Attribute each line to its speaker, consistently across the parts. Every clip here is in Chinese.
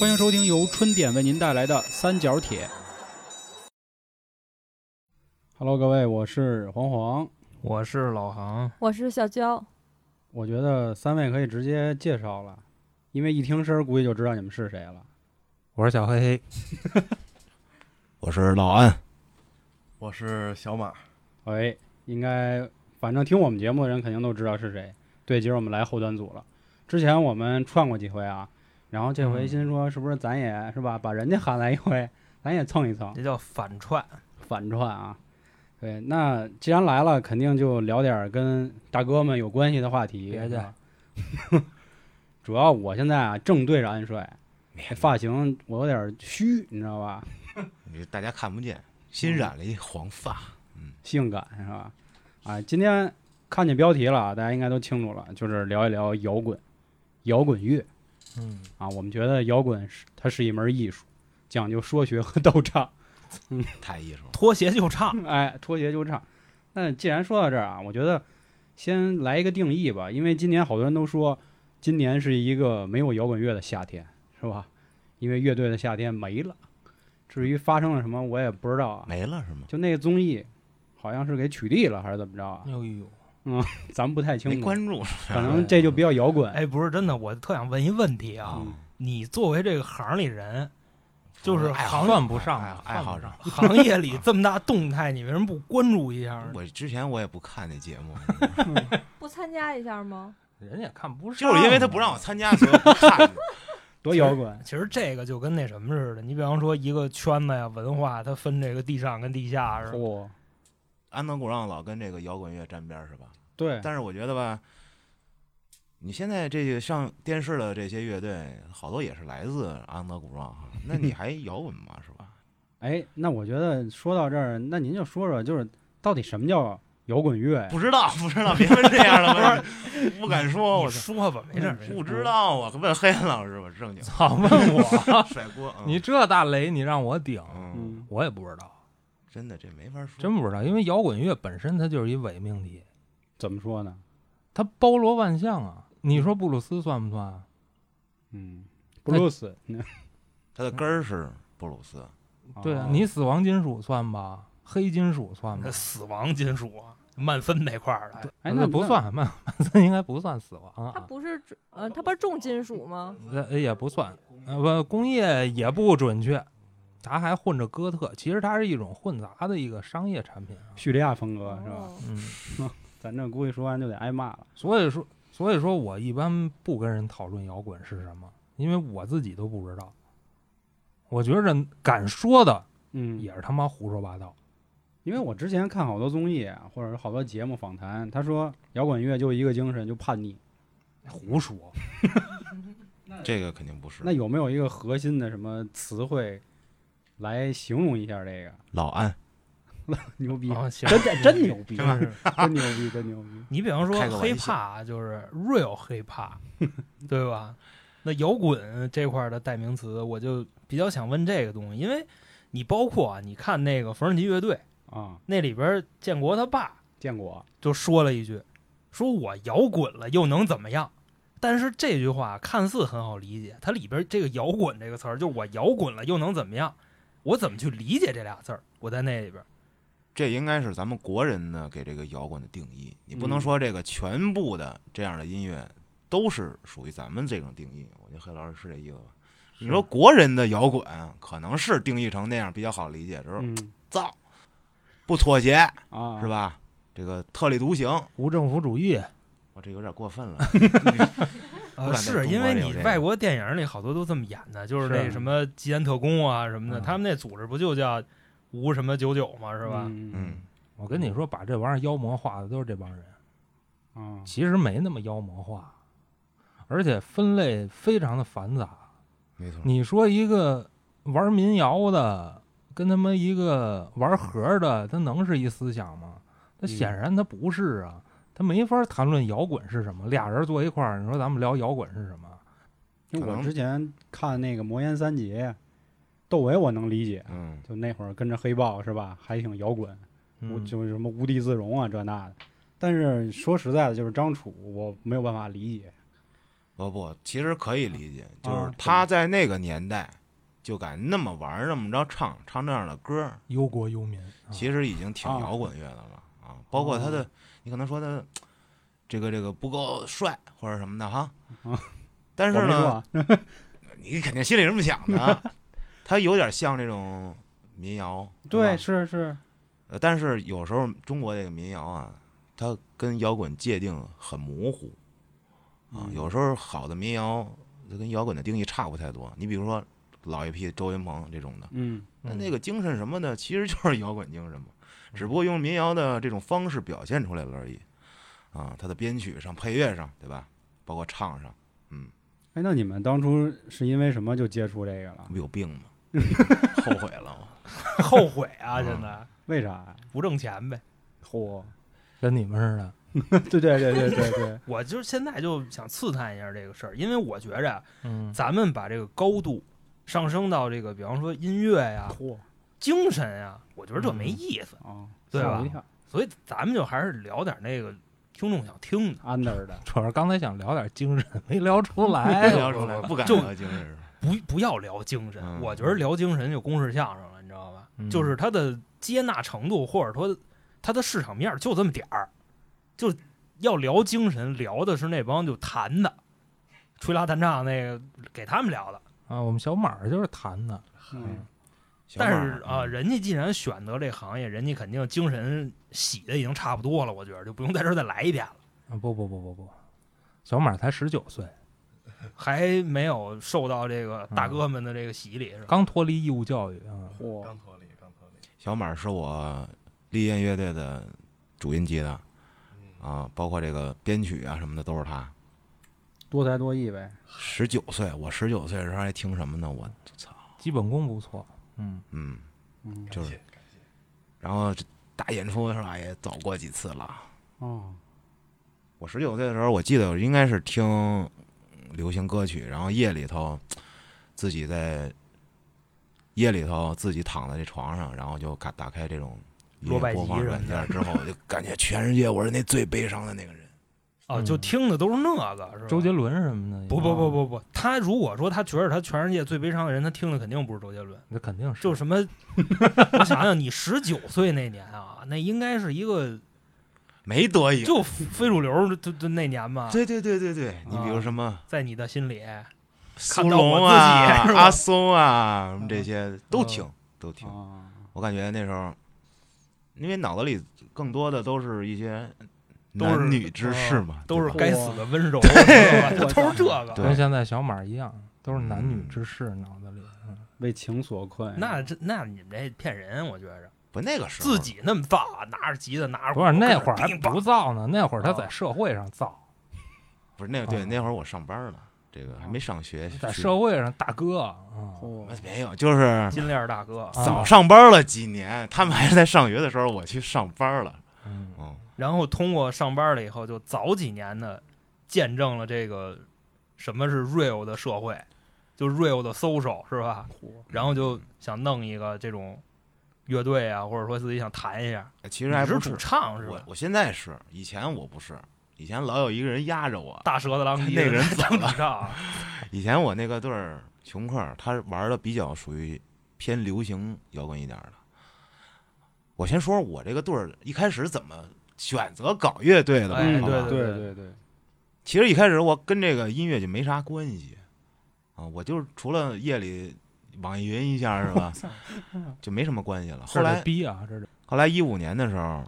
Speaker 1: 欢迎收听由春点为您带来的《三角铁》。Hello，各位，我是黄黄。
Speaker 2: 我是老航，
Speaker 3: 我是小娇，
Speaker 1: 我觉得三位可以直接介绍了，因为一听声儿估计就知道你们是谁了。
Speaker 2: 我是小黑黑，
Speaker 4: 我是老安，
Speaker 5: 我是小马，
Speaker 1: 哎，应该反正听我们节目的人肯定都知道是谁。对，今儿我们来后端组了。之前我们串过几回啊，然后这回
Speaker 2: 嗯
Speaker 1: 心说是不是咱也、是吧，把人家喊来一回，咱也蹭一蹭
Speaker 2: 这叫反串。
Speaker 1: 反串啊。对，那既然来了，肯定就聊点儿跟大哥们有关系的话题。
Speaker 2: 别介
Speaker 1: 是吧， 主要我现在啊正对着安帅，这发型我有点儿虚，你知道吧？
Speaker 4: 你大家看不见，新染了一黄发，
Speaker 1: 性感是吧？啊，今天看见标题了啊，大家应该都清楚了，就是聊一聊摇滚，摇滚乐
Speaker 2: 嗯，
Speaker 1: 啊。我们觉得摇滚是它是一门艺术，讲究说学和 道唱，
Speaker 4: 太艺术了。
Speaker 2: 脱鞋就唱。
Speaker 1: 哎，脱鞋就唱。那既然说到这儿啊，我觉得先来一个定义吧，因为今年好多人都说今年是一个没有摇滚乐的夏天，是吧？因为乐队的夏天没了。至于发生了什么，我也不知道啊。
Speaker 4: 没了是吗？
Speaker 1: 就那个综艺，好像是给取缔了还是怎么着啊
Speaker 2: 哎？呦，
Speaker 1: 咱不太
Speaker 4: 没
Speaker 1: 清楚。
Speaker 4: 关注
Speaker 1: 可能这就比较摇滚。
Speaker 2: 哎，不是真的，我特想问一问题啊，
Speaker 1: 嗯
Speaker 2: 你作为这个行里人，就是
Speaker 4: 爱好
Speaker 2: 行
Speaker 6: 算不上
Speaker 4: 爱
Speaker 6: 吧
Speaker 4: 爱好
Speaker 6: 算
Speaker 4: 者。
Speaker 2: 行业里这么大动态，你为什么不关注一下呢？
Speaker 4: 我之前我也不看那节目，
Speaker 3: 不参加一下吗？
Speaker 6: 人也看不上，
Speaker 4: 就是因为他不让我参加，所以我不看。
Speaker 1: 多摇滚！
Speaker 2: 其实这个就跟那什么似的，你比方说一个圈子呀、文化，它分这个地上跟地下是吧？
Speaker 1: 嚯，
Speaker 4: 安藤古让老跟这个摇滚乐沾边儿是吧？
Speaker 1: 对，
Speaker 4: 但是我觉得吧，你现在这个上电视的这些乐队，好多也是来自安藤古让哈，那你还摇滚吗？是吧？
Speaker 1: 哎，那我觉得说到这儿，那您就说说，就是到底什么叫摇滚乐呀？
Speaker 4: 不知道，不知道，别问这样了，不不敢
Speaker 6: 哦
Speaker 4: 说，
Speaker 2: 你
Speaker 4: 我
Speaker 2: 说吧，没事儿，没事儿
Speaker 4: 不知道啊，问黑岩老师吧， 正经
Speaker 6: 好问我，
Speaker 4: 甩锅。嗯
Speaker 6: 你这大雷你让我顶，
Speaker 4: 嗯，
Speaker 1: 嗯，
Speaker 6: 我也不知道，
Speaker 4: 真的这没法说，
Speaker 6: 真不知道，因为摇滚乐本身它就是一伪命题，
Speaker 1: 怎么说呢？
Speaker 6: 它包罗万象啊。你说布鲁斯算不算啊？
Speaker 1: 嗯，blues，
Speaker 4: 它的根儿是布鲁斯，
Speaker 6: 对 啊
Speaker 1: 哦，
Speaker 6: 你死亡金属算吧，黑金属算吧
Speaker 2: 那，死亡金属啊，曼森那块儿的，
Speaker 1: 哎，那
Speaker 6: 不，算，啊曼曼森应该不算死亡
Speaker 3: 它
Speaker 6: 啊，
Speaker 3: 不是重呃，它不是重金属吗？
Speaker 6: 呃也不算，呃不工业也不准确，咱还混着哥特，其实它是一种混杂的一个商业产品啊。
Speaker 1: 叙利亚风格是吧？
Speaker 3: 哦
Speaker 6: 嗯。
Speaker 1: 咱这估计说完就得挨骂了。
Speaker 6: 所以说，所以说我一般不跟人讨论摇滚是什么，因为我自己都不知道。我觉着敢说的
Speaker 1: 嗯，
Speaker 6: 也是他妈胡说八道。
Speaker 1: 因为我之前看好多综艺啊，或者是好多节目访谈，他说摇滚乐就一个精神，就叛逆。
Speaker 6: 胡说，
Speaker 4: 这个肯定不是。
Speaker 1: 那有没有一个核心的什么词汇来形容一下这个？
Speaker 4: 老安
Speaker 1: 牛逼，
Speaker 6: 哦
Speaker 2: 啊，行，
Speaker 1: 真的真牛逼，
Speaker 2: 真 是。啊
Speaker 1: 真牛逼，真牛逼。
Speaker 2: 你比方说
Speaker 4: 开个玩笑
Speaker 2: hiphop 就是 real hiphop，对 吧？那摇滚这块儿的代名词，我就比较想问这个东西，因为你包括啊，你看那个缝纫机乐队
Speaker 1: 啊，
Speaker 2: 那里边，建国他爸
Speaker 1: 见过
Speaker 2: 就说了一句：“说我摇滚了又能怎么样？”但是这句话看似很好理解，它里边这个“摇滚”这个词儿，就是我摇滚了又能怎么样？我怎么去理解这俩字儿？我在那里边，
Speaker 4: 这应该是咱们国人呢给这个摇滚的定义，你不能
Speaker 1: 嗯
Speaker 4: 说这个全部的这样的音乐都是属于咱们这种定义。我觉得黑老师是这意思吧？你说国人的摇滚可能是定义成那样比较好理解，就是
Speaker 1: 嗯
Speaker 4: 造、不妥协，
Speaker 1: 啊，
Speaker 4: 是？吧？这个特立独行，
Speaker 6: 无政府主义，
Speaker 4: 我这有点过分了。
Speaker 2: 呃，
Speaker 4: 不敢在
Speaker 2: 是
Speaker 4: 中
Speaker 2: 因
Speaker 4: 国
Speaker 2: 为
Speaker 4: 有
Speaker 2: 你
Speaker 4: 这个
Speaker 2: 外国电影里好多都这么演的，就是那
Speaker 1: 是
Speaker 2: 什么吉安特工啊什么的，
Speaker 6: 嗯
Speaker 2: 他们那组织不就叫无什么九九吗？是吧？
Speaker 1: 嗯
Speaker 4: 嗯，
Speaker 6: 我跟你说，把这玩意儿妖魔化的都是这帮人，
Speaker 1: 啊，
Speaker 6: 其实没那么妖魔化，而且分类非常的繁杂。
Speaker 4: 没错。
Speaker 6: 你说一个玩民谣的，跟他妈一个玩核的，他能是一思想吗？他
Speaker 1: 嗯
Speaker 6: 显然他不是啊，他没法谈论摇滚是什么。俩人坐一块儿，你说咱们聊摇滚是什么？
Speaker 1: 因为
Speaker 4: 可
Speaker 1: 我
Speaker 4: 能
Speaker 1: 之前看那个《魔岩三杰》，窦唯我能理解，
Speaker 4: 嗯，
Speaker 1: 就那会儿跟着黑豹是吧，还挺摇滚，我
Speaker 6: 嗯
Speaker 1: 就是什么无地自容啊这那的。但是说实在的，就是张楚，我没有办法理解。
Speaker 4: 不不，其实可以理解，就
Speaker 1: 啊
Speaker 4: 是他在那个年代就敢那么玩儿，那么着唱，唱这样的歌儿，
Speaker 6: 忧国忧民。啊
Speaker 4: 其实已经挺
Speaker 1: 啊
Speaker 4: 摇滚乐的了啊。包括他的，你可能说他这个这个不够帅或者什么的哈
Speaker 1: 啊，
Speaker 4: 但
Speaker 1: 我
Speaker 4: 是
Speaker 1: 没说
Speaker 4: 呢，
Speaker 1: 啊
Speaker 4: 你肯定心里这么想的啊，他有点像这种民谣，
Speaker 1: 对，
Speaker 4: 吧
Speaker 1: 是是，
Speaker 4: 呃但是有时候中国这个民谣啊，它跟摇滚界定很模糊啊
Speaker 1: 嗯。
Speaker 4: 有时候好的民谣，它跟摇滚的定义差不太多。你比如说老一批周云鹏这种的，
Speaker 1: 嗯
Speaker 4: 那
Speaker 6: 嗯
Speaker 4: 那个精神什么的，其实就是摇滚精神嘛，只不过用民谣的这种方式表现出来了而已。啊，它的编曲上、配乐上，对吧？包括唱上，
Speaker 1: 哎，那你们当初是因为什么就接触这个了？
Speaker 4: 有病吗？后悔了吗？
Speaker 2: 后悔
Speaker 6: 嗯
Speaker 2: 啊！现在
Speaker 1: 为啥呀？
Speaker 2: 不挣钱呗，
Speaker 1: 嚯！
Speaker 6: 跟你们似的，
Speaker 1: 对对对对对 对，
Speaker 2: 我就是现在就想刺探一下这个事儿，因为我觉着啊
Speaker 6: 嗯，
Speaker 2: 咱们把这个高度上升到这个，比方说音乐哎呀、
Speaker 1: 嚯
Speaker 2: 精神呀，我觉得这没意思，
Speaker 1: 啊，
Speaker 2: 对
Speaker 1: 吓
Speaker 2: 吧
Speaker 1: 我一跳
Speaker 2: 所以咱们就还是聊点那个听众想听的，
Speaker 1: ，under 的，
Speaker 6: 主要是刚才想聊点精神，没聊
Speaker 2: 嗯
Speaker 6: 出来
Speaker 4: 不。聊出来，不敢
Speaker 2: 哎就
Speaker 4: 聊精神是吧。
Speaker 2: 不不要聊精神。
Speaker 4: 嗯
Speaker 2: 我觉得聊精神就公式相声了，你知道吧？
Speaker 6: 嗯
Speaker 2: 就是它的接纳程度，或者说它的市场面儿就这么点儿，就要聊精神，聊的是那帮就弹的，吹拉弹唱那个给他们聊的。
Speaker 6: 啊，我们小马儿就是弹的，啊
Speaker 1: 嗯
Speaker 4: 小
Speaker 2: 但
Speaker 4: 马
Speaker 2: 是
Speaker 4: 儿
Speaker 2: 啊，人家既然选择这行业，人家肯定精神洗的已经差不多了，我觉得就不用在这儿再来一遍了。
Speaker 6: 啊，不不不不不，小马儿才十九岁，
Speaker 2: 还没有受到这个大哥们的这个洗礼，是吧？
Speaker 6: 嗯刚脱离义务教育啊。
Speaker 1: 嚯，
Speaker 2: 嗯
Speaker 5: 刚脱离，刚脱离。
Speaker 4: 小马是我立燕乐队的主音吉他
Speaker 5: 嗯，
Speaker 4: 啊，包括这个编曲啊什么的都是他。
Speaker 1: 多才多艺呗，
Speaker 4: 十九岁，我十九岁的时候还听什么呢？我操，
Speaker 6: 基本功不错，嗯，
Speaker 4: 嗯，
Speaker 1: 嗯，
Speaker 4: 就
Speaker 5: 感
Speaker 4: 是
Speaker 5: 谢感谢。
Speaker 4: 然后这大演出是吧，也走过几次了。
Speaker 1: 哦，
Speaker 4: 我十九岁的时候，我记得我应该是听流行歌曲，然后夜里头自己在夜里头自己躺在这床上，然后就打打开这种音
Speaker 2: 罗
Speaker 4: 乐
Speaker 2: 百
Speaker 4: 播
Speaker 2: 吉
Speaker 4: 放
Speaker 2: 是吧
Speaker 4: 软件之后，我就感觉全世界我是那最悲伤的那个人。
Speaker 2: 啊，
Speaker 6: 嗯
Speaker 2: 就听的都是那个，是吧？
Speaker 6: 周杰伦什么的，
Speaker 2: 不不不，不不，他如果说他觉得他全世界最悲伤的人，他听的肯定不是周杰伦，
Speaker 6: 那肯定是
Speaker 2: 就 是什么。我想想，你十九岁那年啊，那应该是一个
Speaker 4: 没啊得意，
Speaker 2: 就非主流的的那年吧，
Speaker 4: 对对对对对，你比如
Speaker 2: 啊
Speaker 4: 什么
Speaker 2: 在你的心里，
Speaker 4: 苏龙啊
Speaker 2: 看到我自己是、吧
Speaker 4: 阿松啊，什么这些都听都听。
Speaker 1: 啊，
Speaker 4: 我感觉那时候，因为脑子里更多的都是一些
Speaker 2: 都是
Speaker 4: 男女之事嘛，
Speaker 2: 都是
Speaker 4: 对吧
Speaker 2: 该死的温柔，是吧
Speaker 1: 我操
Speaker 2: 都是这个。
Speaker 4: 对
Speaker 6: 跟现在小马儿一样，都是男女之事，脑子里。
Speaker 2: 啊
Speaker 6: 嗯
Speaker 1: 为情所困，
Speaker 2: 那这那你们这骗人，我觉着
Speaker 4: 不那个时候
Speaker 2: 自己那么造，啊拿着吉他拿着
Speaker 6: 不是
Speaker 2: 鼓
Speaker 6: 那会儿
Speaker 2: 跟着
Speaker 6: 还
Speaker 2: 乒
Speaker 6: 不
Speaker 2: 乓
Speaker 6: 造呢，那会儿他在
Speaker 2: 啊
Speaker 6: 社会上造，
Speaker 4: 不是那个对
Speaker 6: 啊
Speaker 4: 那会儿我上班呢，这个还没上学，
Speaker 6: 在
Speaker 4: 是
Speaker 6: 社会上大哥啊，
Speaker 1: 嚯，
Speaker 4: 没有就是。
Speaker 2: 金链儿大哥，
Speaker 6: 啊
Speaker 4: 早上班了几年，他们还是在上学的时候，我去上班了。
Speaker 6: 嗯，
Speaker 4: 嗯，
Speaker 2: 然后通过上班了以后，就早几年的见证了这个什么是 real 的社会，就 real 的 social 是吧？然后就想弄一个这种乐队啊，或者说自己想弹一下。
Speaker 4: 嗯其
Speaker 2: 你
Speaker 4: 实还
Speaker 2: 是
Speaker 4: 不
Speaker 2: 主唱是
Speaker 4: 我
Speaker 2: 吧？
Speaker 4: 我现在是，以前我不是，以前老有一个人压着我，
Speaker 2: 大舌头狼藉
Speaker 4: 那个人走
Speaker 2: 当
Speaker 4: 了
Speaker 2: 主唱，
Speaker 4: 以前我那个队儿穷克儿，他玩的比较属于偏流行摇滚一点儿的。我先说我这个队儿一开始怎么选择搞乐队的吧，
Speaker 2: 哎
Speaker 4: 好吧
Speaker 1: 嗯
Speaker 2: 对
Speaker 1: 对对对，
Speaker 4: 其实一开始我跟这个音乐就没啥关系啊，我就是除了夜里网易云一下是吧，就没什么关系了。后
Speaker 6: 这
Speaker 4: 来
Speaker 6: 是逼啊，这是
Speaker 4: 后来一五年的时候，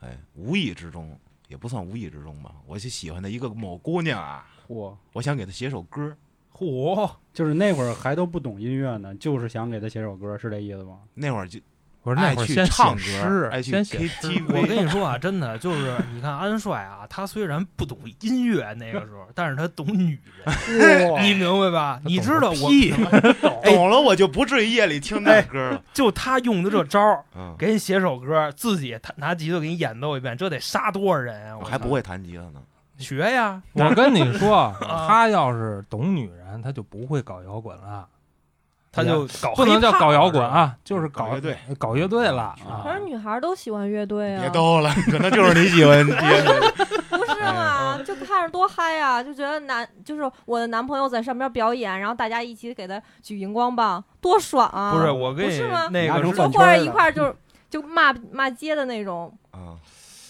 Speaker 4: 哎，无意之中也不算无意之中吧，我就喜欢的一个某姑娘啊，
Speaker 1: 嚯，
Speaker 4: 我想给她写首歌儿。
Speaker 2: 嚯，
Speaker 1: 就是那会儿还都不懂音乐呢，就是想给他写首歌，是这意思吗？
Speaker 4: 那会儿就
Speaker 6: 不是那
Speaker 4: 爱
Speaker 6: 会儿
Speaker 4: 去
Speaker 6: 先
Speaker 4: 唱
Speaker 6: 写
Speaker 4: 歌
Speaker 6: 诗，
Speaker 4: 爱去
Speaker 6: 先写
Speaker 4: KTV
Speaker 6: 诗。
Speaker 2: 我跟你说啊，真的就是你看安帅啊，他虽然不懂音乐那个时候，但是他懂女人， 你明 白吧？你知道我
Speaker 6: 屁
Speaker 4: 哎懂了，我就不至于夜里听那歌了。
Speaker 2: 就他用的这招儿，
Speaker 4: 嗯，
Speaker 2: 哎给你写首歌，自己弹拿吉他给你演奏一遍，这得杀多少人啊！
Speaker 4: 我
Speaker 2: 我
Speaker 4: 还
Speaker 2: 操
Speaker 4: 不会弹吉他呢。
Speaker 2: 学呀，
Speaker 6: 我跟你 说，他要是懂女人，他就不会搞摇滚了，
Speaker 2: 他就搞
Speaker 6: 不能叫
Speaker 2: hiphop
Speaker 6: 搞摇滚啊，就是
Speaker 4: 搞乐队，嗯
Speaker 6: 搞乐队了啊
Speaker 3: 可。是女孩儿都喜欢乐队啊，
Speaker 4: 别逗了，可能就是你喜欢吉他。
Speaker 3: 不是嘛？就看看着多嗨呀、就觉得男就是我的男朋友在上边表演，然后大家一起给他举荧光棒，多爽啊！
Speaker 2: 不是我跟
Speaker 3: 不
Speaker 2: 你
Speaker 3: 是吗
Speaker 2: 那
Speaker 1: 拿
Speaker 2: 个
Speaker 1: 成
Speaker 2: 是
Speaker 1: 饭
Speaker 3: 或者
Speaker 1: 圈
Speaker 3: 一
Speaker 1: 的
Speaker 3: 块儿就就骂骂街的那种，
Speaker 4: 啊，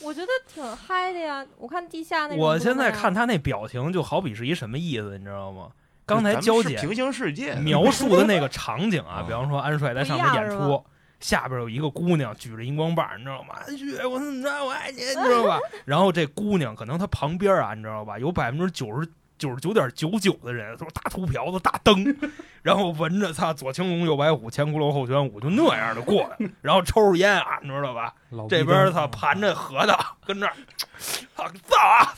Speaker 3: 我觉得挺嗨的呀。我看地下那种，
Speaker 2: 我现在看，他那表情，就好比是一什么意思，你知道吗？刚才
Speaker 4: 咱们
Speaker 2: 娇
Speaker 4: 是
Speaker 2: 姐
Speaker 4: 平行世界
Speaker 2: 描述的那个场景啊
Speaker 4: 啊，
Speaker 2: 比方说安帅在上面演
Speaker 3: 不一样
Speaker 2: 出，下边有一个姑娘举着荧光棒，你知道吗？安旭，我怎么着，我爱你，你知道吧？然后这姑娘可能她旁边啊，你知道吧，有百分之九十。九十九点九九的人都是大秃瓢子、大灯，然后闻着擦左青龙右白虎前骷髅后玄武就那样的过来，然后抽着烟啊，你知道吧？
Speaker 4: 嗯
Speaker 6: 老逼
Speaker 2: 这边
Speaker 6: 灯
Speaker 2: 他盘着核桃跟这儿，操造啊！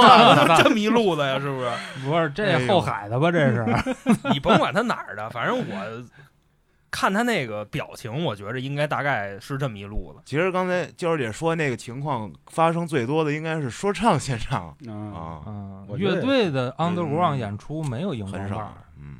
Speaker 2: 哇，这么一路子呀，是不是？
Speaker 6: 不是
Speaker 4: 哎
Speaker 6: 这
Speaker 4: 呦
Speaker 6: 后海的吧？这 是
Speaker 2: 你甭管他哪儿的，反正我看他那个表情，我觉着应该大概是这么一路子。
Speaker 4: 其实刚才娇姐说那个情况发生最多的应该是说唱现场
Speaker 1: 嗯，
Speaker 4: 啊，
Speaker 6: 嗯，
Speaker 1: 我觉得
Speaker 6: 乐队的 Underground
Speaker 4: 嗯
Speaker 6: 演出没有荧
Speaker 4: 很
Speaker 6: 光
Speaker 4: 少
Speaker 6: 棒，，
Speaker 4: 嗯，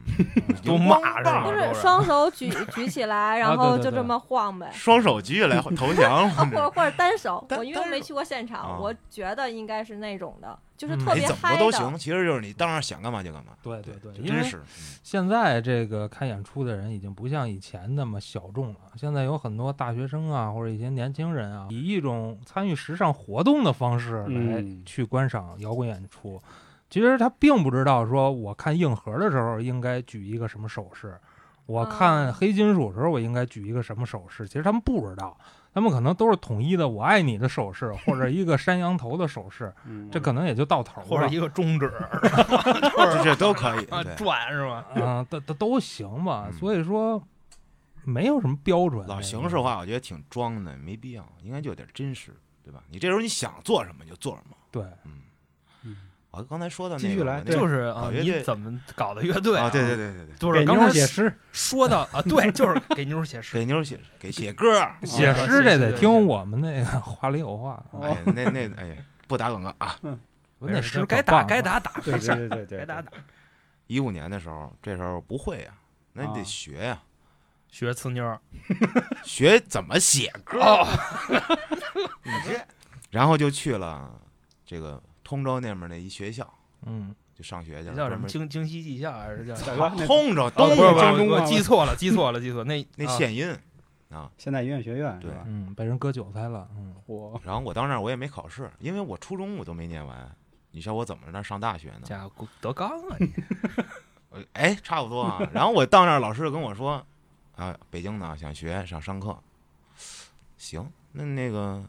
Speaker 2: 都骂
Speaker 4: 吧
Speaker 2: 吧
Speaker 3: 就
Speaker 2: 都
Speaker 3: 是
Speaker 2: 是
Speaker 3: 双手举举起来，然后
Speaker 6: 对对
Speaker 3: 就
Speaker 6: 对
Speaker 3: 这么晃呗。
Speaker 4: 双手举起来投降
Speaker 3: 啊， 或者
Speaker 4: 了，
Speaker 3: 或者单手，
Speaker 4: 单
Speaker 3: 我因为我
Speaker 4: 单
Speaker 3: 没
Speaker 4: 手
Speaker 3: 去过现
Speaker 4: 啊
Speaker 3: 场，我觉得应该是那种的，就是
Speaker 6: 嗯
Speaker 3: 特
Speaker 4: 你
Speaker 3: 别
Speaker 4: 怎么
Speaker 3: 嗨
Speaker 4: 都
Speaker 3: 的。
Speaker 4: 行，其实就是你当然想干嘛就干嘛，
Speaker 6: 对对
Speaker 4: 对，
Speaker 6: 对，
Speaker 4: 就
Speaker 6: 因
Speaker 4: 真
Speaker 6: 为
Speaker 4: 是，嗯
Speaker 6: 现在这个看演出的人已经不像以前那么小众了，现在有很多大学生啊，或者一些年轻人啊，以一种参与时尚活动的方式来
Speaker 1: 嗯
Speaker 6: 去观赏摇滚演出。其实他并不知道，说我看硬核的时候应该举一个什么手势，我看
Speaker 3: 啊
Speaker 6: 黑金属的时候我应该举一个什么手势。其实他们不知道，他们可能都是统一的“我爱你”的手势，或者一个山羊头的手势，
Speaker 1: 嗯
Speaker 6: 这可能也就到头了。
Speaker 2: 或者一个中指
Speaker 4: 这这都可以，
Speaker 2: 啊
Speaker 4: 对，
Speaker 2: 转是吧？
Speaker 6: 啊，都都都行吧
Speaker 4: 嗯。
Speaker 6: 所以说，没有什么标准。
Speaker 4: 老
Speaker 6: 这
Speaker 4: 形
Speaker 6: 个
Speaker 4: 式，化，我觉得挺装的，没必要，应该就有点真实，对吧？你这时候你想做什么就做什么，
Speaker 6: 对，
Speaker 4: 嗯
Speaker 1: 嗯。
Speaker 4: 我刚才说的那
Speaker 1: 继续
Speaker 4: 个
Speaker 1: 来
Speaker 4: 我那
Speaker 1: 对
Speaker 4: 个
Speaker 2: 就是啊
Speaker 4: 搞，乐队
Speaker 2: 你怎么搞的乐队
Speaker 4: 啊，对对
Speaker 2: 对，
Speaker 4: 对对对，
Speaker 2: 就是
Speaker 1: 给妞
Speaker 2: 刚
Speaker 1: 儿
Speaker 2: 才
Speaker 1: 写诗，
Speaker 2: 说到啊，对，就是给妞儿写 诗，
Speaker 4: 给妞儿写给写歌儿，
Speaker 6: 写
Speaker 2: 啊
Speaker 6: 诗这
Speaker 2: 写
Speaker 6: 得
Speaker 2: 写
Speaker 6: 听我们那个 话里有话，
Speaker 1: 哦
Speaker 2: 哦
Speaker 4: 哎呀，那那哎呀，不打广告啊。
Speaker 6: 我那
Speaker 2: 诗
Speaker 6: 可
Speaker 2: 该打
Speaker 6: 棒
Speaker 2: 该
Speaker 6: 了。
Speaker 2: 打 打，
Speaker 1: 啊对对对对对，
Speaker 2: 该打打。
Speaker 4: 一五年的时候，这时候不会呀、那你
Speaker 1: 啊
Speaker 4: 得学呀、
Speaker 2: 学呲妞儿
Speaker 4: 学怎么写歌。
Speaker 2: 哦，
Speaker 4: 你这，然后就去了这个通州那边那一学校，
Speaker 6: 嗯，
Speaker 4: 就上学去
Speaker 2: 这
Speaker 4: 了。
Speaker 2: 叫什么
Speaker 4: 专门
Speaker 2: 京京西技校还是叫？
Speaker 1: 大哥，那
Speaker 4: 通州
Speaker 2: 哦，
Speaker 4: 东
Speaker 2: 不
Speaker 1: 不
Speaker 2: 是
Speaker 1: 是
Speaker 2: 不
Speaker 1: 不
Speaker 2: 是
Speaker 1: 是，
Speaker 2: 我
Speaker 1: 我
Speaker 2: 记
Speaker 1: 记
Speaker 2: 错了，记错了，记错那啊
Speaker 4: 那县音。
Speaker 1: 现代音乐学院是
Speaker 4: 对
Speaker 1: 吧？
Speaker 6: 嗯，被人割韭菜了，嗯，
Speaker 1: 我
Speaker 4: 然后我到那儿我也没考试，因为我初中我都没念完。你像我怎么在那儿上大学呢？
Speaker 2: 家伙德纲啊，你
Speaker 4: 呃哎，差不多啊。然后我到那儿，老师就跟我说，啊，北京呢想学想上课，行，那那个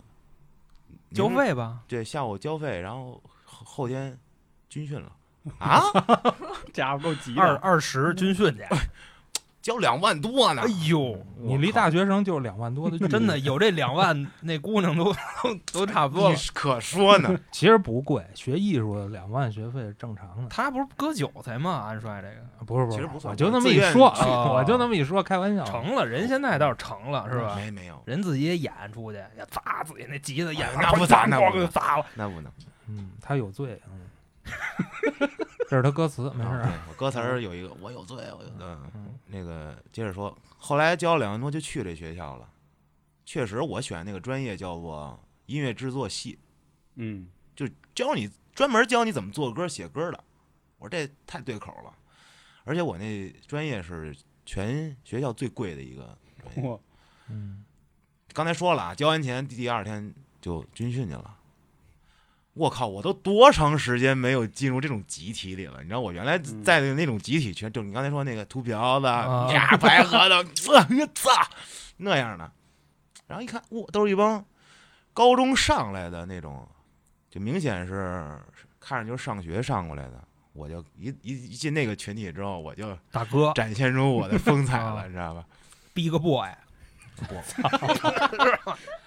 Speaker 4: 您
Speaker 2: 交费吧，
Speaker 4: 对，下午交费，然后后后天军训 了啊，
Speaker 1: 家伙够急
Speaker 2: 二
Speaker 1: 的，
Speaker 2: 二十军训去。
Speaker 4: 交两万多呢
Speaker 2: 哎。呦，
Speaker 6: 你离大学生就两万多的 距离，
Speaker 2: 真的有这两万，那姑娘都都都差不多
Speaker 4: 你
Speaker 2: 了。
Speaker 4: 可说呢，
Speaker 6: 其实不贵，学艺术的两万学费是正常的，
Speaker 2: 他不是割韭菜吗？安帅这个
Speaker 6: 啊不是不是，
Speaker 4: 其实不算
Speaker 6: 我就
Speaker 4: 贵
Speaker 6: 那么
Speaker 4: 自
Speaker 6: 一
Speaker 4: 愿
Speaker 6: 说，
Speaker 2: 去的
Speaker 6: 我就那么一说，开玩笑，
Speaker 2: 成了，人现在倒是成 了，是吧？
Speaker 4: 没没有，
Speaker 2: 人自己也演出去，也砸自己那吉他演，
Speaker 4: 那不砸那不
Speaker 2: 咣就哎砸了。
Speaker 4: 那不能。
Speaker 6: 嗯，他有罪，嗯，这是他歌词，没事
Speaker 4: 啊
Speaker 6: 儿，
Speaker 4: 对我歌词儿有一个，我有罪，我有嗯，
Speaker 6: 嗯
Speaker 4: 那个接着说，后来交了两万多就去这学校了。确实，我选那个专业叫做音乐制作系，
Speaker 1: 嗯，
Speaker 4: 就教你专门教你怎么做歌、写歌的。我说这太对口了，而且我那专业是全学校最贵的一个专业。
Speaker 1: 我
Speaker 6: 嗯，
Speaker 4: 刚才说了啊，交完钱第二天就军训去了。我靠，我都多长时间没有进入这种集体里了？你知道我原来
Speaker 1: 嗯
Speaker 4: 在的那种集体，全就你刚才说那个秃瓢子
Speaker 2: 啊
Speaker 4: 呀、白盒的，操那样的。然后一看，哇，都是一帮高中上来的那种，就明显是看着就是上学上过来的。我就一一一进那个群体之后，我就
Speaker 2: 大哥
Speaker 4: 展现出我的风采了，
Speaker 2: 啊
Speaker 4: 你知道吧？
Speaker 2: ，Big Boy，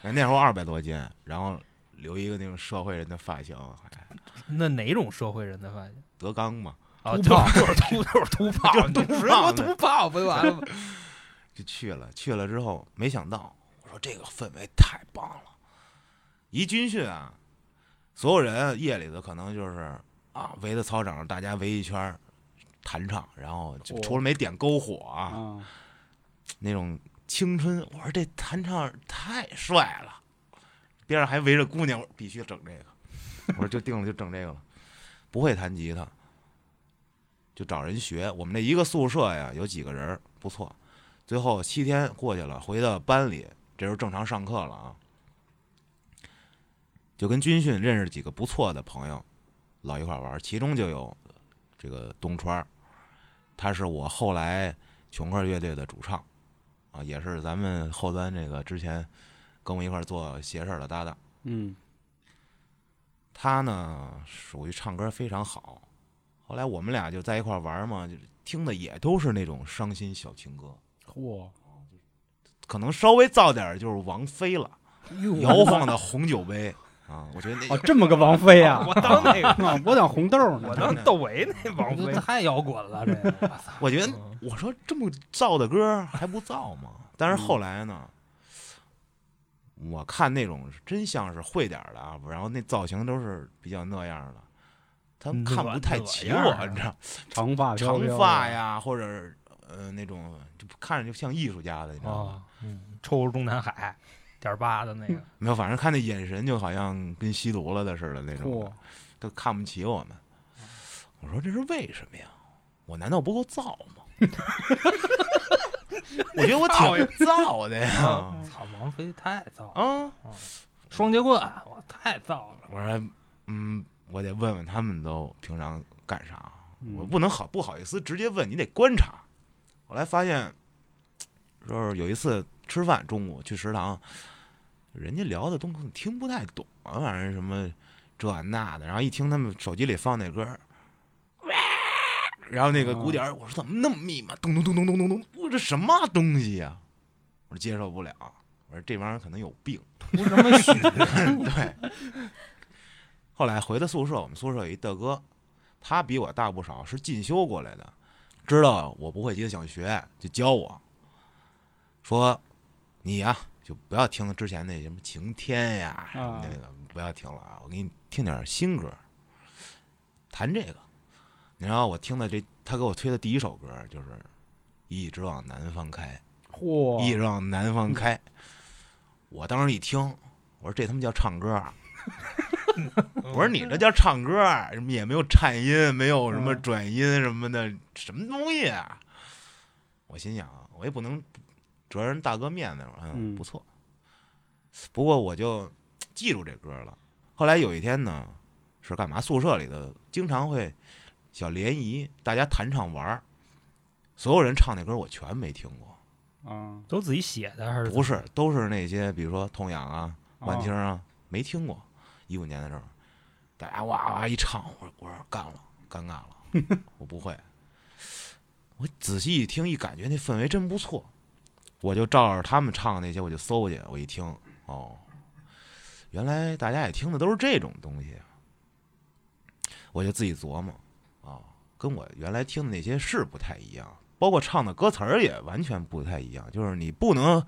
Speaker 4: 哎那时候二百多斤，然后留一个那种社会人的发型，哎
Speaker 2: 那哪种社会人的发现？
Speaker 4: 德纲嘛，
Speaker 2: 啊，
Speaker 6: 秃
Speaker 2: 就
Speaker 6: 炮
Speaker 2: 就是秃就是秃炮，
Speaker 4: 就是
Speaker 2: 你
Speaker 4: 秃
Speaker 2: 直
Speaker 4: 炮
Speaker 2: 说秃炮不就完了吗？
Speaker 4: 就去了。去了之后，没想到，我说这个氛围太棒了。一军训啊，所有人夜里头可能就是啊，围着操场，大家围一圈儿弹唱，然后就
Speaker 1: 哦
Speaker 4: 除了没点篝火啊，
Speaker 1: 啊，
Speaker 4: 那种青春。我说这弹唱太帅了，边上还围着姑娘，我说必须整这个。我说就定了，就整这个了。不会弹吉他，就找人学。我们那一个宿舍呀，有几个人儿不错。最后七天过去了，回到班里，这时候正常上课了啊，就跟军训认识几个不错的朋友，老一块儿玩儿，其中就有这个东川儿，他是我后来穷克乐队的主唱，啊，也是咱们后端这个之前跟我一块儿做邪事儿的搭档。
Speaker 1: 嗯
Speaker 4: 他呢属于唱歌非常好，后来我们俩就在一块儿玩儿嘛，就听的也都是那种伤心小情歌，
Speaker 1: 嚯，
Speaker 4: 可能稍微燥点儿就是王菲 了，摇
Speaker 1: 哟
Speaker 4: 晃的红酒杯啊，我觉得那
Speaker 1: 哦，这么个王菲 啊，
Speaker 2: 我当那个，
Speaker 1: 啊我当红豆呢
Speaker 2: 我。当窦唯 那王
Speaker 6: 这
Speaker 2: 菲。
Speaker 6: 太摇滚了，这个我操
Speaker 4: 我觉得我说这么燥的歌还不燥吗？但是后来呢，我看那种真像是会点儿的啊，然后那造型都是比较那样的，他们看不太起
Speaker 2: 哪哪样啊
Speaker 4: 我，你知道吗。
Speaker 1: 长发飘
Speaker 4: 长
Speaker 1: 飘
Speaker 4: 发，呀，或者是呃那种就看着就像艺术家的，你知道吗？
Speaker 2: 啊，抽中南海点儿八的那个，
Speaker 4: 没有，反正看那眼神就好像跟吸毒了的似的那
Speaker 1: 嚯嗯
Speaker 4: 种，都看不起我们。我说这是为什么呀？我难道不够燥 吗？我觉得我挺燥的呀。
Speaker 6: 操，王菲太燥，
Speaker 1: 嗯
Speaker 6: 了，
Speaker 4: 啊，
Speaker 6: 双截棍，我太燥了。
Speaker 4: 我说嗯，我得问问他们都平常干啥。
Speaker 1: 嗯
Speaker 4: 我不能好不好意思直接问，你得观察。后来发现，就是有一次吃饭，中午去食堂，人家聊的东西听不太懂啊，反正什么这那的，然后一听他们手机里放那歌儿，然后那个
Speaker 6: 哦
Speaker 4: 鼓点儿，我说怎么那么密嘛，咚咚咚咚咚咚咚，我这什么东西呀、我说接受不了，我说这玩意儿可能有病。
Speaker 6: 图什么许？
Speaker 4: 对。后来回到宿舍，我们宿舍有一大哥，他比我大不少，是进修过来的，知道我不会吉他想学，就教我，说你呀、就不要听之前那什么晴天呀什么那个，不要听了啊，我给你听点新歌，弹这个。你知道我听的这，他给我推的第一首歌就是《一直往南方开》。一
Speaker 1: 嚯，
Speaker 4: 直往南方开。我当时一听，我说这他妈叫唱歌啊！我说你这叫唱歌啊，什么也没有颤音，没有什么转音什么的，什么东西啊？我心想，我也不能折人大哥面子，嗯，
Speaker 1: 嗯
Speaker 4: 不错。不过我就记住这歌了。后来有一天呢，是干嘛？宿舍里头经常会小联谊，大家弹唱玩儿，所有人唱那歌我全没听过。
Speaker 1: 啊，
Speaker 2: 都自己写的还是
Speaker 4: 不是，都是那些比如说痛痒啊、
Speaker 1: 啊
Speaker 4: 万听啊，没听过。一五年的时候，大家哇哇一唱，我说我说干了，尴尬了，我不会。我仔细一听，一感觉那氛围真不错，我就照着他们唱的那些，我就搜去，我一听，哦，原来大家也听的都是这种东西啊，我就自己琢磨，啊、跟我原来听的那些是不太一样，包括唱的歌词儿也完全不太一样，就是你不能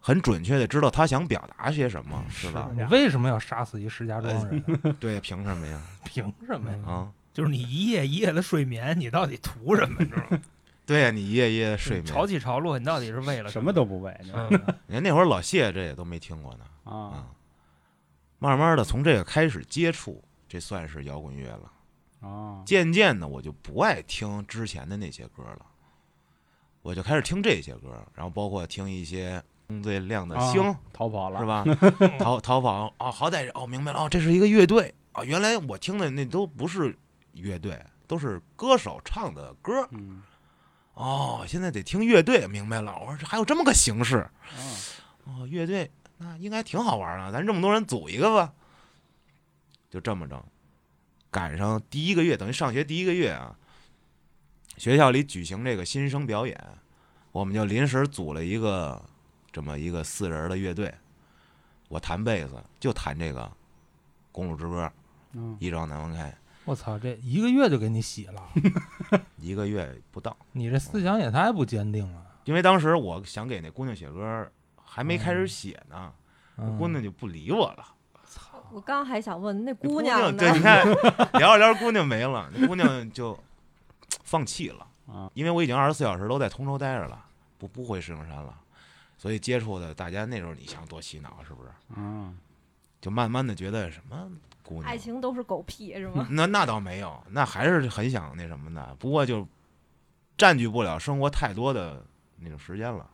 Speaker 4: 很准确的知道他想表达些什么，是吧？
Speaker 6: 你为什么要杀死一石家庄 人？啊
Speaker 4: 对，凭什么呀？
Speaker 6: 凭哎什么呀？
Speaker 4: 啊，
Speaker 2: 就是你一夜一夜的睡眠，你到底图什么？你知道吗？
Speaker 4: 对呀，你一夜一夜睡眠。
Speaker 2: 潮起潮落，你到底是为了
Speaker 1: 什么？都不为你
Speaker 2: 嗯
Speaker 4: 人家那会儿老谢这也都没听过呢
Speaker 1: 啊
Speaker 4: 啊。慢慢的从这个开始接触，这算是摇滚乐了。嗯
Speaker 1: 啊，
Speaker 4: 渐渐的我就不爱听之前的那些歌了，我就开始听这些歌，然后包括听一些《最亮的星》
Speaker 1: 啊逃跑了
Speaker 4: 是？ 吧？逃逃跑哦，好歹哦明白了哦，这是一个乐队啊、原来我听的那都不是乐队，都是歌手唱的歌
Speaker 1: 嗯
Speaker 4: 哦。现在得听乐队，明白了。我说这还有这么个形式
Speaker 1: 啊，
Speaker 4: 哦，乐队那应该挺好玩的，咱这么多人组一个吧。就这么着，赶上第一个月，等于上学第一个月啊，学校里举行这个新生表演，我们就临时组了一个这么一个四人的乐队，我弹贝斯，就弹这个《公路之歌》，
Speaker 1: 嗯
Speaker 4: 一直往南方开，
Speaker 6: 我操，这一个月就给你洗了，
Speaker 4: 一个月不到。
Speaker 6: 你这思想也太不坚定了。
Speaker 4: 因为当时我想给那姑娘写歌，还没开始写呢，
Speaker 6: 嗯
Speaker 4: 姑娘就不理我了。
Speaker 3: 我刚还想问那
Speaker 4: 那姑
Speaker 3: 娘呢
Speaker 4: 对，，你看聊着聊着姑娘没了，那姑娘就放弃了
Speaker 1: 啊，
Speaker 4: 因为我已经二十四小时都在通州待着了，不不回石景山了，所以接触的大家那时候你想多洗脑是不是？
Speaker 1: 嗯
Speaker 4: 就慢慢的觉得什么姑娘啊
Speaker 3: 爱，情都是狗屁是吗？
Speaker 4: 那那倒没有，那还是很想那什么的，不过就占据不了生活太多的那种时间了。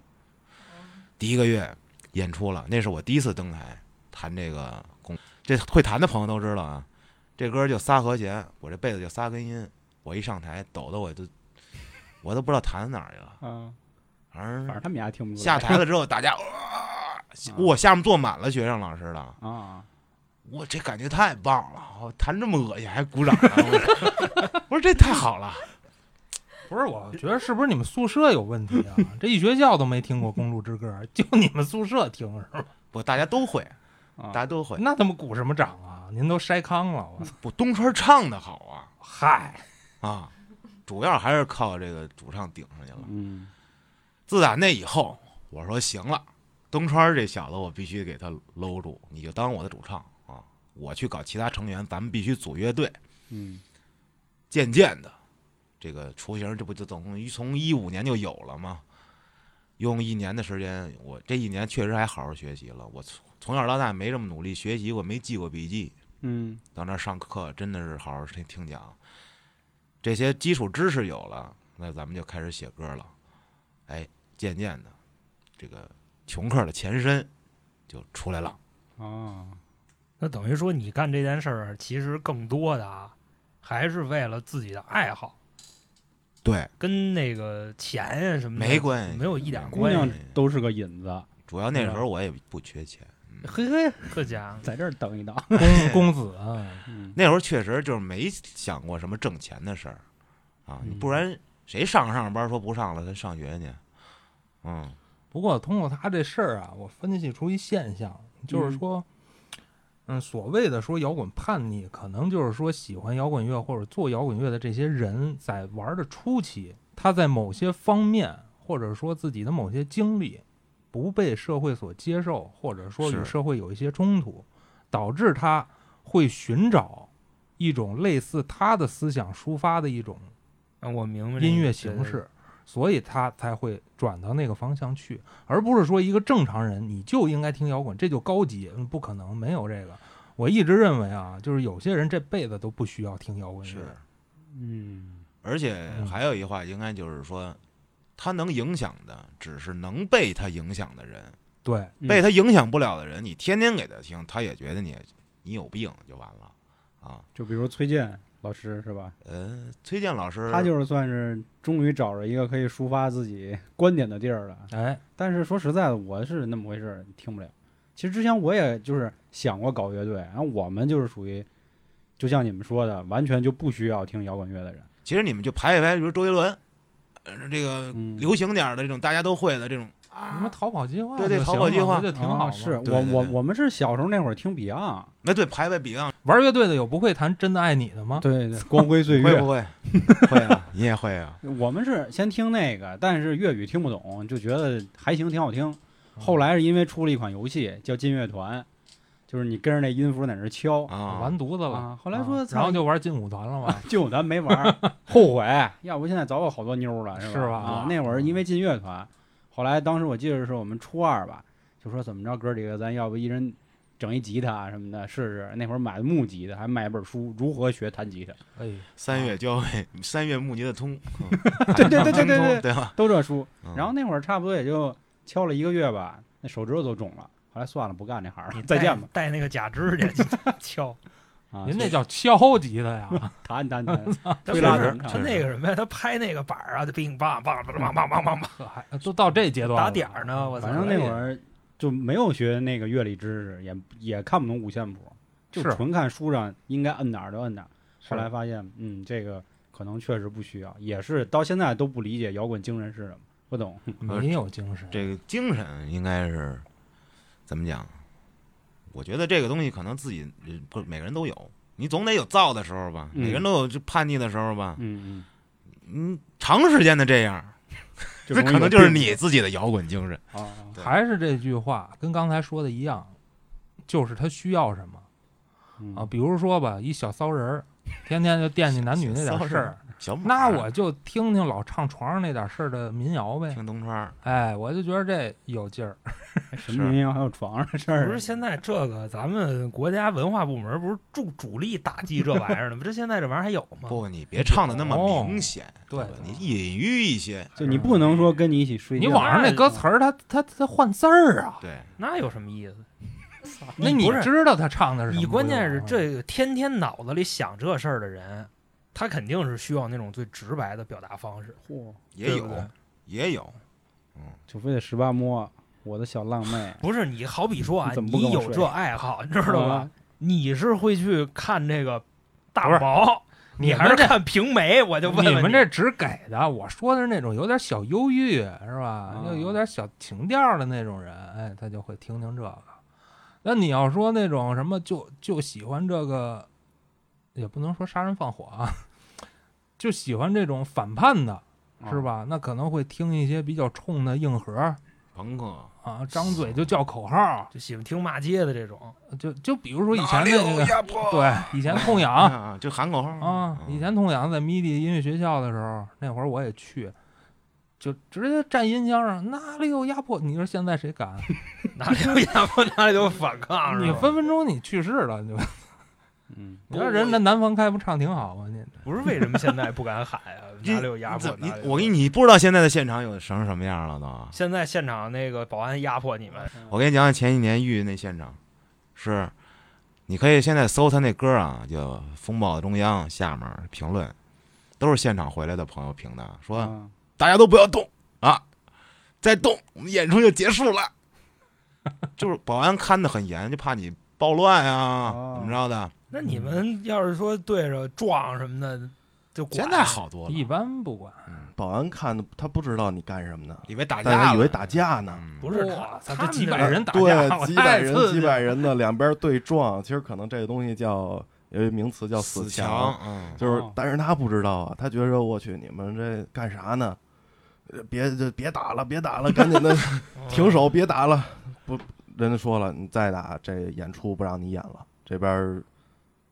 Speaker 4: 第一个月演出了，那是我第一次登台弹这个工，这会弹的朋友都知道啊，这歌就仨和弦，我这贝子就仨根音，我一上台抖的我就我都不知道弹哪儿去了，
Speaker 1: 啊，
Speaker 4: 反正
Speaker 1: 反正他啊们家听不出来
Speaker 4: 嗯下台了之后，大家哇，我下面坐满了学生老师了，
Speaker 1: 啊，
Speaker 4: 我这感觉太棒了！我哦弹这么恶心还鼓掌 呢，我说我说这太好了。
Speaker 6: 不是，我觉得是不是你们宿舍有问题啊？ 这一学校都没听过《公路之歌》，就你们宿舍听是吧？
Speaker 4: 不，大家都会，
Speaker 1: 啊
Speaker 4: 大家都会。
Speaker 6: 那他妈鼓什么掌啊？您都筛糠了，我操！
Speaker 4: 不，东川唱的好
Speaker 6: 嗨，
Speaker 4: 啊啊，主要还是靠这个主唱顶上去了。
Speaker 1: 嗯
Speaker 4: 自打那以后，我说行了，东川这小子我必须给他搂住，你就当我的主唱啊，我去搞其他成员，咱们必须组乐队。
Speaker 1: 嗯
Speaker 4: 渐渐的，这个雏形这不就总共从一五年就有了吗？用一年的时间，我这一年确实还好好学习了。我从从小到大没这么努力学习过，没记过笔记。
Speaker 1: 嗯
Speaker 4: 到那儿上课真的是好好听听讲，这些基础知识有了，那咱们就开始写歌了。哎，渐渐的，这个穷克的前身就出来了。
Speaker 1: 啊，
Speaker 2: 那等于说你干这件事儿，其实更多的啊，还是为了自己的爱好，
Speaker 4: 对，
Speaker 2: 跟那个钱呀什么的
Speaker 4: 没关系
Speaker 2: 没有一点
Speaker 1: 姑
Speaker 2: 关
Speaker 1: 娘
Speaker 2: 系。
Speaker 1: 都是个引子，
Speaker 4: 主要那时候我也不缺钱。嗯
Speaker 2: 嘿嘿，这家伙
Speaker 1: 在这儿等一等。
Speaker 6: 公公子啊，
Speaker 1: 嗯
Speaker 4: 那时候确实就是没想过什么挣钱的事儿啊，你
Speaker 6: 嗯
Speaker 4: 不然谁上上班说不上了，他上学去？嗯，
Speaker 6: 不过通过他这事儿啊，我分析出一现象，就是说，嗯，所谓的说摇滚叛逆，可能就是说喜欢摇滚乐或者做摇滚乐的这些人，在玩的初期，他在某些方面，或者说自己的某些经历，不被社会所接受，或者说与
Speaker 4: 是
Speaker 6: 社会有一些冲突，导致他会寻找一种类似他的思想抒发的一种
Speaker 2: 啊我明白这
Speaker 6: 音乐
Speaker 2: 个
Speaker 6: 形，式，所以他才会转到那个方向去，而不是说一个正常人你就应该听摇滚，这就高级，嗯不可能没有这个。我一直认为啊，就是有些人这辈子都不需要听摇滚乐，
Speaker 4: 是，
Speaker 1: 嗯
Speaker 4: 而且还有一话，应该就是说，他能影响的只是能被他影响的人，
Speaker 6: 对，
Speaker 1: 嗯
Speaker 4: 被他影响不了的人，你天天给他听，他也觉得你你有病就完了啊。
Speaker 1: 就比如崔健老师是吧？
Speaker 4: 呃，崔健老师，
Speaker 1: 他就是算是终于找着一个可以抒发自己观点的地儿了。
Speaker 6: 哎，
Speaker 1: 但是说实在的，我是那么回事儿，听不了。其实之前我也就是想过搞乐队，然后我们就是属于，就像你们说的，完全就不需要听摇滚乐的人。
Speaker 4: 其实你们就排一排，比如周杰伦，呃，这个
Speaker 1: 嗯
Speaker 4: 流行点儿的这种大家都会的这种
Speaker 6: 什么
Speaker 4: 啊，
Speaker 6: 逃跑计划就
Speaker 4: 对
Speaker 6: 行了，
Speaker 4: 对逃跑计划
Speaker 6: 不就挺好
Speaker 1: 啊
Speaker 6: 吗。
Speaker 1: 是
Speaker 4: 对
Speaker 1: 我
Speaker 4: 对
Speaker 1: 我
Speaker 4: 对
Speaker 1: 我们是小时候那会儿听 Beyond，
Speaker 4: 那对排排 Beyond，
Speaker 6: 玩乐队的有不会弹《真的爱你》的吗？
Speaker 1: 对对，光辉 岁
Speaker 4: 会不
Speaker 1: 月。
Speaker 4: 会？会啊，你也会啊。
Speaker 1: 我们是先听那个，但是粤语听不懂，就觉得还行，挺好听。
Speaker 6: 嗯
Speaker 1: 后来是因为出了一款游戏叫《劲乐团》，就是你跟着那音符在那儿敲
Speaker 4: 啊，
Speaker 6: 完犊子了。
Speaker 1: 啊。后来说
Speaker 6: 啊
Speaker 1: 操，
Speaker 6: 然后就玩劲舞团了嘛。
Speaker 1: 就咱没玩儿， 后悔。要不现在早有好多妞儿了，是吧？
Speaker 6: 是吧
Speaker 1: 啊那会儿因为进乐团，后来当时我记得是我们初二吧，就说怎么着哥几个，咱要不一人整一吉他什么的试试。那会儿买的木吉他，还买一本书《如何学弹吉他》，
Speaker 6: 哎，
Speaker 4: 三月交配， 三月募集的通，
Speaker 1: 对对对对
Speaker 4: 精
Speaker 1: 对
Speaker 4: 通
Speaker 1: 对，
Speaker 4: 对吧？
Speaker 1: 都这书。
Speaker 4: 嗯
Speaker 1: 然后那会儿差不多也就敲了一个月吧，那手指头都肿了。后来算了，不干这行
Speaker 2: 你
Speaker 1: 了，再见吧。
Speaker 2: 带，带那个假肢 去敲。
Speaker 1: 啊，
Speaker 6: 您那叫敲级的呀，
Speaker 1: 弹弹弹，
Speaker 2: 他
Speaker 1: 推拉
Speaker 2: 确实
Speaker 1: 弹啊
Speaker 2: 他那个什么呀，他拍那个板儿啊，就乒乓乓乓乓乓乓
Speaker 6: 可还都到这阶段了啊
Speaker 2: 打点儿呢，我操！
Speaker 1: 反正那会儿就没有学那个乐理知识，也也看不懂五线谱，就是纯看书上应该摁哪儿就摁哪儿。后来
Speaker 6: 是
Speaker 1: 发现，嗯，这个可能确实不需要，也是到现在都不理解摇滚精神是什么，不懂。
Speaker 6: 没有精神。
Speaker 4: 这个精神应该是怎么讲？我觉得这个东西可能自己呃不每个人都有，你总得有躁的时候吧，
Speaker 1: 嗯
Speaker 4: 每个人都有这叛逆的时候吧。
Speaker 1: 嗯
Speaker 4: 嗯，长时间的这样，
Speaker 1: 嗯，就
Speaker 4: 这
Speaker 1: 容易
Speaker 4: 可能
Speaker 1: 有
Speaker 4: 就是
Speaker 1: 病
Speaker 4: 你自己的摇滚精神。
Speaker 1: 啊啊。
Speaker 4: 对
Speaker 6: 还是这句话，跟刚才说的一样，就是他需要什么
Speaker 1: 嗯
Speaker 6: 哦 啊？比如说吧，一小骚人儿，天天就惦记男女那点事儿，
Speaker 4: 小马，
Speaker 6: 那我就听听老唱床上那点事儿的民谣 呗。
Speaker 4: 听东川儿，
Speaker 6: 哎，我就觉得这有劲儿。
Speaker 1: 什么民谣还有床上的事儿
Speaker 2: 不是
Speaker 1: 啊？
Speaker 2: 现在这个咱们国家文化部门不是主主力打击这玩意儿的吗？ 这现在这玩意儿还有吗？
Speaker 4: 不，你别唱的那么
Speaker 6: 哦
Speaker 4: 明显，
Speaker 6: 对
Speaker 4: 吧你隐喻一些，
Speaker 1: 啊就你不能说跟你一起睡觉。
Speaker 6: 你网上那歌词儿，他他他换字儿 啊，
Speaker 4: 对，
Speaker 2: 那有什么意思？
Speaker 6: 那你
Speaker 2: 不是
Speaker 6: 知道他唱的是什么？啊
Speaker 2: 你关键是
Speaker 6: 不就完了，
Speaker 2: 这个天天脑子里想这事儿的人，他肯定是需要那种最直白的表达方式。
Speaker 1: 嚯，
Speaker 4: 也
Speaker 6: 对不对
Speaker 4: 有也有，
Speaker 1: 就非得十八摸我的小浪妹，
Speaker 2: 不是你好比说啊，
Speaker 1: 你怎么不跟
Speaker 2: 你
Speaker 1: 我
Speaker 2: 有
Speaker 1: 睡
Speaker 2: 这爱好，你知道吧
Speaker 1: 啊？？
Speaker 2: 你是会去看这个大
Speaker 6: 不是
Speaker 2: 毛，你
Speaker 6: 你
Speaker 2: 还
Speaker 6: 们
Speaker 2: 是
Speaker 6: 这
Speaker 2: 看平眉？我就问问
Speaker 6: 你们这只给的，我说的是那种有点小忧郁是吧？
Speaker 1: 啊
Speaker 6: 就有点小情调的那种人，哎，他就会听听这个。那你要说那种什么就就喜欢这个，也不能说杀人放火啊， 就喜欢这种反叛的，
Speaker 1: 啊
Speaker 6: 是吧？那可能会听一些比较冲的硬核
Speaker 4: 朋克，
Speaker 6: 啊，张嘴就叫口号，
Speaker 2: 就喜欢听骂街的这种，
Speaker 6: 就就比如说以
Speaker 4: 哪
Speaker 6: 前
Speaker 4: 里
Speaker 1: 哎
Speaker 6: 那
Speaker 4: 有
Speaker 6: 个，
Speaker 4: 压迫，
Speaker 6: 对，以前痛痒。
Speaker 4: 啊，就喊口号
Speaker 6: 啊，
Speaker 4: 嗯
Speaker 6: 以前痛痒在迷笛音乐学校的时候，那会儿我也去，就直接站音箱上，哪里有压迫？你说现在谁敢？
Speaker 2: 哪里有压迫哪里就反 抗，是
Speaker 6: 你
Speaker 2: 吧？
Speaker 6: 分分钟你去世了，你就
Speaker 1: 嗯，
Speaker 6: 你说人家南方开不唱挺好吗？你
Speaker 2: 不是为什么现在不敢喊 呀？
Speaker 4: 这
Speaker 2: 哪里有压迫
Speaker 4: 你？怎
Speaker 2: 哪里
Speaker 4: 你
Speaker 2: 有
Speaker 4: 我跟你，你不知道现在的现场有成什么样了都。
Speaker 2: 现在现场那个保安压迫你们，
Speaker 4: 我给你讲讲前几年玉那现场，是，你可以现在搜他那歌啊，叫《风暴中央》，下面评论都是现场回来的朋友评的，说、
Speaker 5: 嗯
Speaker 1: 啊
Speaker 4: 大家都不要动啊，再动我们演出就结束了。 就是保安看得很严，就怕你暴乱啊，
Speaker 1: 哦
Speaker 4: 怎么着的。
Speaker 2: 那你们要是说对着撞什么的，就管
Speaker 4: 现在，好多了，
Speaker 6: 一般不管，
Speaker 5: 保安看的他不知道你干什么呢，
Speaker 4: 以为打
Speaker 5: 但
Speaker 4: 架
Speaker 5: 他
Speaker 4: 了，
Speaker 5: 以为打架呢。
Speaker 4: 嗯
Speaker 2: 不是
Speaker 6: 哇
Speaker 2: 他，
Speaker 6: 操这
Speaker 2: 他们
Speaker 6: 几
Speaker 2: 那
Speaker 6: 百
Speaker 2: 个
Speaker 6: 人打架，我
Speaker 5: 对，几百
Speaker 6: 太刺
Speaker 5: 人
Speaker 6: 激
Speaker 5: 几
Speaker 6: 了
Speaker 5: 百人的两边对撞，其实可能这个东西叫有一名词叫
Speaker 4: 死
Speaker 5: 墙，，
Speaker 4: 嗯，
Speaker 5: 就是
Speaker 1: 哦，
Speaker 5: 但是他不知道啊，他觉着我去，你们这干啥呢？呃别就别打了，别打了，赶紧的
Speaker 2: 嗯
Speaker 5: 停手，别打了。不，人家说了，你再打这演出不让你演了，这边儿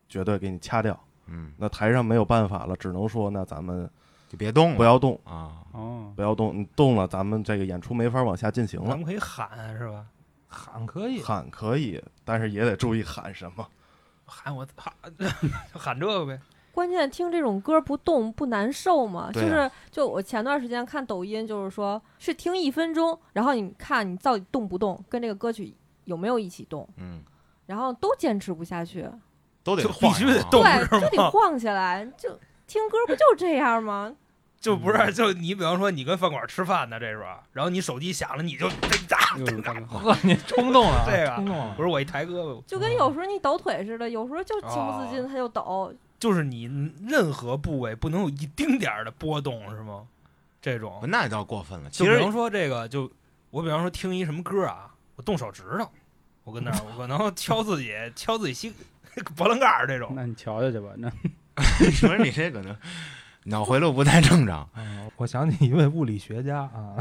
Speaker 5: 绝对给你掐掉。
Speaker 4: 嗯，
Speaker 5: 那台上没有办法了，只能说那咱们
Speaker 4: 就别动了，
Speaker 5: 不要动，
Speaker 4: 啊，
Speaker 1: 哦，
Speaker 5: 不要动，你动了咱们这个演出没法往下进行
Speaker 2: 咱
Speaker 5: 了。
Speaker 2: 们可以喊是吧？
Speaker 6: 喊可以，
Speaker 5: 喊可以，但是也得注意喊什么。
Speaker 2: 喊我喊 喊这个呗，
Speaker 3: 关键听这种歌不动不难受吗？就
Speaker 4: 对啊
Speaker 3: 是就我前段时间看抖音，就是说是听一分钟，然后你看你到底动不动，跟这个歌曲有没有一起动，
Speaker 4: 嗯，
Speaker 3: 然后都坚持不下去，
Speaker 4: 都得
Speaker 2: 就
Speaker 4: 晃
Speaker 2: 必须得
Speaker 4: 啊
Speaker 2: 动
Speaker 3: 对，
Speaker 2: 是吗
Speaker 3: 就得晃起来，就听歌不就这样吗？
Speaker 2: 就不是就你比方说你跟饭馆吃饭呢，这时候，然后你手机响了，你就噔哒
Speaker 1: 又是
Speaker 2: 噔
Speaker 1: 大
Speaker 2: 哒，
Speaker 1: 哥
Speaker 6: 呵， 你冲动了啊，
Speaker 2: 这个
Speaker 6: 冲动 了
Speaker 2: 不。是我一嗯抬胳膊，
Speaker 3: 就
Speaker 4: 嗯
Speaker 3: 跟有时候你抖腿似的，有时候就情不自禁
Speaker 4: 啊
Speaker 2: 哦
Speaker 3: 他就抖，
Speaker 2: 就是你任何部位不能有一丁点儿的波动是吗？这种
Speaker 4: 那倒过分了。其
Speaker 2: 就比
Speaker 4: 实
Speaker 2: 方说这个，就我比方说听一什么歌啊，我动手指头，我跟 那儿我可能敲自己敲自己膝 脖棱盖儿这种，
Speaker 1: 那你瞧瞧去吧，那
Speaker 4: 你说你这可能脑回路不太正常，
Speaker 6: 嗯我想起一位物理学家啊，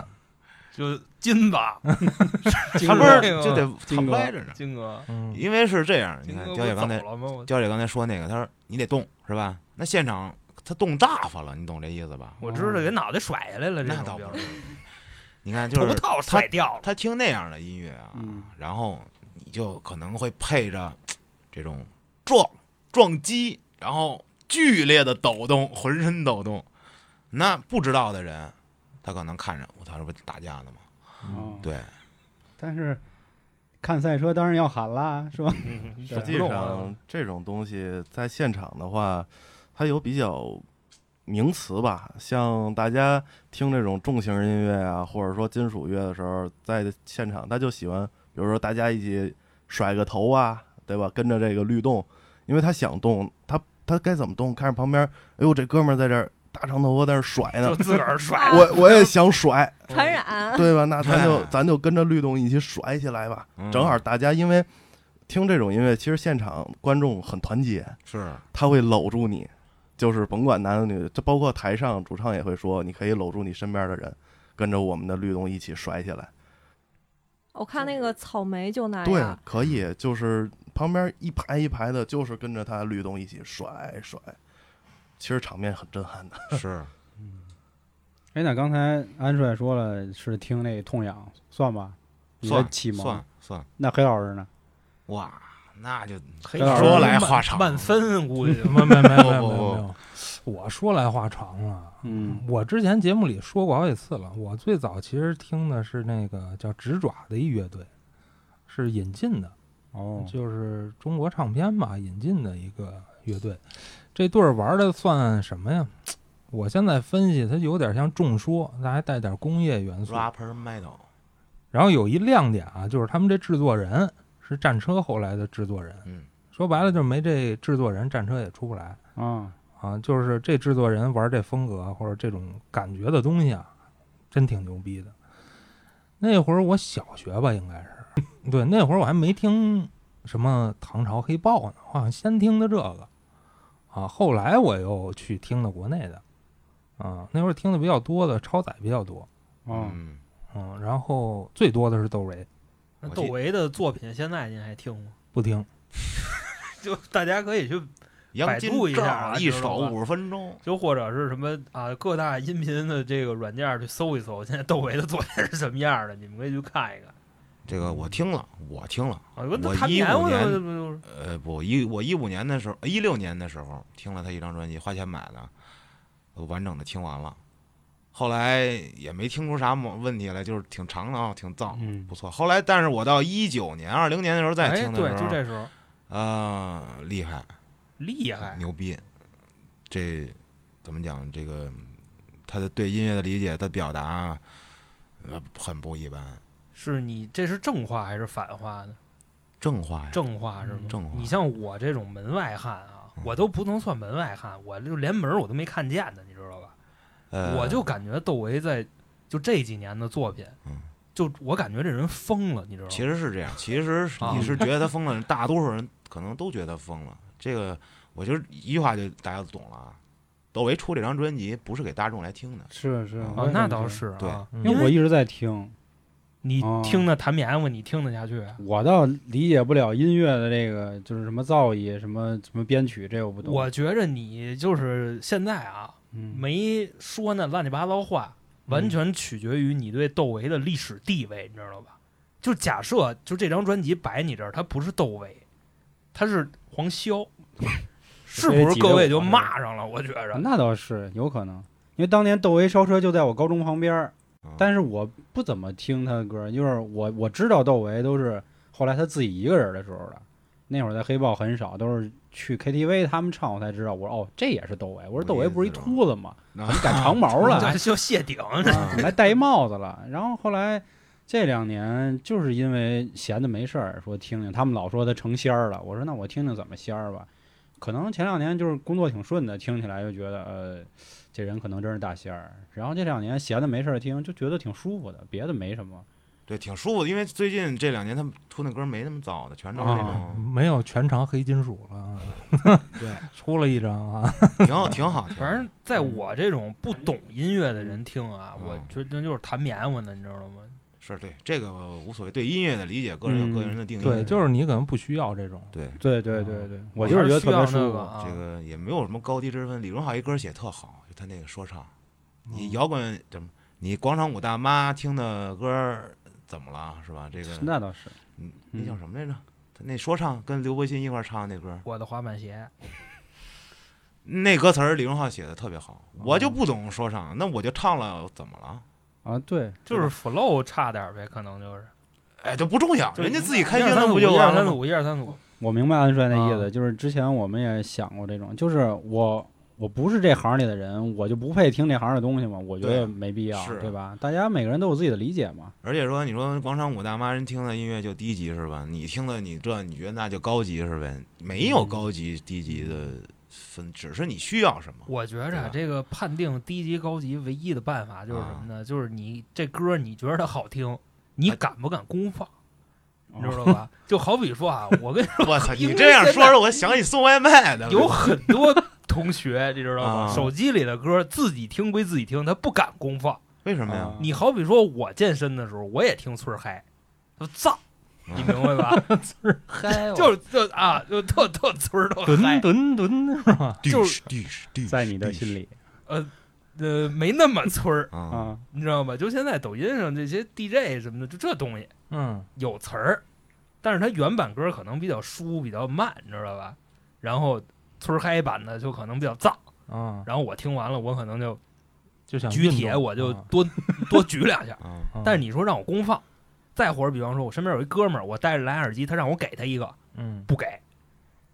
Speaker 2: 就金吧，
Speaker 4: 他不是就得他
Speaker 1: 金哥
Speaker 4: 歪着呢，
Speaker 2: 金哥，
Speaker 6: 嗯，
Speaker 4: 因为是这样，你
Speaker 2: 金
Speaker 4: 看
Speaker 2: 哥不
Speaker 4: 焦姐
Speaker 2: 是走
Speaker 4: 刚哦才
Speaker 2: 了吗？我
Speaker 4: 娇姐刚才说那个，她说你得动是吧？那现场他动大发了，你懂这意思吧？
Speaker 2: 我知道给脑袋甩下来了，这
Speaker 4: 那
Speaker 2: 种
Speaker 4: 倒
Speaker 2: 比
Speaker 4: 不
Speaker 2: 方
Speaker 4: 是
Speaker 2: 说，
Speaker 4: 你看就
Speaker 2: 头
Speaker 4: 是
Speaker 2: 套甩掉了，
Speaker 4: 他听那样的音乐啊，
Speaker 1: 嗯
Speaker 4: 然后你就可能会配着这种撞撞击，然后剧烈的抖动，浑身抖动。那不知道的人，他可能看着我操，这不打架呢吗？
Speaker 1: 哦，
Speaker 4: 对，
Speaker 1: 但是看赛车当然要喊啦，是吧？
Speaker 2: 嗯
Speaker 5: 实际
Speaker 2: 不动啊
Speaker 5: 上，这种东西在现场的话，它有比较名词吧，像大家听这种重型音乐啊，或者说金属乐的时候，在现场他就喜欢，比如说大家一起甩个头啊，对吧？跟着这个律动，因为他想动，他他该怎么动？看着旁边，哎呦，这哥们儿在这儿大长头发在这儿甩呢
Speaker 2: 就，自个儿甩，
Speaker 5: 我我也想甩，
Speaker 3: 啊传 染。
Speaker 5: 对吧？那咱就
Speaker 4: 对
Speaker 5: 咱就跟着律动一起甩起来吧。
Speaker 2: 嗯
Speaker 5: 正好大家因为听这种音乐，其实现场观众很团结，
Speaker 4: 嗯是
Speaker 5: 他会搂住你，就是甭管男的女，这包括台上主唱也会说，你可以搂住你身边的人，跟着我们的律动一起甩起来。
Speaker 3: 我看那个草莓就
Speaker 2: 啊
Speaker 3: 那
Speaker 5: 对啊
Speaker 3: 样，，
Speaker 5: 可以，就是旁边一排一排的，就是跟着他律动一起甩甩。其实场面很震撼的。
Speaker 4: 是，
Speaker 1: 哎，那刚才安帅说了是听那痛痒，算吧，你的
Speaker 4: 算
Speaker 1: 启蒙。
Speaker 4: 算算，
Speaker 1: 那黑老师呢？
Speaker 4: 哇，那就
Speaker 1: 黑老师
Speaker 4: 说来话长
Speaker 2: 满分估计
Speaker 6: 没没没没没
Speaker 4: 不不
Speaker 6: 没有，我说来话长了。
Speaker 1: 嗯
Speaker 6: 我之前节目里说过好几次了，我最早其实听的是那个叫直爪的一乐队，是引进的，
Speaker 1: 哦，
Speaker 6: 就是中国唱片吧引进的一个乐队。这对儿玩的算什么呀？我现在分析，它有点像众说，它还带点工业元素。
Speaker 4: rapper metal，
Speaker 6: 然后有一亮点啊，就是他们这制作人是战车后来的制作人，
Speaker 4: 嗯，
Speaker 6: 说白了就是没这制作人，战车也出不来
Speaker 1: 啊，
Speaker 6: 啊。就是这制作人玩这风格啊或者这种感觉的东西啊，真挺牛逼的。那会儿我小学吧，应该是， 对，那会儿我还没听什么唐朝黑豹呢，我好像先听的这个啊，后来我又去听的国内的啊，那会儿听的比较多的超载比较多，
Speaker 1: 哦，
Speaker 4: 嗯，
Speaker 6: 嗯，然后最多的是窦唯，
Speaker 2: 那窦唯的作品现在您还听吗？
Speaker 6: 不听。
Speaker 2: 就大家可以去，
Speaker 4: 杨
Speaker 2: 百
Speaker 4: 金
Speaker 2: 度一
Speaker 4: 正
Speaker 2: 下啊
Speaker 4: 一
Speaker 2: 知道
Speaker 4: 首
Speaker 2: 吧
Speaker 4: 五十分钟，
Speaker 2: 就或者是什么啊，各大音频的这个软件儿去搜一搜，现在窦唯的作品是什么样的，你们可以去看一看。
Speaker 4: 这个我听了，我听了，
Speaker 2: 啊，我
Speaker 4: 我
Speaker 2: 他
Speaker 4: 15
Speaker 2: 黏糊
Speaker 4: 年
Speaker 2: 的不就是
Speaker 4: 呃，不一我一五年的时候，一六年的时候听了他一张专辑，花钱买的，呃完整的听完了，后来也没听出啥毛问题来，就是挺长的啊，挺燥，
Speaker 1: 嗯
Speaker 4: 不错。后来，但是我到一九年、二零年的时候再
Speaker 2: 哎，
Speaker 4: 听的时
Speaker 2: 对，
Speaker 4: 候，
Speaker 2: 就这时候
Speaker 4: 啊、厉害，
Speaker 2: 厉害，
Speaker 4: 牛逼，这怎么讲？这个他的对音乐的理解，他表达，呃，很不一般。
Speaker 2: 是你这是正话还是反话呢？
Speaker 4: 正话呀，
Speaker 2: 正话是吗？
Speaker 4: 正话
Speaker 2: 你像我这种门外汉啊，
Speaker 4: 嗯
Speaker 2: 我都不能算门外汉，我就连门儿我都没看见的，你知道吧？
Speaker 4: 呃，
Speaker 2: 我就感觉窦唯在就这几年的作品，
Speaker 4: 嗯
Speaker 2: 就我感觉这人疯了，你知道吗？
Speaker 4: 其实是这样，其实是
Speaker 2: 啊
Speaker 4: 你是觉得他疯了，大多数人可能都觉得他疯了。这个我觉得一句话就大家都懂了啊。窦唯出这张专辑不是给大众来听的，
Speaker 1: 是是，
Speaker 4: 啊
Speaker 1: 我
Speaker 2: 啊
Speaker 1: 也，
Speaker 2: 那
Speaker 1: 感
Speaker 2: 倒
Speaker 1: 觉，
Speaker 2: 是啊，
Speaker 4: 对
Speaker 1: 因
Speaker 6: 嗯
Speaker 1: 为我一直在听，
Speaker 2: 你
Speaker 1: 哦
Speaker 2: 听那弹棉花，你听得下去？啊
Speaker 1: 我倒理解不了音乐的这个就是什么造诣、什么什么编曲，这我不懂。
Speaker 2: 我觉着你就是现在啊，
Speaker 1: 嗯
Speaker 2: 没说那乱七八糟话，完全取决于你对窦唯的历史地位，你知道吧？就假设就这张专辑摆你这儿，他不是窦唯，他是黄潇， 是不是各位就骂上了？我觉着
Speaker 1: 那倒是有可能，因为当年窦唯烧车就在我高中旁边儿，
Speaker 4: 嗯
Speaker 1: 但是我不怎么听他的歌，就是我我知道窦唯都是后来他自己一个人的时候了。那会儿在黑豹很少，都是去 KTV 他们唱，我才知道。我说哦，这也是窦唯。我说窦唯不是一秃子吗？
Speaker 4: 那
Speaker 1: 你改长毛 了，
Speaker 2: 就就谢 顶，
Speaker 1: 啊，还戴一帽子了。然后后来这两年就是因为闲的没事儿，说听听他们老说他成仙儿了，我说那我听听怎么仙儿吧。可能前两年就是工作挺顺的，听起来就觉得呃，这人可能真是大仙儿。然后这两年闲的没事儿听，就觉得挺舒服的，别的没什么。
Speaker 4: 对挺舒服的，因为最近这两年他们出那歌没那么早的，全都是那种
Speaker 6: 没有全长黑金属了啊，
Speaker 4: 对，
Speaker 6: 出了一张啊，
Speaker 4: 挺好挺好听的。
Speaker 2: 反正在
Speaker 1: 嗯
Speaker 2: 我这种不懂音乐的人听啊，
Speaker 4: 嗯
Speaker 2: 我觉得就是弹棉花呢，你知道吗？
Speaker 4: 是对这个无所谓，对音乐的理解，个人有个人的定义。
Speaker 6: 对，就是你可能不需要这种，
Speaker 4: 对，
Speaker 1: 对对对对，啊我就是
Speaker 2: 还
Speaker 1: 觉得
Speaker 2: 需
Speaker 1: 特别
Speaker 2: 要
Speaker 1: 舒
Speaker 2: 那
Speaker 1: 服。
Speaker 2: 个啊
Speaker 4: 这个也没有什么高低之分。李荣浩一歌写特好，就他那个说唱，你摇滚怎么？你广场舞大妈听的歌儿怎么了？是吧？这个
Speaker 1: 那倒是，
Speaker 4: 嗯，那叫什么来着？他那说唱跟刘伯欣一块儿唱的那歌儿，
Speaker 2: 我的滑板鞋，
Speaker 4: 那歌词儿李荣浩写的特别好，我
Speaker 2: 哦
Speaker 4: 就不懂说唱，那我就唱了，怎么了？
Speaker 1: 啊，对，
Speaker 2: 就是 flow 差点儿呗，可能就是
Speaker 4: 哎，这不重要，人家自己开心
Speaker 2: 一二
Speaker 4: 了
Speaker 2: 三
Speaker 4: 不
Speaker 2: 组
Speaker 4: 就
Speaker 2: 一
Speaker 4: 完
Speaker 2: 二
Speaker 4: 了
Speaker 2: 三
Speaker 4: 吗？
Speaker 2: 组一二三组，
Speaker 1: 我明白安帅那意思，
Speaker 2: 啊
Speaker 1: 就是之前我们也想过这种，就是我我不是这行里的人，我就不配听这行的东西嘛，我觉
Speaker 4: 对
Speaker 1: 得没必要，
Speaker 4: 是
Speaker 1: 对吧？大家每个人都有自己的理解嘛，
Speaker 4: 而且说，你说广场舞大妈人听的音乐就低级是吧？你听的你这，你觉得那就高级是呗？没有高级
Speaker 2: 嗯
Speaker 4: 低级的分，只是你需要 什么。
Speaker 2: 我觉
Speaker 4: 对
Speaker 2: 着啊
Speaker 4: 吧
Speaker 2: 这个判定低级高级唯一的办法就是什么呢？就是你这歌你觉得它好听，你敢不敢公放？你知道吧？就好比说啊，我跟你说，
Speaker 4: 我操，
Speaker 2: 因为
Speaker 4: 你这样
Speaker 2: 现在
Speaker 4: 说着，我想起送外卖的。
Speaker 2: 有很多同学，你知道吗？
Speaker 4: 啊
Speaker 2: 手机里的歌自己听归自己听，他不敢公放。
Speaker 4: 为什么呀？
Speaker 1: 啊
Speaker 2: 你好比说，我健身的时候，我也听村儿嗨，我操，你明白吧？
Speaker 6: 嗨，
Speaker 2: 就是就啊，就特特村儿特嗨
Speaker 6: 蹲，蹲蹲是吧？
Speaker 4: 地
Speaker 2: 就是
Speaker 4: 地是地
Speaker 1: 在你的心里
Speaker 2: 呃，没那么村儿，
Speaker 4: 啊，
Speaker 1: 啊，
Speaker 2: 你知道吧？就现在抖音上这些 DJ 什么的，就这东西
Speaker 6: 嗯，
Speaker 2: 有词儿，但是它原版歌可能比较舒，比较慢，你知道吧？然后村儿嗨版的就可能比较燥，
Speaker 6: 啊，
Speaker 2: 然后我听完了，我可能就
Speaker 6: 就想
Speaker 2: 举
Speaker 6: 运
Speaker 2: 铁，
Speaker 6: 动
Speaker 2: 我就
Speaker 6: 啊
Speaker 2: 多多举两下。
Speaker 4: 啊
Speaker 6: 啊
Speaker 2: 但是你说让我公放，再或者比方说，我身边有一哥们儿，我戴着蓝牙耳机，他让我给他一个，
Speaker 6: 嗯，
Speaker 2: 不给，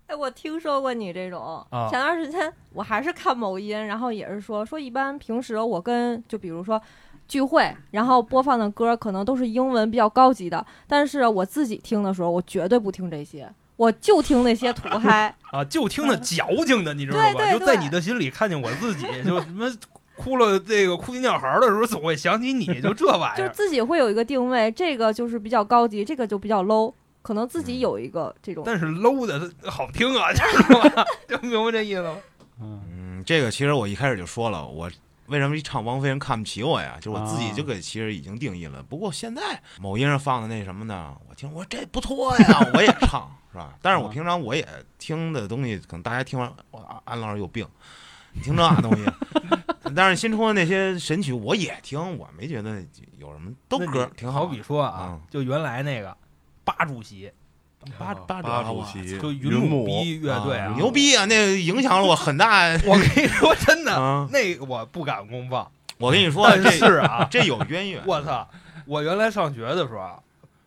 Speaker 3: 哎，我听说过你这种。
Speaker 2: 啊
Speaker 3: 前段时间我还是看某音，然后也是说说一般平时我跟就比如说聚会，然后播放的歌可能都是英文比较高级的，但是我自己听的时候，我绝对不听这些，我就听那些土 嗨。
Speaker 2: 啊，就听那矫情的，你知道吧？
Speaker 3: 嗯对对
Speaker 2: 就在
Speaker 3: 对
Speaker 2: 你的心里看见我自己，就什么哭了这个哭啼尿嚎的时候，总会想起你，就这
Speaker 1: 哎
Speaker 2: 玩意
Speaker 3: 就是
Speaker 2: 儿。
Speaker 3: 自己会有一个定位，这个就是比较高级，这个就比较 low，可能自
Speaker 1: 嗯
Speaker 3: 己有一个这种。
Speaker 2: 但是 low 的它好听 啊，知道吧？就明白这意思吗？
Speaker 1: 嗯，
Speaker 4: 嗯，这个其实我一开始就说了，我为什么一唱王菲人看不起我呀？就是我自
Speaker 2: 啊
Speaker 4: 己就给其实已经定义了。不过现在某音上放的那什么呢，我听我说这不错呀，我也唱是吧？但是
Speaker 2: 啊
Speaker 4: 我平常我也听的东西，可能大家听完，我安安老师有病，你听这东西。但是新出的那些神曲我也听，我没觉得有什么，都
Speaker 2: 那你
Speaker 4: 歌挺
Speaker 2: 好
Speaker 4: 好。
Speaker 2: 比说啊
Speaker 4: 嗯，
Speaker 2: 就原来那个八主席，八八
Speaker 5: 八
Speaker 4: 主
Speaker 5: 主
Speaker 4: 席
Speaker 5: 席
Speaker 2: 就
Speaker 5: 云
Speaker 2: 母
Speaker 5: 母
Speaker 2: 逼乐队啊，
Speaker 4: 牛！逼啊！那影响了我很大
Speaker 2: 我跟你说真的，
Speaker 4: 啊！
Speaker 2: 那个我不敢公放，
Speaker 4: 我跟你说，
Speaker 2: 但
Speaker 4: 这
Speaker 2: 是啊，
Speaker 4: 这有渊源。
Speaker 2: 我操！我原来上学的时候啊，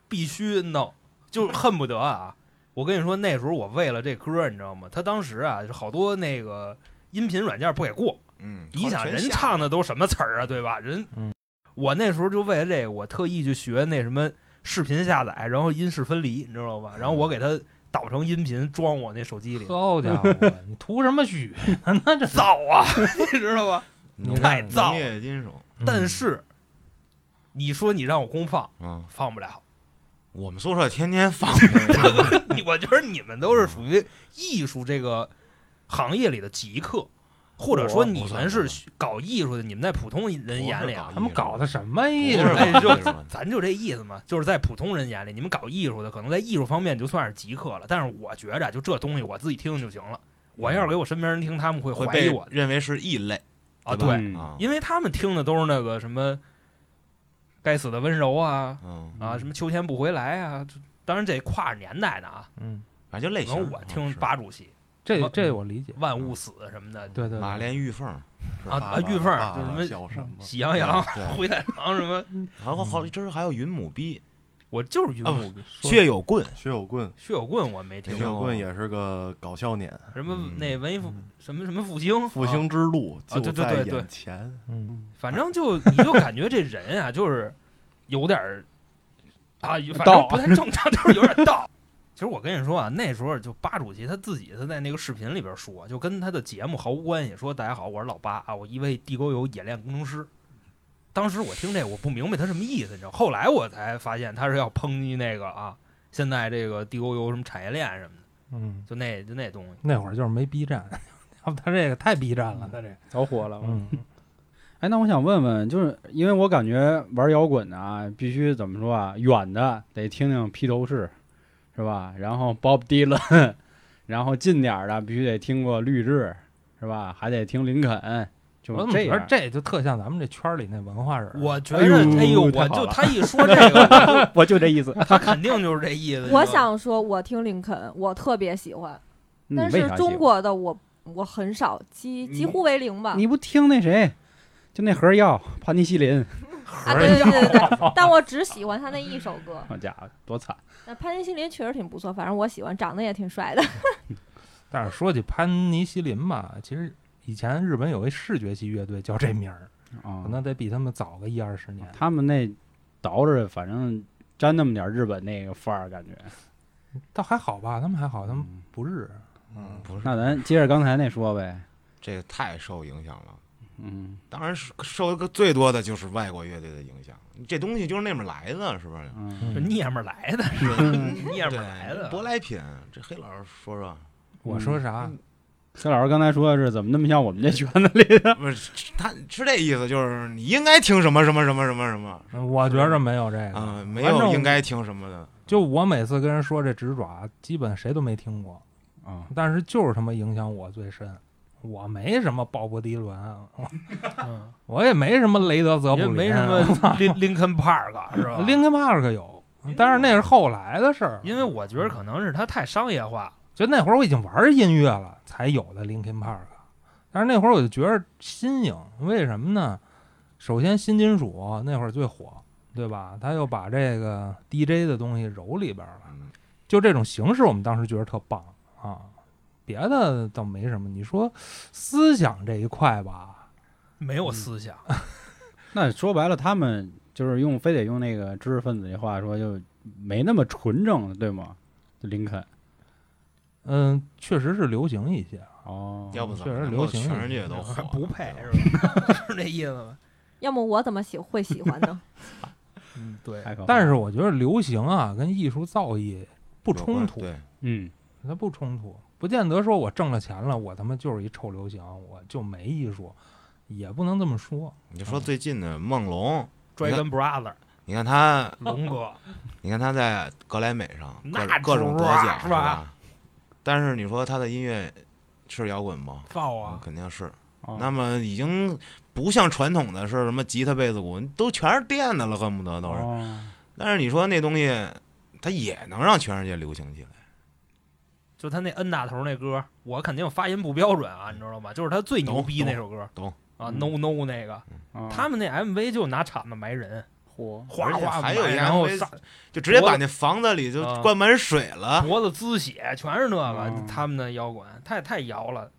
Speaker 2: 必须弄，就是恨不得啊！我跟你说，那时候我为了这歌，你知道吗？他当时啊，就好多那个音频软件不给过。
Speaker 4: 嗯，
Speaker 2: 你想，
Speaker 4: 全
Speaker 2: 人
Speaker 4: 下
Speaker 2: 唱的都什么词儿啊，对吧？人
Speaker 6: 嗯，
Speaker 2: 我那时候就为了这个，我特意去学那什么视频下载，然后音视分离，你知道吧？然后我给它导成音频，装我那手机里。
Speaker 6: 好家伙， 你图什么许？那 这，
Speaker 2: 造啊， 你知道吧？
Speaker 4: 农
Speaker 2: 太
Speaker 4: 农
Speaker 2: 燥
Speaker 4: 业金属。
Speaker 6: 嗯
Speaker 2: 但是你说你让我公放，
Speaker 4: 嗯，
Speaker 2: 放不了。
Speaker 4: 我们宿舍天天放
Speaker 2: 你我觉得你们都是属于艺术这个行业里的极客，或者说你们是搞艺术的，你们在普通人眼里啊，
Speaker 6: 他们搞的什么
Speaker 4: 不
Speaker 6: 意
Speaker 4: 是
Speaker 6: 思？
Speaker 4: 吧
Speaker 2: 哎就
Speaker 4: 不是吧
Speaker 2: 咱就这意思嘛，就是在普通人眼里，你们搞艺术的可能在艺术方面就算是极客了，但是我觉着啊就这东西我自己听听就行了。我要是给我身边人听，他们会
Speaker 4: 会
Speaker 2: 怀疑
Speaker 4: 被
Speaker 2: 我的
Speaker 4: 认为是异类
Speaker 2: 啊，
Speaker 4: 对
Speaker 2: 对，
Speaker 1: 嗯
Speaker 4: 啊，
Speaker 2: 因为他们听的都是那个什么“该死的温柔”啊，
Speaker 4: 嗯，
Speaker 2: 啊，什么“秋天不回来”啊，就当然这跨着年代的啊，
Speaker 6: 嗯，
Speaker 4: 反正就类
Speaker 2: 可
Speaker 4: 型。啊
Speaker 2: 能我听
Speaker 4: 八
Speaker 2: 八主席。
Speaker 6: 这这我理解，
Speaker 2: 万物死什么的，
Speaker 6: 对对，对
Speaker 4: 马连玉凤嗯是
Speaker 2: 啊
Speaker 4: 吧
Speaker 2: 啊玉凤
Speaker 5: 啊
Speaker 2: 就是什么
Speaker 5: 叫什么？
Speaker 2: 喜羊羊、
Speaker 4: 对，
Speaker 2: 灰太狼什么，
Speaker 4: 然后好，这是还有云母逼、
Speaker 2: 我就是云母
Speaker 4: 哦血有棍，
Speaker 5: 薛有棍，
Speaker 2: 血有棍，我没听
Speaker 5: 薛
Speaker 4: 没听
Speaker 2: 过
Speaker 5: 有
Speaker 4: 过
Speaker 5: 棍也是个搞笑年，
Speaker 2: 什么
Speaker 4: 嗯
Speaker 2: 那文艺复
Speaker 6: 嗯
Speaker 2: 什么什么复兴
Speaker 5: 复，
Speaker 2: 啊
Speaker 5: 兴之路
Speaker 2: 啊
Speaker 5: 就
Speaker 2: 对对
Speaker 5: 在
Speaker 2: 对对
Speaker 5: 眼前。
Speaker 6: 嗯，
Speaker 2: 反正就你就感觉这人啊，就是有点儿啊，反
Speaker 1: 道
Speaker 2: 正不太正常， 就是有点道。其实我跟你说啊，那时候就巴主席他自己他在那个视频里边说，就跟他的节目毫无关系，说大家好，我是老八啊，我一位地沟油冶炼工程师。当时我听这我不明白他什么意思，你知道？后来我才发现他是要抨击那个啊，现在这个地沟油什么产业链什么的，
Speaker 6: 嗯，
Speaker 2: 就那就那东西。
Speaker 6: 那会儿就是没 B 站， 要不他这个太 B 站了，他这，
Speaker 1: 着火了。
Speaker 6: 嗯
Speaker 1: 哎，那我想问问，就是因为我感觉玩摇滚的啊，必须怎么说啊，远的得听听披头士，是吧？然后 Bob Dylan，然 后近点儿的必须得听过绿植，是吧？还得听林肯，就
Speaker 6: 我怎么
Speaker 1: 这
Speaker 6: 觉
Speaker 1: 样
Speaker 6: 得。这就特像咱们这圈儿里那文化人？
Speaker 2: 我觉
Speaker 1: 哎
Speaker 2: 着，
Speaker 1: 呦
Speaker 2: 哎呦，
Speaker 1: 太
Speaker 2: 我
Speaker 1: 好
Speaker 2: 就
Speaker 1: 了
Speaker 2: 他一说这个，
Speaker 1: 我就这意思。
Speaker 2: 我就他肯定就是这意思。你知道
Speaker 3: 我
Speaker 2: 吗
Speaker 3: 想说，我听林肯，我特别喜欢，
Speaker 1: 你
Speaker 3: 但
Speaker 1: 嗯为
Speaker 3: 是
Speaker 1: 啥喜
Speaker 3: 中
Speaker 1: 欢
Speaker 3: 国的我我很少，几
Speaker 1: 你
Speaker 3: 几乎为零吧。
Speaker 1: 你不听那谁，就那盒药盘尼西林，
Speaker 3: 啊，对对对对 对，但我只喜欢他那一首歌。
Speaker 1: 好家伙，多惨！
Speaker 3: 那潘金西林确实挺不错，反正我喜欢，长得也挺帅的。
Speaker 6: 但是说起潘尼西林吧，其实以前日本有一视觉系乐队叫这名儿，
Speaker 1: 啊、
Speaker 6: 可能得比他们早个一二十年。
Speaker 1: 他们那倒着，反正沾那么点日本那个范儿，感觉。
Speaker 6: 倒还好吧，他们还好，他们
Speaker 1: 嗯
Speaker 6: 不日。
Speaker 5: 嗯，
Speaker 4: 不是
Speaker 1: 那咱接着刚才那说呗。
Speaker 4: 这个太受影响了。
Speaker 1: 嗯，
Speaker 4: 当然是受一个最多的就是外国乐队的影响，这东西就是那边来的， 是不是？
Speaker 1: 嗯，
Speaker 2: 这娘们儿来的，
Speaker 4: 嗯
Speaker 2: 娘们儿来
Speaker 4: 对，舶
Speaker 2: 的。
Speaker 4: 来品。这黑老师说说，
Speaker 6: 我说啥？
Speaker 1: 黑老师刚才说的是怎么那么像我们这圈子里的？
Speaker 4: 不是他是这意思，就是你应该听什么什么什么什么什么
Speaker 6: 嗯我觉着没有这个。
Speaker 4: 啊，没
Speaker 1: 反正
Speaker 4: 有
Speaker 1: 我
Speaker 4: 应该听什么的。
Speaker 6: 就我每次跟人说这直爪，基本谁都没听过，
Speaker 1: 啊，
Speaker 6: 但是就是他妈影响我最深。我没什么鲍勃迪伦，我
Speaker 2: 嗯，
Speaker 6: 我也没什么雷德泽
Speaker 2: 也
Speaker 6: 普林，啊
Speaker 2: 没什 么林林肯 Park 是吧？
Speaker 6: 林肯帕克有，
Speaker 2: 哎
Speaker 6: 但是那是后来的事儿。
Speaker 2: 因为我觉得可能是它太商业化，
Speaker 6: 就那会儿我已经玩音乐了，才有的 Linkin Park。但是那会儿我就觉得新颖，为什么呢？首先新金属那会儿最火，对吧？他又把这个 DJ 的东西揉里边了，
Speaker 4: 嗯
Speaker 6: 就这种形式我们当时觉得特棒啊。别的倒没什么，你说思想这一块吧，
Speaker 2: 没有思想。
Speaker 1: 那说白了，他们就是用非得用那个知识分子这话说，就没那么纯正，对吗？就林肯
Speaker 6: 嗯，确实是流行一些。
Speaker 1: 哦，
Speaker 4: 要不怎
Speaker 6: 确实
Speaker 4: 么能
Speaker 6: 流
Speaker 4: 够
Speaker 6: 行
Speaker 4: 全世界都火？
Speaker 2: 不配是吧？ 是这意思吗？
Speaker 3: 要么我怎么喜会喜欢呢？
Speaker 2: 嗯，对，
Speaker 1: 太可怕了
Speaker 6: 但是我觉得流行啊跟艺术造诣不冲突，
Speaker 4: 对，
Speaker 1: 嗯，
Speaker 6: 它不冲突，不见得说我挣了钱了，我他妈就是一臭流行，我就没艺术，也不能这么说。
Speaker 4: 你就说最近的梦龙，
Speaker 2: Dragon Brother
Speaker 4: 你看他，
Speaker 2: 龙哥，
Speaker 4: 你看他在格莱美上
Speaker 2: 那
Speaker 4: 各各种得奖
Speaker 2: 是吧？
Speaker 4: 但是你说他的音乐是摇滚吗？
Speaker 2: 造啊！
Speaker 4: 肯定是。
Speaker 1: 哦
Speaker 4: 那么已经不像传统的是什么吉他、贝斯、鼓，都全是电的了，恨不得都是。
Speaker 1: 哦
Speaker 4: 但是你说那东西，它也能让全世界流行起来。
Speaker 2: 就他那 N 大头那歌，我肯定发音不标准啊，你知道吗？就是他最牛逼那首歌，
Speaker 4: 懂
Speaker 2: 啊
Speaker 1: 嗯
Speaker 2: ，No No 那个，
Speaker 1: 哦
Speaker 2: 他们那 MV 就拿铲子埋人，
Speaker 1: 火
Speaker 2: 哗
Speaker 4: 而且
Speaker 2: 哗
Speaker 4: 还
Speaker 2: 埋，
Speaker 4: 有一
Speaker 2: 然后
Speaker 4: MV
Speaker 2: 上
Speaker 4: 就直接
Speaker 2: 我
Speaker 4: 把那房子里就
Speaker 2: 啊哦
Speaker 4: 灌满水了。
Speaker 2: 脖子滋血，全是那个
Speaker 1: 嗯
Speaker 2: 他们的摇滚，太太摇了，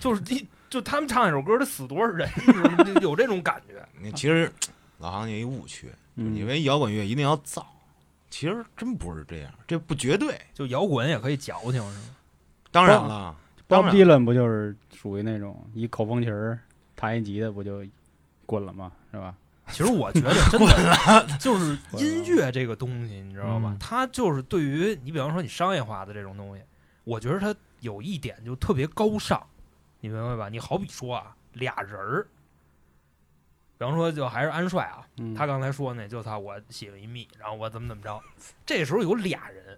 Speaker 2: 就是一就他们唱一首歌得死多少人， 你知道吗有这种感觉。
Speaker 4: 你其实老行有一误区，以
Speaker 1: 嗯，
Speaker 4: 为摇滚乐一定要造，其实真不是这样，这不绝对。
Speaker 2: 就摇滚也可以矫情，是吗？
Speaker 4: 当然了，当
Speaker 1: Bob
Speaker 4: 然
Speaker 1: Dylan 不就是属于那种以口风琴儿弹一级的，不就滚了吗？是吧？
Speaker 2: 其实我觉得真的就是音乐这个东西，你知道吧
Speaker 6: 嗯？
Speaker 2: 它就是对于你，比方说你商业化的这种东西，我觉得它有一点就特别高尚，你明白吧？你好比说啊，俩人儿，比方说就还是安帅啊，
Speaker 1: 嗯
Speaker 2: 他刚才说那就他我喜欢一蜜，然后我怎么怎么着，这时候有俩人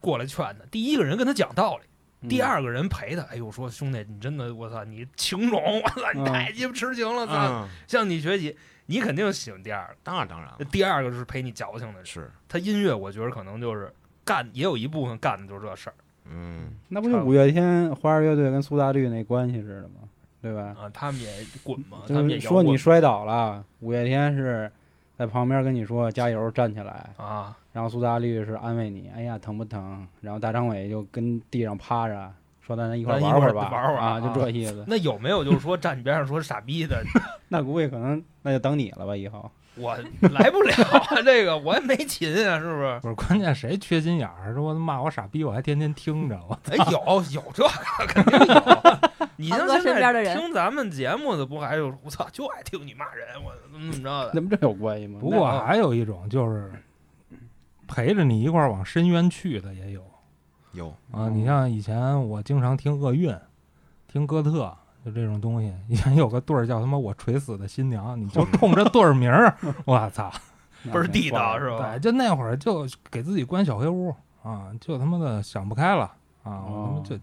Speaker 2: 过来劝他，第一个人跟他讲道理。第，
Speaker 1: 嗯
Speaker 2: 二个人陪他，哎呦，说兄弟，你真的，我操，你情种，我操，你
Speaker 1: 嗯
Speaker 2: 太鸡巴痴情了，操，
Speaker 4: 嗯，
Speaker 2: 向你学习，你肯定喜欢第二个。
Speaker 4: 当然当然了
Speaker 2: 那，
Speaker 1: 嗯
Speaker 2: 第二个就是陪你矫情的人，
Speaker 4: 是，
Speaker 2: 他音乐我觉得可能就是干，也有一部分干的就是这事儿
Speaker 4: 嗯，
Speaker 1: 那不就五月天花儿乐队跟苏打绿那关系似的吗？对吧？
Speaker 2: 啊。他们也滚嘛，
Speaker 1: 就
Speaker 2: 他们也
Speaker 1: 是
Speaker 2: 摇
Speaker 1: 说
Speaker 2: 滚
Speaker 1: 你摔倒了，五月天是在旁边跟你说加油站起来，
Speaker 2: 啊，
Speaker 1: 然后苏打绿是安慰你，哎呀疼不疼？然后大张伟就跟地上趴着说咱咱一块儿
Speaker 2: 咱一
Speaker 1: 玩会儿
Speaker 2: 块
Speaker 1: 吧，
Speaker 2: 儿玩会儿
Speaker 1: 啊，
Speaker 2: 啊
Speaker 1: 就这意 思。
Speaker 2: 那有没有就是说站你边上说傻逼的，
Speaker 1: 那估计可能那就等你了吧，以后。
Speaker 2: 我来不了啊，这个我也没琴啊，是不是？
Speaker 6: 不是，关键谁缺心眼儿？说骂我傻逼，我还天天听着，我
Speaker 2: 哎，有有这个肯定 有。你像
Speaker 3: 堂哥
Speaker 2: 现
Speaker 3: 身边的
Speaker 2: 在
Speaker 3: 人
Speaker 2: 听咱们节目的，不还有我操，就爱听你骂人，我怎么怎么着的？
Speaker 1: 那不这有关系吗？
Speaker 6: 不过还有一种就是陪着你一块儿往深渊去的也有
Speaker 4: 有
Speaker 6: 啊。
Speaker 1: 嗯
Speaker 6: 你像以前我经常听厄运，听哥特。就这种东西，以前有个对儿叫他妈“我锤死的新娘”，你就冲着对儿名儿，我操！
Speaker 1: 那
Speaker 2: 倍儿地道
Speaker 1: 挺
Speaker 4: 哦
Speaker 2: 是吧
Speaker 6: 对，？就那会儿就给自己关小黑屋啊，就他妈的想不开了啊，我他妈
Speaker 1: 哦
Speaker 6: 就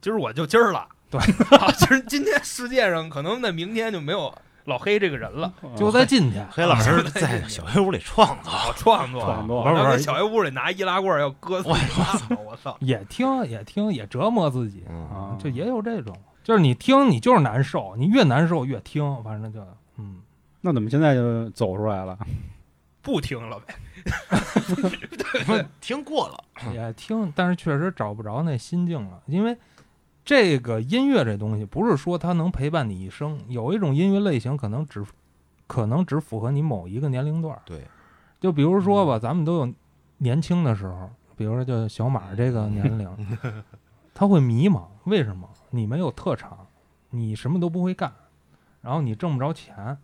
Speaker 2: 今儿我就今儿了，
Speaker 6: 对
Speaker 2: 啊，今儿今天世界上可能那明天就没有老黑这个人了。
Speaker 1: 坏的，
Speaker 6: 就在啊今天，
Speaker 4: 哦黑老师在小黑屋里创造，
Speaker 2: 搞创作，
Speaker 1: 创作
Speaker 2: 我要
Speaker 6: 玩玩
Speaker 2: 在小黑屋里拿易拉罐要割死他，我操！
Speaker 6: 也听也听也折磨自己
Speaker 4: 嗯，
Speaker 6: 啊，就也有这种，就是你听你就是难受，你越难受越听，反正就嗯，
Speaker 1: 那怎么现在就走出来了？
Speaker 2: 不听了呗，
Speaker 4: 嗯听过了，
Speaker 6: 也听，但是确实找不着那心境了，因为。这个音乐这东西，不是说它能陪伴你一生。有一种音乐类型可能只，可能只符合你某一个年龄段儿。
Speaker 4: 对，
Speaker 6: 就比如说吧，咱们都有年轻的时候，比如说就小马这个年 龄，他会迷茫，为什么？你没有特长，你什么都不会干，然后你挣不着钱，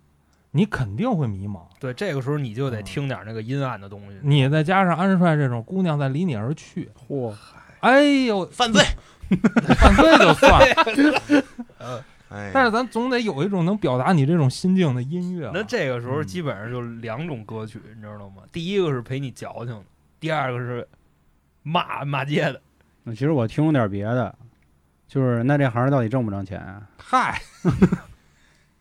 Speaker 6: 你肯定会迷茫。
Speaker 2: 对，这个时候你就得听点那个阴暗的东西。
Speaker 6: 你再加上安帅这种姑娘在离你而去，
Speaker 1: 嚯，
Speaker 6: 哎呦，
Speaker 4: 犯罪。
Speaker 6: 犯罪就算了，
Speaker 4: 哎，
Speaker 6: 但是咱总得有一种能表达你这种心境的音乐吧。
Speaker 2: 嗯那这个时候基本上就两种歌曲，你知道吗？第一个是陪你矫情的，第二个是骂骂街的，
Speaker 1: 那其实我听了点别的，就是那这行儿到底挣不挣钱啊？
Speaker 6: 嗨，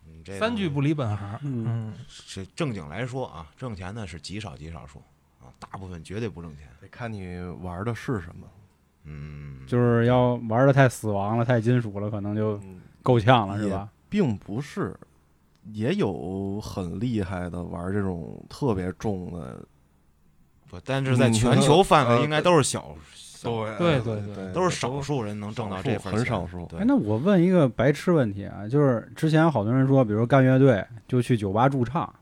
Speaker 4: 嗯这个
Speaker 6: 三句不离本行。嗯，
Speaker 4: 是正经来说啊，挣钱的是极少极少数啊，大部分绝对不挣钱。
Speaker 5: 得看你玩的是什么。
Speaker 4: 嗯，
Speaker 1: 就是要玩的太死亡了，太金属了，可能就
Speaker 5: 嗯，
Speaker 1: 够呛了，是吧？
Speaker 5: 并不是，也有很厉害的玩这种特别重的。
Speaker 4: 不，但是在
Speaker 5: 嗯
Speaker 4: 全球范围
Speaker 5: 呃
Speaker 4: 应该都是小，小
Speaker 6: 对哎对对
Speaker 5: 对，
Speaker 4: 都是少数人能挣到这份
Speaker 5: 很
Speaker 4: 钱，
Speaker 5: 少数
Speaker 1: 哎
Speaker 4: 对，，
Speaker 1: 那我问一个白痴问题啊，就是之前好多人说，比如干乐队就去酒吧驻唱，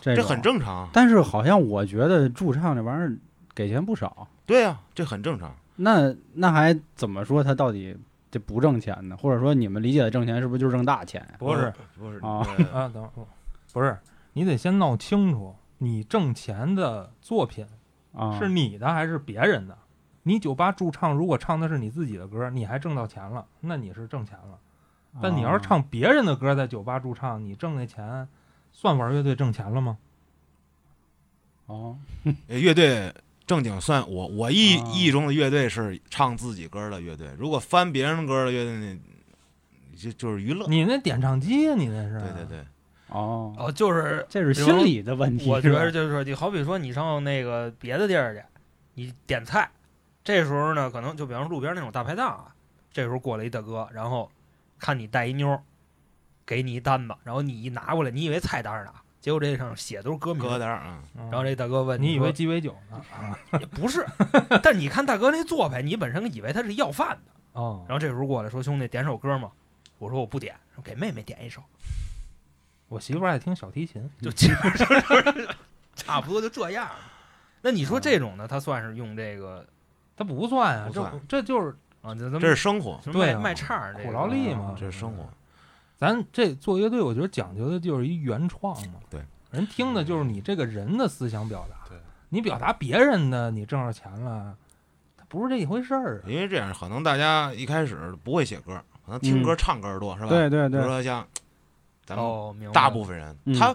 Speaker 1: 这
Speaker 4: 这
Speaker 1: 这
Speaker 4: 很。正常。啊
Speaker 1: 但是好像我觉得驻唱这玩意儿给钱不少，
Speaker 4: 对啊，这很正常。
Speaker 1: 那那还怎么说他到底这不挣钱呢？或者说你们理解的挣钱是不是就是挣大钱呀？
Speaker 6: 不是
Speaker 4: 不是
Speaker 1: 啊
Speaker 4: 呃
Speaker 6: 啊，等会儿不是，你得先闹清楚，你挣钱的作品
Speaker 1: 啊，
Speaker 6: 是你的还是别人的？你酒吧驻唱，如果唱的是你自己的歌，你还挣到钱了，那你是挣钱了。但你要是
Speaker 1: 啊
Speaker 6: 唱别人的歌，在酒吧驻唱，你挣那钱算玩乐队挣钱了吗？
Speaker 1: 哦，
Speaker 4: 呃乐队正经算我我意
Speaker 1: 啊
Speaker 4: 意义中的乐队是唱自己歌的乐队，如果翻别人歌的乐队，那就就是娱乐。
Speaker 6: 你那点唱机啊呀、你那
Speaker 1: 啊
Speaker 6: 是？
Speaker 4: 对对。对，
Speaker 1: 哦，
Speaker 2: 哦，就是
Speaker 1: 这是心理的问题。
Speaker 2: 我觉
Speaker 1: 是吧
Speaker 2: 得就是说，你好比说你上那个别的地儿去，你点菜，这时候呢，可能就比方说路边那种大排档啊，这时候过来一大哥，然后看你带一妞儿，给你一单子，然后你一拿过来，你以为菜单儿呢，结果这上写都是歌名，
Speaker 4: 歌单儿啊，
Speaker 6: 然
Speaker 2: 然后这大哥问
Speaker 6: 嗯你以
Speaker 2: 说
Speaker 6: 为鸡尾酒呢？啊
Speaker 2: 也不是，但你看大哥那做派，你本身以为他是要饭的，
Speaker 6: 哦
Speaker 2: 然，后这时候过来说兄弟点首歌嘛，我说我不点，给妹妹点一首，
Speaker 6: 我媳妇儿爱听小提琴，
Speaker 2: 就基本上就是差不多就这样。那你说这种呢，他算是用这个
Speaker 6: 她不算啊，
Speaker 4: 不
Speaker 6: 这
Speaker 4: 算
Speaker 6: 这就是
Speaker 2: 啊，这
Speaker 1: 嗯
Speaker 2: 咱
Speaker 4: 这是生活，
Speaker 2: 什么
Speaker 6: 对
Speaker 2: 卖
Speaker 6: 啊
Speaker 2: 卖唱儿这
Speaker 6: 苦
Speaker 2: 个哦
Speaker 6: 劳力嘛。
Speaker 4: 啊这是生活。
Speaker 6: 咱这做乐队，我觉得讲究的就是一原创嘛。
Speaker 4: 对，
Speaker 6: 人听的就是你这个人的思想表达。
Speaker 4: 对，
Speaker 6: 你表达别人的，你挣着钱了，它不是这一回事儿啊。
Speaker 4: 因为这样，可能大家一开始不会写歌，可能听歌唱歌多，是吧？
Speaker 1: 嗯对对
Speaker 4: 比如
Speaker 1: 对，
Speaker 4: 说像咱们
Speaker 2: 哦，明白
Speaker 4: 大部分人，
Speaker 1: 嗯
Speaker 4: 他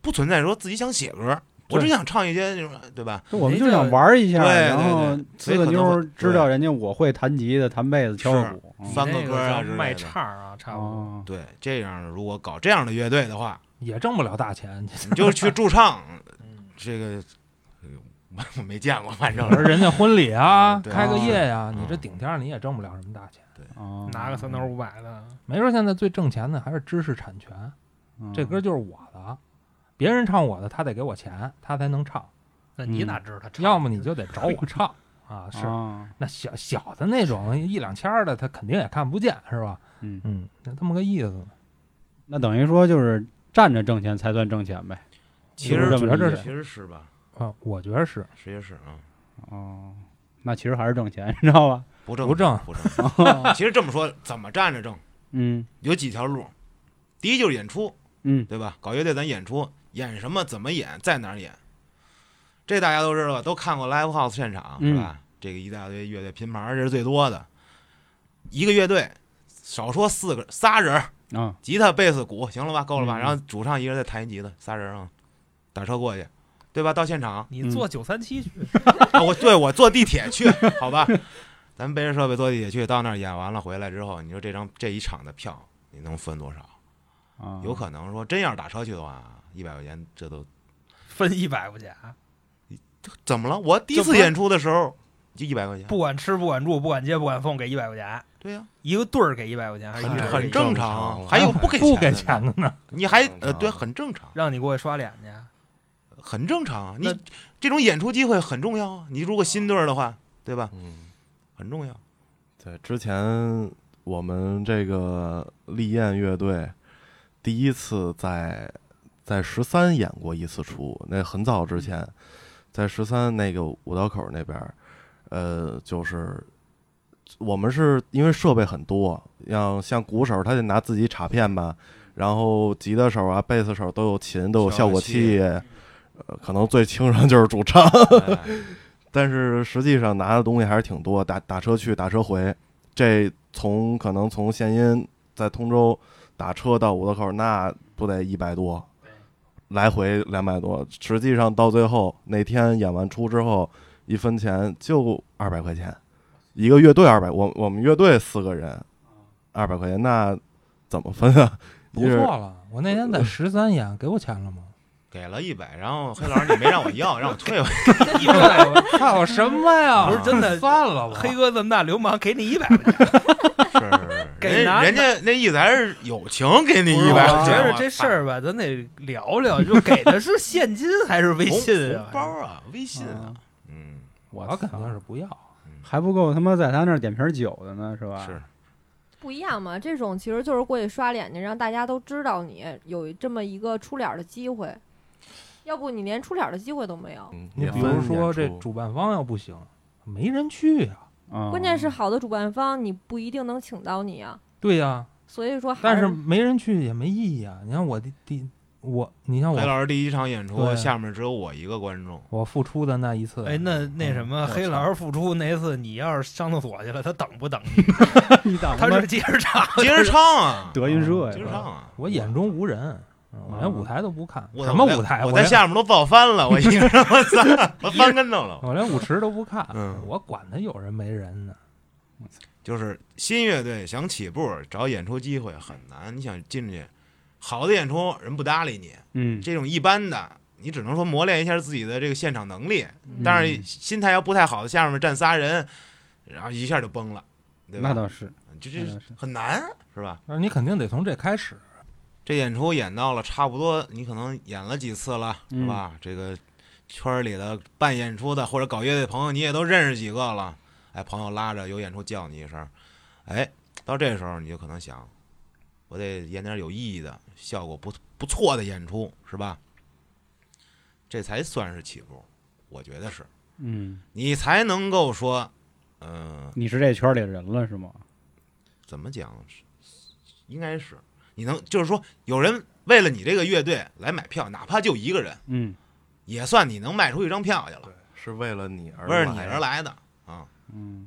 Speaker 4: 不存在说自己想写歌，我只想唱一些那种，对吧？
Speaker 1: 就我们
Speaker 2: 这
Speaker 1: 就想玩一下，
Speaker 4: 对对对
Speaker 1: 然后
Speaker 4: 所以
Speaker 1: 呲个
Speaker 4: 可能
Speaker 1: 妞
Speaker 4: 会
Speaker 1: 儿知道人家我会弹吉他、弹贝斯、敲
Speaker 4: 是
Speaker 1: 个鼓。嗯
Speaker 4: 翻个
Speaker 2: 那
Speaker 4: 歌啊
Speaker 2: 叫
Speaker 4: 之类的
Speaker 2: 卖唱儿啊，差不多。
Speaker 1: 哦，
Speaker 4: 对，这样的如果搞这样的乐队的话，
Speaker 6: 也挣不了大钱，
Speaker 4: 你就去驻唱，
Speaker 2: 嗯
Speaker 4: 这个呃我我没见过，反正
Speaker 6: 可是
Speaker 1: 嗯
Speaker 6: 人家婚礼啊，
Speaker 4: 对
Speaker 6: 开个夜呀、
Speaker 4: 是
Speaker 6: 你这顶天儿你也挣不了什么大钱。
Speaker 1: 哦
Speaker 2: 拿
Speaker 6: 嗯
Speaker 2: 个三头五百的，
Speaker 6: 没说现在最挣钱的还是知识产权，
Speaker 1: 嗯
Speaker 6: 这
Speaker 1: 哦
Speaker 6: 歌就是我的，别人唱我的，他得给我钱，他才能唱，
Speaker 2: 那你
Speaker 1: 嗯
Speaker 2: 哪知道他唱？
Speaker 6: 要么你就得找我唱啊。是，
Speaker 1: 啊，
Speaker 6: 那小小的那种一两千儿的，他肯定也看不见，是吧？
Speaker 1: 嗯，
Speaker 6: 嗯，那这么个意思呢。
Speaker 1: 那等于说就是站着挣钱才算挣钱呗。
Speaker 4: 其
Speaker 1: 就是
Speaker 4: 实
Speaker 1: 这么理解
Speaker 4: 其实是吧，
Speaker 6: 啊，我觉得是
Speaker 4: 实际是啊，
Speaker 1: 哦，那其实还是挣钱， 你知道吧？
Speaker 4: 不挣
Speaker 6: 不挣
Speaker 4: 不挣。 其实这么说，怎么站着挣？
Speaker 1: 嗯
Speaker 4: 有几条路，第一就是演出，
Speaker 1: 嗯，
Speaker 4: 对吧？搞乐队咱演出，演什么，怎么演，在哪儿演，这大家都知道吧？都看过 live house 现场是
Speaker 1: 嗯
Speaker 4: 吧？这个一大堆乐队拼盘儿，这是最多的。一个乐队少说四个仨人儿，
Speaker 1: 啊
Speaker 4: 吉他、贝斯、鼓，行了吧？够了吧？
Speaker 1: 嗯
Speaker 4: 然后主唱一人再弹一吉他，仨人啊，打车过去，对吧？到现 场
Speaker 2: 你
Speaker 6: 嗯
Speaker 2: 坐九三七去，
Speaker 4: 啊，我对我坐地铁去，好吧？咱背着设备坐地铁去，到那儿演完了回来之后，你说这张这一场的票你能分多少？
Speaker 1: 啊，
Speaker 4: 有可能说真要是打车去的话，一百块钱这都
Speaker 2: 分一百块钱，
Speaker 4: 怎么了？我第一
Speaker 2: 这不
Speaker 4: 次
Speaker 2: 是
Speaker 4: 演出的时候就一百块钱，
Speaker 2: 不管吃不管住不管接不管送，给一百块钱，
Speaker 4: 对呀、
Speaker 2: 一个队儿给一百块钱，还是一
Speaker 4: 很
Speaker 2: 人给
Speaker 4: 很
Speaker 2: 100
Speaker 4: 正
Speaker 5: 正
Speaker 4: 常。
Speaker 5: 常
Speaker 4: 还 有哎不给
Speaker 6: 不给
Speaker 4: 的呢，
Speaker 6: 钱的呢。
Speaker 4: 你还
Speaker 5: 正
Speaker 4: 呃
Speaker 5: 常
Speaker 4: 对，很正常，
Speaker 2: 让你过去刷脸 去，
Speaker 4: 很正常。啊你
Speaker 2: 那
Speaker 4: 这种演出机会很重要啊。你如果新队儿的话，对吧？
Speaker 5: 嗯，
Speaker 4: 很重要。
Speaker 5: 对，之前我们这个丽燕乐队第一次在在十三演过一次出，那很早之前，在十三那个五道口那边儿，呃，就是我们是因为设备很多，像像鼓手他得拿自己卡片吧，然后吉他手啊、贝斯手都有琴，都有效果器，呃，可能最轻上就是主唱。
Speaker 4: 哎
Speaker 5: 但是实际上拿的东西还是挺多，打打车去，打车回，这从可能从献阴在通州打车到五道口，那不得一百多，来回两百多。实际上到最后那天演完出之后，一分钱就二百块钱，一个乐队二百，我我们乐队四个人，二百块钱，那怎么分啊？
Speaker 6: 不
Speaker 5: 一人
Speaker 6: 错了。我那天在十三演，给我钱了吗？
Speaker 4: 给了一百，然后黑老师你没让我要，让我退回。
Speaker 2: 一百，
Speaker 6: 操什么呀？
Speaker 4: 不是
Speaker 2: 真 的
Speaker 6: 算了吧。
Speaker 2: 黑哥这么大流氓，给你一百块 钱。
Speaker 4: 是是是，
Speaker 2: 给
Speaker 4: 人
Speaker 2: 拿
Speaker 4: 人家那意思还是友情给你一
Speaker 2: 我
Speaker 4: 百
Speaker 2: 觉
Speaker 4: 块钱，
Speaker 2: 得
Speaker 4: 我
Speaker 2: 这事
Speaker 4: 操
Speaker 2: 儿吧，咱得聊聊，就给的是现金还是微
Speaker 4: 红
Speaker 2: 信
Speaker 4: 红包
Speaker 2: 啊？
Speaker 4: 啊，微信啊，嗯，
Speaker 6: 我肯定是不要。
Speaker 1: 还不够他妈在他那儿点瓶酒的呢，是吧？
Speaker 4: 嗯是。
Speaker 3: 不一样嘛，这种其实就是过去刷脸去，让大家都知道你有这么一个出脸儿的机会，要不你连出脸儿的机会都没有。
Speaker 5: 嗯
Speaker 6: 你
Speaker 5: 也
Speaker 6: 比
Speaker 5: 分
Speaker 6: 如说
Speaker 5: 演
Speaker 6: 这
Speaker 5: 出
Speaker 6: 主办方要不行，没人去呀、
Speaker 1: 嗯，
Speaker 3: 关键是好的主办方你不一定能请到你啊，
Speaker 6: 对呀、
Speaker 3: 所以说
Speaker 4: 哎
Speaker 3: 还
Speaker 6: 但是没人去也没意义啊。你看我第第我，你像
Speaker 4: 黑
Speaker 6: 我
Speaker 4: 哎老师第一场演出
Speaker 6: 对
Speaker 4: 下面只有我一个观众，
Speaker 6: 我付出的那一次，
Speaker 2: 哎，那那什么，
Speaker 6: 嗯
Speaker 2: 黑老师复出那次，你要是上厕所去了，他等不等你？
Speaker 1: 一档
Speaker 2: 他是接着唱，
Speaker 4: 接着唱啊，
Speaker 1: 德云社
Speaker 4: 接
Speaker 1: 呀
Speaker 4: 着唱啊。
Speaker 6: 我眼中无人，嗯我连
Speaker 1: 嗯
Speaker 6: 舞台都不看，
Speaker 4: 我
Speaker 6: 什么
Speaker 4: 我在
Speaker 6: 舞台？
Speaker 4: 我
Speaker 6: 我
Speaker 4: 在
Speaker 6: 连
Speaker 4: 下面都爆翻 了，我一个人，我操，我翻跟头 了。
Speaker 6: 我连舞池都不看，
Speaker 4: 嗯
Speaker 6: 我管他有人没人呢。
Speaker 4: 就是新乐队想起步找演出机会很难，你想进去，好的演出人不搭理你，
Speaker 1: 嗯，
Speaker 4: 这种一般的，你只能说磨练一下自己的这个现场能力。
Speaker 3: 嗯
Speaker 4: 但是心态要不太好的，下面站仨人，然后一下就崩了，对吧？
Speaker 1: 那倒是，
Speaker 4: 就
Speaker 1: 那
Speaker 4: 这
Speaker 1: 倒是。
Speaker 4: 很难，是吧？
Speaker 6: 但是你肯定得从这开始，
Speaker 4: 这演出演到了差不多，你可能演了几次了，
Speaker 1: 嗯
Speaker 4: 是吧？这个圈儿里的办演出的或者搞乐队朋友，你也都认识几个了。哎，朋友拉着有演出叫你一声，哎，到这时候你就可能想，我得演点有意义的、效果不不错的演出，是吧？这才算是起步，我觉得是
Speaker 1: 嗯，
Speaker 4: 你才能够说，嗯、
Speaker 1: 你是这圈里人了是吗？
Speaker 4: 怎么讲？是应该是你能，就是说有人为了你这个乐队来买票，哪怕就一个人，
Speaker 1: 嗯
Speaker 4: 也算你能卖出一张票去了，
Speaker 5: 是为了你而
Speaker 4: 为了你
Speaker 5: 来
Speaker 4: 而来的啊。
Speaker 1: 嗯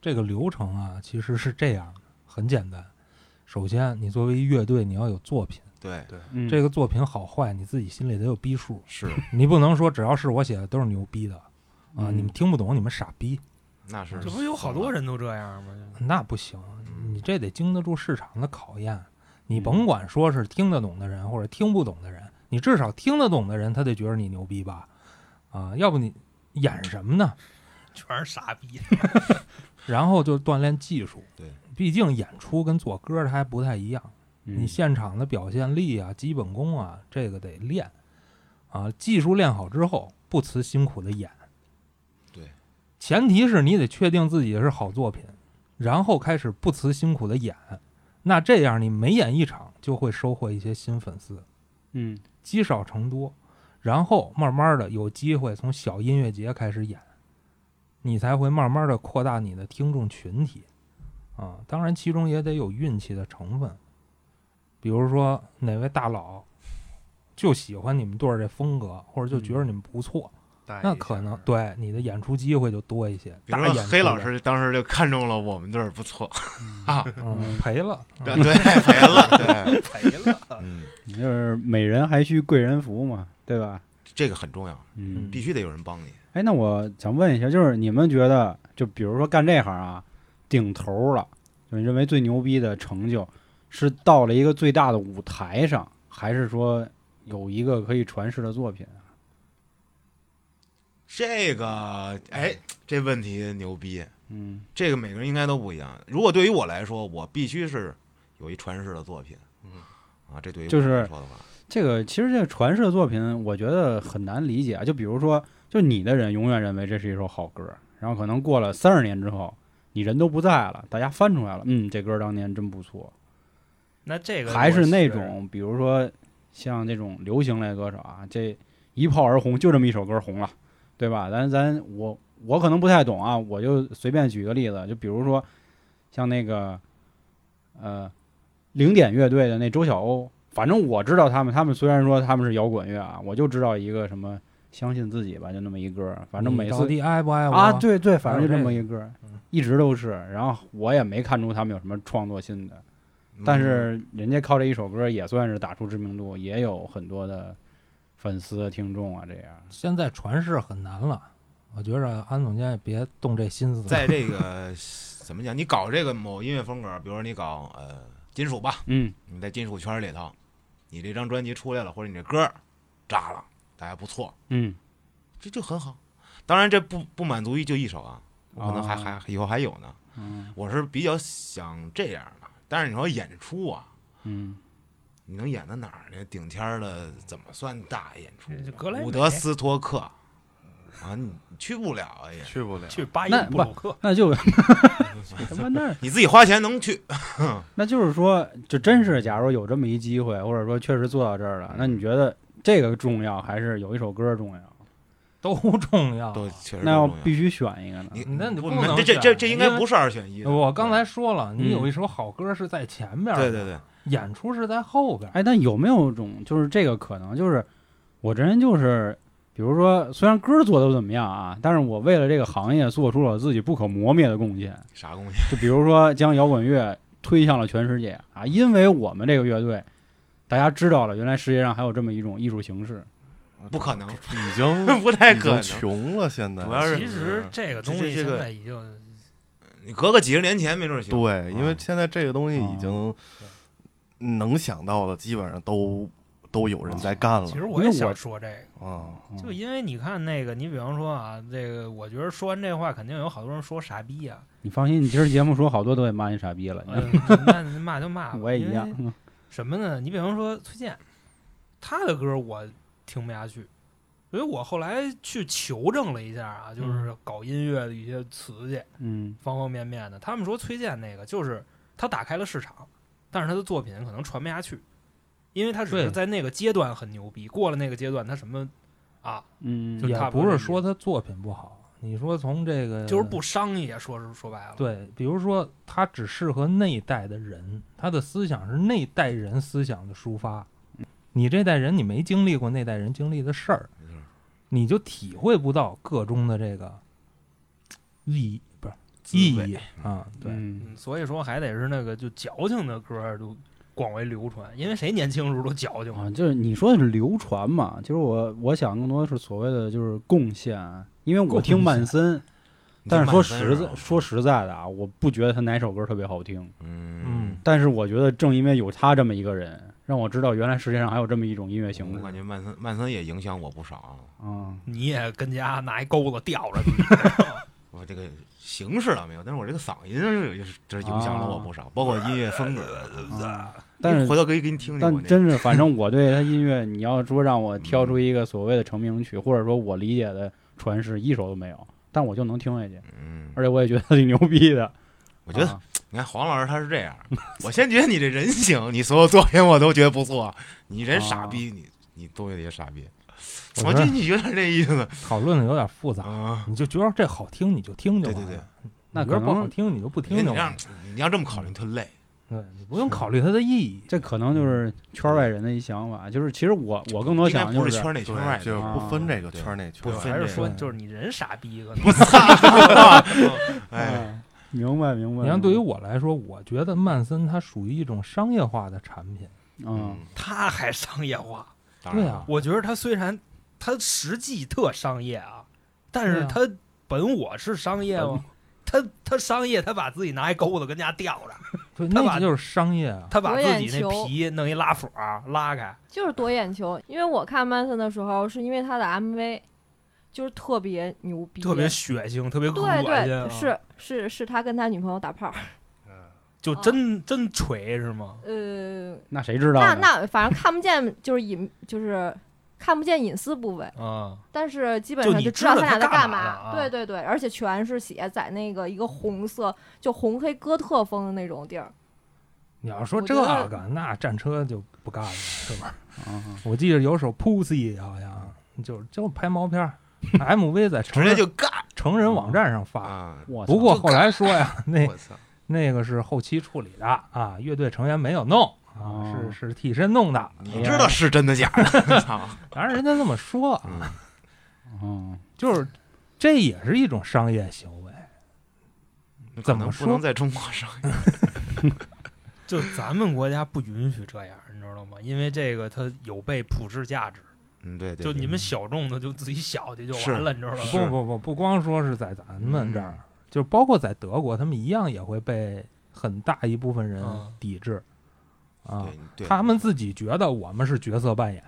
Speaker 6: 这个流程啊，其实是这样的，很简单。首先，你作为一乐队，你要有作品，
Speaker 4: 对，
Speaker 1: 嗯，
Speaker 6: 这个作品好坏你自己心里得有逼数，
Speaker 4: 是，
Speaker 6: 你不能说只要是我写的都是牛逼的啊，
Speaker 1: 嗯
Speaker 6: 你们听不懂，你们傻逼，
Speaker 4: 那是
Speaker 2: 这不是有好多人都这样吗？
Speaker 6: 那不行，你这得经得住市场的考验。你
Speaker 1: 嗯
Speaker 6: 甭管说是听得懂的人或者听不懂的人，你至少听得懂的人，他得觉得你牛逼吧？啊，要不你演什么呢？
Speaker 2: 全是傻逼。
Speaker 6: 然后就锻炼技术。
Speaker 4: 对，
Speaker 6: 毕竟演出跟做歌儿它还不太一样，你
Speaker 1: 嗯
Speaker 6: 现场的表现力啊、基本功啊，这个得练啊。技术练好之后，不辞辛苦的演。
Speaker 4: 对，
Speaker 6: 前提是你得确定自己是好作品，然后开始不辞辛苦的演。那这样你每演一场就会收获一些新粉丝，
Speaker 1: 嗯
Speaker 6: 积少成多，然后慢慢的有机会从小音乐节开始演，你才会慢慢的扩大你的听众群体，啊，当然其中也得有运气的成分，比如说哪位大佬就喜欢你们队儿这风格，或者就觉得你们不错，
Speaker 4: 嗯
Speaker 5: 带
Speaker 6: 那
Speaker 5: 一
Speaker 6: 可
Speaker 5: 下
Speaker 6: 能对你的演出机会就多一些。
Speaker 4: 哎比
Speaker 6: 大
Speaker 4: 如
Speaker 6: 演
Speaker 4: 说
Speaker 6: 出
Speaker 4: 黑
Speaker 6: 的
Speaker 4: 老师当时就看中了我们队儿不错，
Speaker 6: 嗯赔了，嗯
Speaker 4: 对，赔了，对，
Speaker 2: 赔了。
Speaker 4: 嗯，
Speaker 1: 你就是美人还需贵人扶嘛，对吧？
Speaker 4: 这个很重要，
Speaker 1: 嗯，
Speaker 4: 必须得有人帮你。
Speaker 1: 哎，那我想问一下，就是你们觉得，就比如说干这行啊，顶头了，就你认为最牛逼的成就是到了一个最大的舞台上，还是说有一个可以传世的作品？啊
Speaker 4: 这个，哎，这问题牛逼，
Speaker 1: 嗯
Speaker 4: 这个每个人应该都不一样。如果对于我来说，我必须是有一传世的作品，
Speaker 5: 嗯
Speaker 4: 啊，这对于
Speaker 1: 就
Speaker 4: 我
Speaker 1: 是
Speaker 4: 来说的话，，
Speaker 1: 这个其实这个传世的作品，我觉得很难理解啊。就比如说，就你的人永远认为这是一首好歌，然后可能过了三十年之后，你人都不在了，大家翻出来了，嗯，这歌当年真不错。
Speaker 2: 那这个
Speaker 1: 还
Speaker 2: 我
Speaker 1: 是那种，比如说像这种流行类歌手啊，这一炮而红，就这么一首歌红了，对吧？咱咱我我可能不太懂啊，我就随便举个例子，就比如说像那个呃零点乐队的那周晓鸥，反正我知道他们，他们虽然说他们是摇滚乐啊，我就知道一个什么相信自己吧，就那么一歌，反正
Speaker 6: 你
Speaker 1: 每
Speaker 6: 到
Speaker 1: 次
Speaker 6: 底爱不爱我
Speaker 1: 啊，对对，反
Speaker 6: 还
Speaker 1: 正
Speaker 6: 有
Speaker 1: 就这
Speaker 6: 这
Speaker 1: 么
Speaker 6: 个
Speaker 1: 一歌
Speaker 6: 嗯，
Speaker 1: 一直都是，然后我也没看出他们有什么创作新的。
Speaker 4: 嗯
Speaker 1: 但是人家靠这一首歌也算是打出知名度，也有很多的粉丝、听众啊，这样。
Speaker 6: 现在传世很难了我觉着安总监也别动这心思了。
Speaker 4: 在这个怎么讲，你搞这个某音乐风格，比如说你搞呃金属吧，
Speaker 1: 嗯，
Speaker 4: 你在金属圈里头，你这张专辑出来了，或者你这歌儿炸了，大家不错，
Speaker 1: 嗯，
Speaker 4: 这就很好。当然，这不不满足于就一首啊，我可能还、
Speaker 1: 哦
Speaker 4: 还以后还有呢。
Speaker 1: 嗯
Speaker 4: 我是比较想这样的，但是你说演出啊，
Speaker 1: 嗯，
Speaker 4: 你能演到哪儿呢？顶天儿的怎么算大演出？啊
Speaker 2: 这格莱美
Speaker 4: 伍德斯托克啊，你去不了啊也。
Speaker 5: 去不 了。
Speaker 2: 去巴
Speaker 1: 那
Speaker 2: 音布鲁克，
Speaker 1: 那 就他妈那儿，
Speaker 4: 你自己花钱能去，
Speaker 1: 哦那就是说，就真是假如有这么一机会，或者说确实做到这儿了，那你觉得这个重要还是有一首歌嗯重要？
Speaker 6: 都重要。
Speaker 4: 都确实
Speaker 1: 那要
Speaker 4: 都重
Speaker 1: 必须选一个呢？
Speaker 4: 你
Speaker 6: 那你
Speaker 4: 不
Speaker 6: 不能
Speaker 4: 这这这
Speaker 6: 选
Speaker 4: 这应
Speaker 6: 因
Speaker 4: 该
Speaker 6: 为
Speaker 4: 不是二选一的。
Speaker 6: 我刚才说了，
Speaker 1: 嗯
Speaker 6: 你有一首好歌是在前面，
Speaker 4: 对对，对，
Speaker 6: 演出是在后边。
Speaker 1: 哎，但有没有种就是这个可能，就是我这人就是，比如说虽然歌做的怎么样啊，但是我为了这个行业做出了我自己不可磨灭的贡献，
Speaker 4: 啥东西？
Speaker 1: 就比如说将摇滚乐推向了全世界啊，因为我们这个乐队，大家知道了原来世界上还有这么一种艺术形式，
Speaker 6: 嗯
Speaker 4: 不可能，
Speaker 5: 已经
Speaker 4: 不太
Speaker 5: 已
Speaker 4: 可
Speaker 5: 经
Speaker 4: 能。
Speaker 5: 穷了，现在
Speaker 4: 主要是
Speaker 2: 其实这个东西
Speaker 4: 这这
Speaker 2: 现
Speaker 4: 这个嗯
Speaker 2: 在已经
Speaker 4: 你隔个几十年前没准行。
Speaker 5: 对，因为现在这个东西已经能想到的，基本上都都有人在干了
Speaker 2: 其实
Speaker 1: 因
Speaker 2: 我
Speaker 1: 为我
Speaker 2: 也想说这个，
Speaker 5: 啊。
Speaker 1: 嗯
Speaker 2: 就因为你看那个，你比方说啊，这个我觉得说完这话，肯定有好多人说傻 逼啊，
Speaker 1: 你放心，你今儿节目说好多都得骂你傻逼了，，
Speaker 2: 嗯那那骂就骂吧
Speaker 1: 我也一样
Speaker 2: 因为。
Speaker 1: 嗯
Speaker 2: 什么呢？你比方说崔健，他的歌我听不下去，所以我后来去求证了一下啊，就是搞音乐的一些词去，
Speaker 1: 嗯
Speaker 2: 方方面面的。他们说崔健那个就是他打开了市场，但是他的作品可能传不下去，因为他只是
Speaker 6: 对
Speaker 2: 在那个阶段很牛逼，过了那个阶段他什么啊，
Speaker 1: 嗯，
Speaker 2: 就
Speaker 6: 也
Speaker 2: 差不多
Speaker 6: 不
Speaker 2: 这
Speaker 6: 是
Speaker 2: 意思
Speaker 6: 说他作品不好，你说从这个
Speaker 2: 就是不商业。说是说白了，
Speaker 6: 对，比如说他只适合那一代的人，他的思想是那代人思想的抒发。
Speaker 2: 嗯
Speaker 6: 你这代人你没经历过那代人经历的事儿
Speaker 4: 没错，
Speaker 6: 你就体会不到个中的这个意义，不是
Speaker 4: 滋
Speaker 6: 意
Speaker 4: 味
Speaker 6: 义啊。对，
Speaker 1: 嗯
Speaker 2: 嗯，所以说还得是那个就矫情的歌儿都广为流传，因为谁年轻时候都矫情
Speaker 1: 啊，就是你说的是流传嘛，就是我我想更多是所谓的就是贡献，因为我
Speaker 6: 贡
Speaker 1: 听曼
Speaker 6: 献
Speaker 1: 森，
Speaker 4: 你
Speaker 1: 但
Speaker 4: 这
Speaker 1: 是说
Speaker 4: 满分
Speaker 1: 实
Speaker 4: 是吧
Speaker 1: 在说实在的啊，我不觉得他哪首歌特别好听，
Speaker 4: 嗯，
Speaker 1: 但是我觉得正因为有他这么一个人，让我知道原来世界上还有这么一种音乐形
Speaker 4: 我
Speaker 1: 式
Speaker 4: 感觉曼森曼森也影响我不少啊。
Speaker 1: 啊。
Speaker 2: 你也跟家拿一钩子吊着你，
Speaker 4: 我这个形式倒没有，但是我这个嗓音是有这影响了我不少，包括
Speaker 6: 啊
Speaker 4: 音乐风格。
Speaker 1: 啊但是
Speaker 4: 回头可以给你嗯听听我
Speaker 1: 但
Speaker 4: 那
Speaker 1: 真是，反 正我对他音乐，你要说让我挑出一个所谓的成名曲，或者说我理解的传世，一首都没有，但我就能听下去，
Speaker 4: 嗯，
Speaker 1: 而且我也觉得挺牛逼的。
Speaker 4: 我觉得
Speaker 1: 啊
Speaker 4: 你看黄老师他是这样，我先觉得你这人行，你所有作品我都觉得不错，你人傻逼，你你都有点傻逼。
Speaker 6: 我
Speaker 4: 我
Speaker 6: 觉
Speaker 4: 就
Speaker 6: 得
Speaker 4: 你有点这意思
Speaker 6: 讨论的有点复杂，
Speaker 4: 啊。
Speaker 6: 你就觉得这好听你就听就
Speaker 4: 对
Speaker 6: 完
Speaker 4: 对
Speaker 6: 了，
Speaker 4: 对，
Speaker 1: 那
Speaker 6: 你觉
Speaker 1: 可
Speaker 6: 得不好
Speaker 1: 能
Speaker 6: 听你就不
Speaker 4: 因为
Speaker 6: 听就
Speaker 4: 你
Speaker 6: 完
Speaker 4: 让
Speaker 6: 了。
Speaker 4: 你要这么考虑特累。
Speaker 6: 对，你不用考虑它的意义。
Speaker 1: 这可能就是圈外人的一想法，就是其实我我更多
Speaker 4: 嗯应该
Speaker 1: 想
Speaker 4: 不
Speaker 1: 就是
Speaker 4: 圈内圈外
Speaker 5: 对，
Speaker 4: 的，啊
Speaker 5: 就是不分这个
Speaker 4: 对
Speaker 5: 圈内圈
Speaker 4: 不
Speaker 5: 外。
Speaker 4: 分
Speaker 2: 还是
Speaker 4: 这
Speaker 2: 说
Speaker 6: 个
Speaker 2: 就是你人傻逼？可能
Speaker 4: 哎，
Speaker 1: 哎，明白明白。
Speaker 6: 你看，对于我来说，我觉得曼森它属于一种商业化的产品。
Speaker 1: 嗯，
Speaker 2: 他还商业化。
Speaker 4: 当然
Speaker 6: 对啊
Speaker 2: 我觉得他虽然他实际特商业啊，但
Speaker 6: 对
Speaker 2: 是
Speaker 6: 啊
Speaker 2: 他本我是商业吗？他他商业，他把自己拿一钩子跟家吊着，
Speaker 6: 对，
Speaker 2: 他把
Speaker 6: 那就是商业啊。
Speaker 2: 他把
Speaker 3: 博
Speaker 2: 自
Speaker 3: 眼
Speaker 2: 己那
Speaker 3: 球
Speaker 2: 皮弄一拉锁拉开，
Speaker 3: 就是夺眼球。因为我看曼森的时候，是因为他的 MV 就是特别牛逼，
Speaker 2: 特别血腥，特别恶
Speaker 3: 对
Speaker 2: 心啊，
Speaker 3: 对，是是是他跟他女朋友打炮，
Speaker 2: 就
Speaker 3: 啊
Speaker 2: 真真锤是吗？
Speaker 3: 呃，
Speaker 1: 那谁知道
Speaker 3: 那
Speaker 1: 呢？
Speaker 3: 那反正看不见，就是隐就是看不见隐私部位，
Speaker 2: 啊，
Speaker 3: 但是基本
Speaker 2: 就
Speaker 3: 上
Speaker 2: 你
Speaker 3: 就
Speaker 2: 知
Speaker 3: 知道
Speaker 2: 道
Speaker 3: 他
Speaker 2: 他
Speaker 3: 俩在
Speaker 2: 干
Speaker 3: 干
Speaker 2: 嘛了啊
Speaker 3: 对对对，而且全是血，在那个一个红色就红黑哥特风的那种地儿。
Speaker 6: 你要说
Speaker 3: 我
Speaker 6: 这
Speaker 3: 觉得
Speaker 6: 个，那战车就不干了，是吧？
Speaker 1: 啊
Speaker 6: 我记得有首《Pussy》，好像就就拍毛片儿，MV 在成
Speaker 4: 直接
Speaker 6: 人
Speaker 4: 就干
Speaker 6: 成人网站上发。
Speaker 4: 啊！
Speaker 1: 我操
Speaker 6: 不过后来说呀，那
Speaker 4: 我操，
Speaker 6: 那个是后期处理的啊，乐队成员没有弄啊，
Speaker 1: 哦
Speaker 6: 是是替身弄的。
Speaker 4: 你知道是真的假的？操！
Speaker 6: 当然人家这么说啊，
Speaker 4: 嗯
Speaker 1: 嗯，
Speaker 6: 就是这也是一种商业行为。
Speaker 4: 可
Speaker 6: 怎么
Speaker 4: 能不
Speaker 6: 说
Speaker 4: 能在中国上映？
Speaker 2: 就咱们国家不允许这样，你知道吗？因为这个它有悖普世价值。
Speaker 4: 嗯，对对，
Speaker 2: 就
Speaker 4: 对
Speaker 2: 你们小众的就自己小去就完了，你知道吧？
Speaker 4: 是
Speaker 6: 不不不，不光说是在咱们这儿
Speaker 4: 嗯，
Speaker 6: 就是包括在德国，他们一样也会被很大一部分人
Speaker 2: 嗯
Speaker 6: 抵制啊。
Speaker 4: 对对，
Speaker 6: 他们自己觉得我们是角色扮演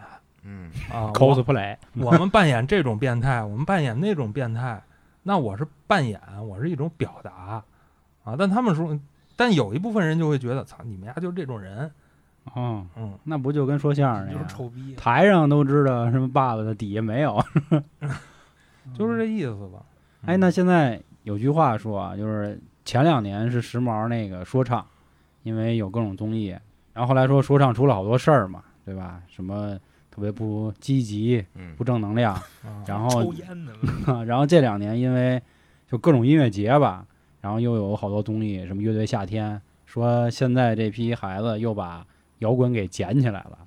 Speaker 4: 嗯，
Speaker 6: 啊我
Speaker 1: ，cosplay，
Speaker 6: 我们扮演这种变态，我们扮演那种变态，那我是扮演，我是一种表达啊。但他们说，但有一部分人就会觉得，操，你们家就是这种人，
Speaker 1: 嗯，
Speaker 6: 嗯，
Speaker 1: 那不就跟说相声一
Speaker 2: 就是
Speaker 1: 样？
Speaker 2: 臭逼，
Speaker 1: 台上都知道什么爸爸的，底下没有。
Speaker 6: 就是这
Speaker 4: 嗯
Speaker 6: 意思吧。
Speaker 1: 哎，那现在有句话说啊，就是前两年是时髦那个说唱，因为有各种综艺，然后后来说说唱出了好多事儿嘛，对吧？什么特别不积极、
Speaker 4: 嗯
Speaker 1: 不，正能量，
Speaker 6: 啊
Speaker 1: 然
Speaker 2: 抽
Speaker 1: 后
Speaker 2: 烟 的，
Speaker 1: 然后这两年因为就各种音乐节吧，然后又有好多综艺，什么乐队夏天，说现在这批孩子又把摇滚给捡起来了。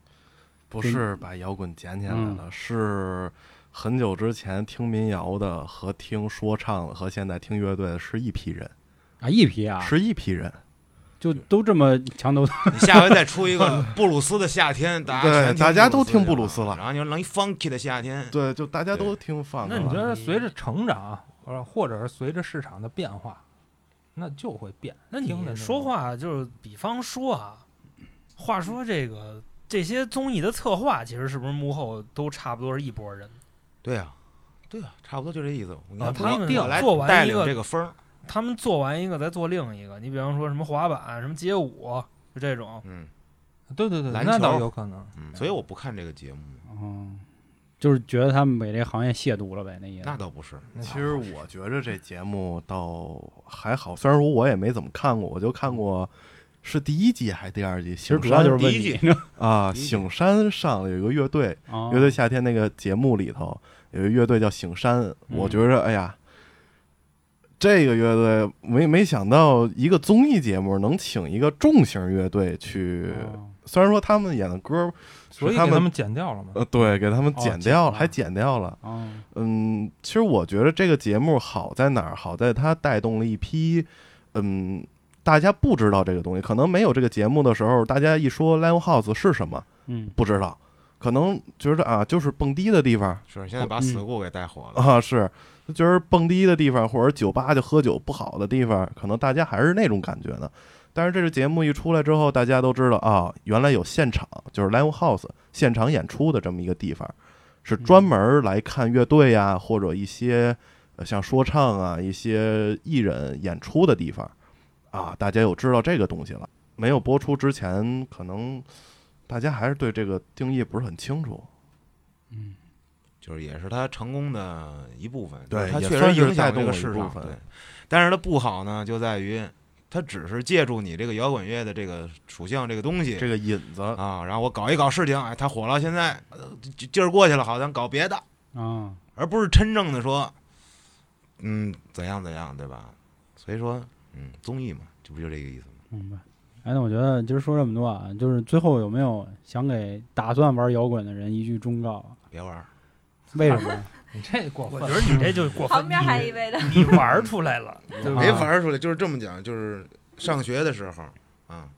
Speaker 5: 不
Speaker 1: 对
Speaker 5: 是把摇滚捡起来
Speaker 1: 嗯
Speaker 5: 了，是很久之前听民谣的和听说唱的和现在听乐队的是一批人，
Speaker 1: 啊，一批啊，
Speaker 5: 是一批人。
Speaker 1: 就都这么墙头草，
Speaker 4: 你下回再出一 个布鲁斯的夏天，大家
Speaker 5: 对
Speaker 4: 全
Speaker 5: 大家都听
Speaker 4: 布
Speaker 5: 布鲁斯了
Speaker 4: 然后你弄一 funky 的夏天，
Speaker 5: 对，就大家都听放。
Speaker 6: 那你觉
Speaker 5: 这
Speaker 6: 得随着成长，呃，或者是随着市场的变化，那就会变。
Speaker 2: 那
Speaker 6: 听着
Speaker 2: 你
Speaker 6: 呢
Speaker 2: 说话就是，比方说啊，话说这个这些综艺的策划，其实是不是幕后都差不多是一拨人？
Speaker 4: 对啊，对啊，差不多就这意
Speaker 5: 哦
Speaker 4: 思。你
Speaker 2: 啊
Speaker 4: 看
Speaker 2: 他们
Speaker 4: 我来
Speaker 2: 做完
Speaker 4: 带
Speaker 2: 一
Speaker 4: 领
Speaker 2: 个
Speaker 4: 这个风儿，
Speaker 2: 他们做完一个再做另一个，你比方说什么滑板、什么街舞，就 这种。
Speaker 4: 嗯
Speaker 6: 对对对，
Speaker 4: 篮
Speaker 6: 那
Speaker 4: 球
Speaker 6: 倒有可能。
Speaker 4: 嗯，所以我不看这个节目，
Speaker 1: 嗯，就是觉得他们给这行业亵渎了呗，那意思
Speaker 4: 那。倒不是，
Speaker 6: 那
Speaker 5: 其
Speaker 6: 倒
Speaker 5: 实我觉着这节目倒还好，虽然说我也没怎么看过，我就看过是第一季还是第二季。其
Speaker 1: 其实主要就是问
Speaker 4: 第一
Speaker 1: 你
Speaker 4: 季，
Speaker 5: 啊，
Speaker 4: 第一季
Speaker 5: 醒山上有一个乐队，
Speaker 1: 啊
Speaker 5: 乐队夏天那个节目里头有一个乐队叫醒山，
Speaker 1: 嗯
Speaker 5: 我觉着哎呀，这个乐队没没想到一个综艺节目能请一个重型乐队去，
Speaker 1: 哦
Speaker 5: 虽然说他们演的歌，
Speaker 6: 所以
Speaker 5: 他
Speaker 6: 给他
Speaker 5: 们
Speaker 6: 们剪掉了嘛。
Speaker 5: 呃，对，给他们
Speaker 1: 哦
Speaker 5: 剪
Speaker 1: 剪
Speaker 5: 掉
Speaker 1: 了
Speaker 5: 了，还剪掉了。
Speaker 1: 哦，
Speaker 5: 嗯，其实我觉得这个节目好在哪儿？好在它带动了一批，嗯，大家不知道这个东西，可能没有这个节目的时候，大家一说 Livehouse 是什么
Speaker 1: 嗯，
Speaker 5: 不知道，可能觉得啊，就是蹦迪的地方，
Speaker 4: 是现在把
Speaker 1: 嗯
Speaker 4: school 给带火了，
Speaker 5: 啊，是，就觉得蹦迪的地方或者酒吧就喝酒不好的地方，可能大家还是那种感觉呢。但是这个节目一出来之后，大家都知道啊，原来有现场，就是 live house 现场演出的这么一个地方，是专门儿来看乐队呀、或者一些呃像说唱啊、一些艺人演出的地方啊，大家有知道这个东西了。没有播出之前，可能大家还是对这个定义不是很清楚。
Speaker 4: 就是也是他成功的一部分，
Speaker 5: 对
Speaker 4: 就是他
Speaker 5: 也
Speaker 4: 确
Speaker 5: 算
Speaker 4: 实
Speaker 5: 是
Speaker 4: 影响
Speaker 5: 带
Speaker 4: 这
Speaker 5: 动
Speaker 4: 个
Speaker 5: 了一
Speaker 4: 市
Speaker 5: 部
Speaker 4: 场，
Speaker 5: 分
Speaker 4: 对。但是它不好呢，就在于它只是借助你这个摇滚乐的这个属性这个东西
Speaker 5: 这个引子
Speaker 4: 啊，然后我搞一搞事情，哎，它火了，现在呃劲劲儿过去了，好咱搞别的，
Speaker 1: 啊，
Speaker 4: 而不是真正的说，嗯，怎样怎样，对吧？所以说，嗯，综艺嘛，这不就这个意思吗？
Speaker 1: 明白。哎，那我觉得今儿说这么多啊，就是最后有没有想给打算玩摇滚的人一句忠告啊？
Speaker 4: 别玩儿，
Speaker 1: 为什 么？
Speaker 5: 啊
Speaker 6: 你这过
Speaker 2: 我
Speaker 6: 分
Speaker 2: 觉，得你这就过分，
Speaker 3: 旁边还一位的，
Speaker 2: 你玩出来 了，
Speaker 6: 对吧
Speaker 4: 没法儿出来，就是这么讲，就是上学的时候啊，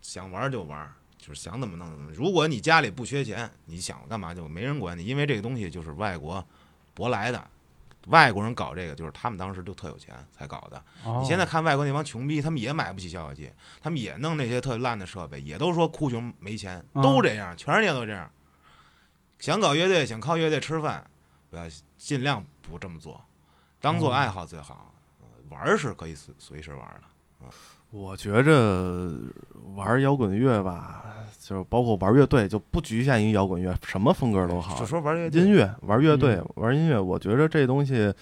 Speaker 4: 想玩儿就玩儿，就是想怎么弄怎么弄。如果你家里不缺钱，你想干嘛就没人管你，因为这个东西就是外国舶来的，外国人搞这个就是他们当时就特有钱才搞的。
Speaker 6: 啊哦
Speaker 4: 你现在看外国那帮穷逼，他们也买不起消消器，他们也弄那些特烂的设备，也都说哭穷没钱，
Speaker 1: 嗯
Speaker 4: 都这样，全世界都这样。想搞乐队，想靠乐队吃饭，不要尽量不这么做，当做爱好最好。呃玩儿是可以随随时玩儿的，
Speaker 5: 我觉着玩摇滚乐吧，就是包括玩乐队，就不局限于摇滚乐，什么风格都好
Speaker 4: 就。说玩乐队
Speaker 5: 音乐、玩乐队、玩音乐，我觉着这东西，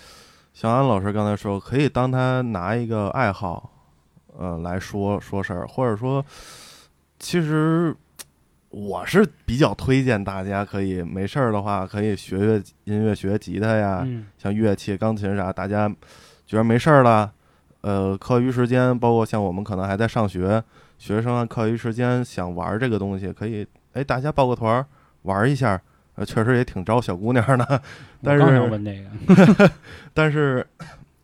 Speaker 5: 像安老师刚才说，可以当他拿一个爱好，呃，来说说事儿，或者说，其实我是比较推荐大家可以没事儿的话，可以学学音乐，学吉他呀，
Speaker 1: 嗯
Speaker 5: 像乐器、钢琴啥，大家觉得没事儿了，呃，课余时间，包括像我们可能还在上学，学生啊，课余时间想玩这个东西，可以，哎，大家报个团儿玩一下，呃，确实也挺招小姑娘的， 但
Speaker 1: 我刚想
Speaker 5: 是
Speaker 1: 问这个，
Speaker 5: 但是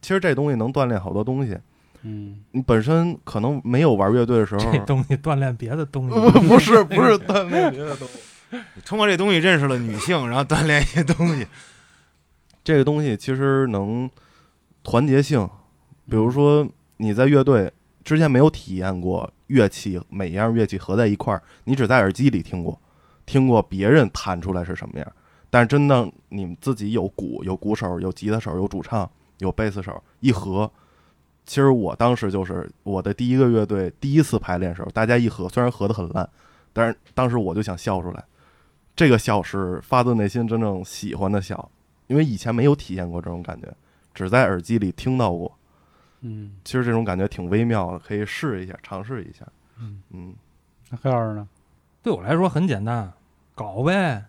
Speaker 5: 其实这东西能锻炼好多东西，
Speaker 1: 嗯，
Speaker 5: 你本身可能没有玩乐队的时候，
Speaker 6: 这东西锻炼别的东
Speaker 5: 不
Speaker 6: 西，
Speaker 5: 不是不是锻炼别的东西，
Speaker 4: 你通过这东西认识了女性，然后锻炼一些东西。
Speaker 5: 这个东西其实能团结性，比如说你在乐队之前没有体验过乐器每一样乐器合在一块儿，你只在耳机里听过，听过别人弹出来是什么样，但是真的你们自己有鼓、有鼓手、有吉他手、有主唱、有贝斯手一合。其实我当时就是我的第一个乐队第一次排练时候，大家一合，虽然合得很烂，但是当时我就想笑出来。这个笑是发自内心真正喜欢的笑，因为以前没有体验过这种感觉，只在耳机里听到过。
Speaker 1: 嗯
Speaker 5: 其实这种感觉挺微妙的，可以试一下，尝试一下。
Speaker 1: 嗯，
Speaker 5: 嗯，
Speaker 1: 那黑老师呢？
Speaker 6: 对我来说很简单，搞呗。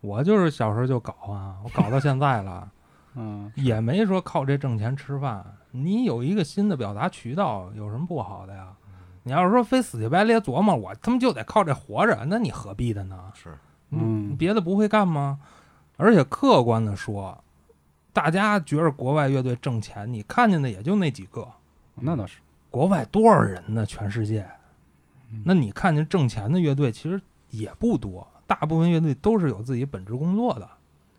Speaker 6: 我就是小时候就搞啊，我搞到现在了，
Speaker 1: 嗯
Speaker 6: 也没说靠这挣钱吃饭。你有一个新的表达渠道，有什么不好的呀？你要是说非死乞白咧琢磨我他妈就得靠这活着，那你何必的呢？
Speaker 4: 是，
Speaker 1: 嗯
Speaker 6: 别的不会干吗？而且客观的说，大家觉着国外乐队挣钱，你看见的也就那几个，
Speaker 1: 那倒是，
Speaker 6: 国外多少人呢？全世界
Speaker 1: 嗯，
Speaker 6: 那你看见挣钱的乐队其实也不多，大部分乐队都是有自己本职工作的。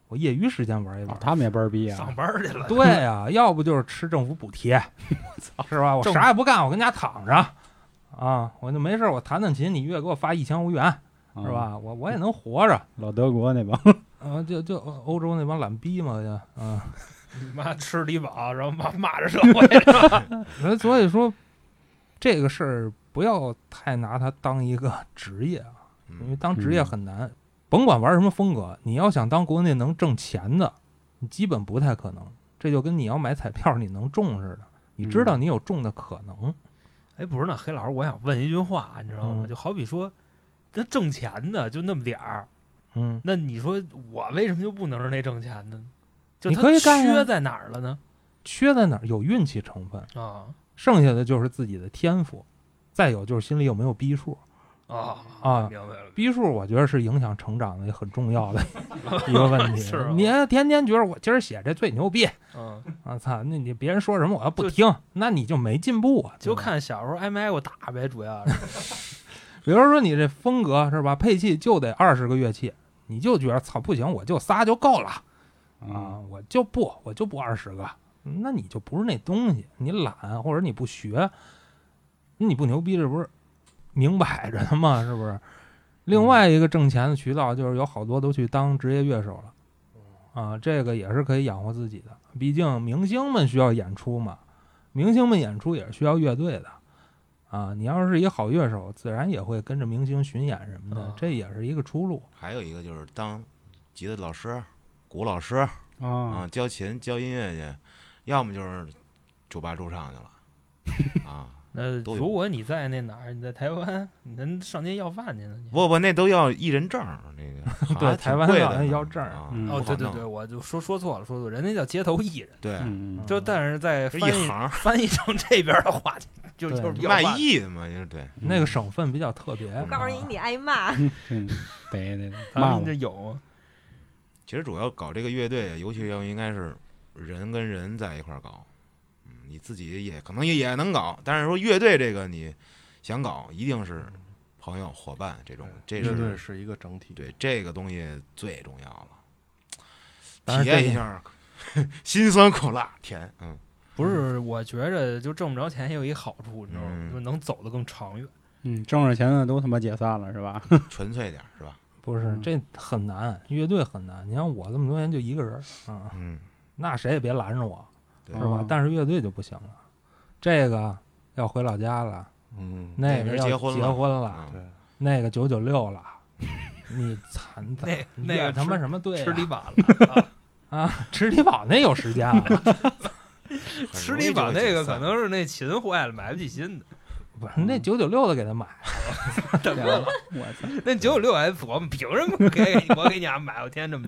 Speaker 6: 我业余时间玩一玩，
Speaker 1: 啊他们也倍儿逼
Speaker 2: 上
Speaker 1: 啊。
Speaker 2: 班去了，
Speaker 6: 对呀、要不就是吃政府补贴， 是吧？我
Speaker 2: 政
Speaker 6: 啥也不干，我跟家躺着啊，我就没事，我弹弹琴，你月给我发一千欧元，
Speaker 1: 嗯
Speaker 6: 是？吧？我我也能活着。
Speaker 1: 老德国那帮，
Speaker 6: 嗯、就就呃欧洲那帮懒逼嘛，就嗯、
Speaker 2: 你妈吃低保，然后骂 骂着社会，是吧
Speaker 6: 呃所以说这个事儿不要太拿它当一个职业啊，因为
Speaker 4: 嗯，
Speaker 6: 当职业很难。甭管玩什么风格，你要想当国内能挣钱的，你基本不太可能。这就跟你要买彩票你能中似的，你知道你有中的可能。
Speaker 2: 哎，不是那黑老师，我想问一句话，你知道吗？
Speaker 6: 嗯
Speaker 2: 就好比说，那挣钱的就那么点儿，
Speaker 6: 嗯，
Speaker 2: 那你说我为什么就不能让那挣钱呢？就
Speaker 6: 你
Speaker 2: 他
Speaker 6: 可以干呀
Speaker 2: 缺在哪儿了呢？
Speaker 6: 缺在哪儿？有运气成分，
Speaker 2: 啊
Speaker 6: 剩下的就是自己的天赋，再有就是心里有没有逼数。
Speaker 2: 啊
Speaker 6: 啊
Speaker 2: 明白了，
Speaker 4: 嗯
Speaker 6: 逼数我觉得是影响成长的很重要 的一个问题。
Speaker 2: 是啊
Speaker 6: 你天天觉得我今儿写这最牛逼，
Speaker 2: 嗯，
Speaker 6: 啊操，那你别人说什么我要不
Speaker 2: 就
Speaker 6: 听，那你就没进步啊。
Speaker 2: 就
Speaker 6: 对吧，
Speaker 2: 看小时候挨没挨过打呗，主要是
Speaker 6: 比如说你这风格是吧，配器就得二十个乐器，你就觉得操不行，我就仨就够了
Speaker 1: 嗯
Speaker 6: 啊，我就不我就不二十个，嗯那你就不是那东西，你懒或者你不学，那你不牛逼，这不是明摆着的吗？是不是？另外一个挣钱的渠道就是有好多都去当职业乐手了。啊，这个也是可以养活自己的，毕竟明星们需要演出嘛，明星们演出也是需要乐队的，啊，你要是一好乐手，自然也会跟着明星巡演什么的
Speaker 2: 啊，
Speaker 6: 这也是一个出路。
Speaker 4: 还有一个就是当吉他老师、鼓老师
Speaker 1: 啊
Speaker 4: 啊，教琴、教音乐去，要么就是酒吧驻唱去了 啊。
Speaker 2: 那
Speaker 4: 都有
Speaker 2: 如果你在那哪儿，你在台湾，你能上街要饭去呢？你
Speaker 4: 不不，那都要一人证儿，那个好像
Speaker 6: 对
Speaker 4: 挺
Speaker 6: 台湾
Speaker 4: 贵
Speaker 6: 好
Speaker 4: 的
Speaker 6: 像
Speaker 4: 呢
Speaker 6: 要证儿
Speaker 4: 啊
Speaker 1: 嗯
Speaker 2: 哦，
Speaker 4: 不
Speaker 2: 对
Speaker 4: 好
Speaker 2: 对
Speaker 4: 弄
Speaker 2: 对，我就说说错了，说错了，人家叫街头艺人，
Speaker 4: 对，
Speaker 1: 嗯嗯
Speaker 2: 就但是在
Speaker 4: 这
Speaker 2: 翻
Speaker 4: 一
Speaker 2: 译
Speaker 4: 行儿
Speaker 2: 翻译成这边的话，就
Speaker 6: 对
Speaker 2: 就是要
Speaker 4: 卖
Speaker 2: 饭
Speaker 4: 艺的嘛，就是对，嗯啊
Speaker 6: 那个省份比较特别，
Speaker 3: 我告诉你，你挨 骂。
Speaker 1: 嗯，得得得，
Speaker 2: 咱
Speaker 1: 骂
Speaker 2: 们
Speaker 1: 我
Speaker 2: 这有吗
Speaker 4: 其实主要搞这个乐队，尤其要应该是人跟人在一块儿搞，嗯，你自己也可能也也能搞，但是说乐队这个你想搞，一定是朋友伙伴这种，这
Speaker 5: 乐队
Speaker 4: 是
Speaker 5: 是一个整体。
Speaker 4: 对这个东西最重要了。
Speaker 6: 当然
Speaker 4: 体验
Speaker 6: 这
Speaker 4: 一下， 辛酸苦辣甜，嗯，
Speaker 2: 不是，我觉着就挣不着钱也有一好处，你知道吗？
Speaker 4: 嗯
Speaker 2: 就能走得更长远。
Speaker 1: 嗯，挣着钱的都他妈解散了是吧？
Speaker 4: 纯粹点儿是吧？
Speaker 6: 不是
Speaker 1: 嗯
Speaker 6: 这很难，乐队很难。你看我这么多年就一个人儿啊，
Speaker 4: 嗯，
Speaker 6: 那谁也别拦着我，
Speaker 4: 对
Speaker 6: 是吧
Speaker 1: 嗯？
Speaker 6: 但是乐队就不行了，这个要回老家了，
Speaker 5: 嗯，
Speaker 6: 那个
Speaker 4: 边
Speaker 6: 要
Speaker 4: 结
Speaker 6: 结
Speaker 4: 婚了
Speaker 6: 婚了，
Speaker 4: 啊，
Speaker 5: 对，
Speaker 6: 那个九九六了， 你惨的，
Speaker 2: 那
Speaker 6: 你
Speaker 2: 那
Speaker 6: 这
Speaker 2: 个
Speaker 6: 他妈什么队啊
Speaker 2: 吃里把了，
Speaker 6: 啊？ 吃低保那有时间了，
Speaker 4: 很容易
Speaker 2: 吃里把
Speaker 4: 就会
Speaker 2: 那个
Speaker 4: 解散
Speaker 2: 可能是那琴坏了，买不起新 的。
Speaker 6: 不是那九九六的给他买，
Speaker 1: 对吧 我操，
Speaker 2: 那九九六还琢磨，凭什么给给我给你俩啊买？我天天这么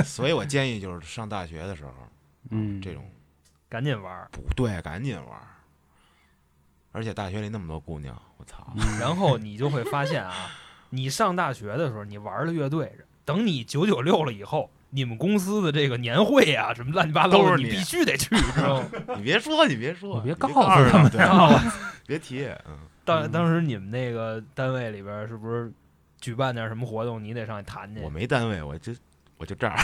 Speaker 4: 所以我建议就是上大学的时候，
Speaker 1: 嗯，
Speaker 4: 这种
Speaker 2: 赶紧玩儿。
Speaker 4: 不对，赶紧玩儿。而且大学里那么多姑娘，我操！
Speaker 2: 然后你就会发现啊，你上大学的时候你玩了乐队，等你九九六了以后，你们公司的这个年会啊，什么乱七八糟
Speaker 4: 都是
Speaker 2: 的，你
Speaker 4: 你
Speaker 2: 必须得去，知道吗？
Speaker 4: 你别说，你别说，
Speaker 6: 你别
Speaker 4: 别
Speaker 6: 告诉
Speaker 4: 诉
Speaker 6: 他们
Speaker 4: 对，别提，嗯，
Speaker 2: 当当时你们那个单位里边儿是不是举办点什么活动，你得上去谈去。
Speaker 4: 我没单位，我就我就这 儿，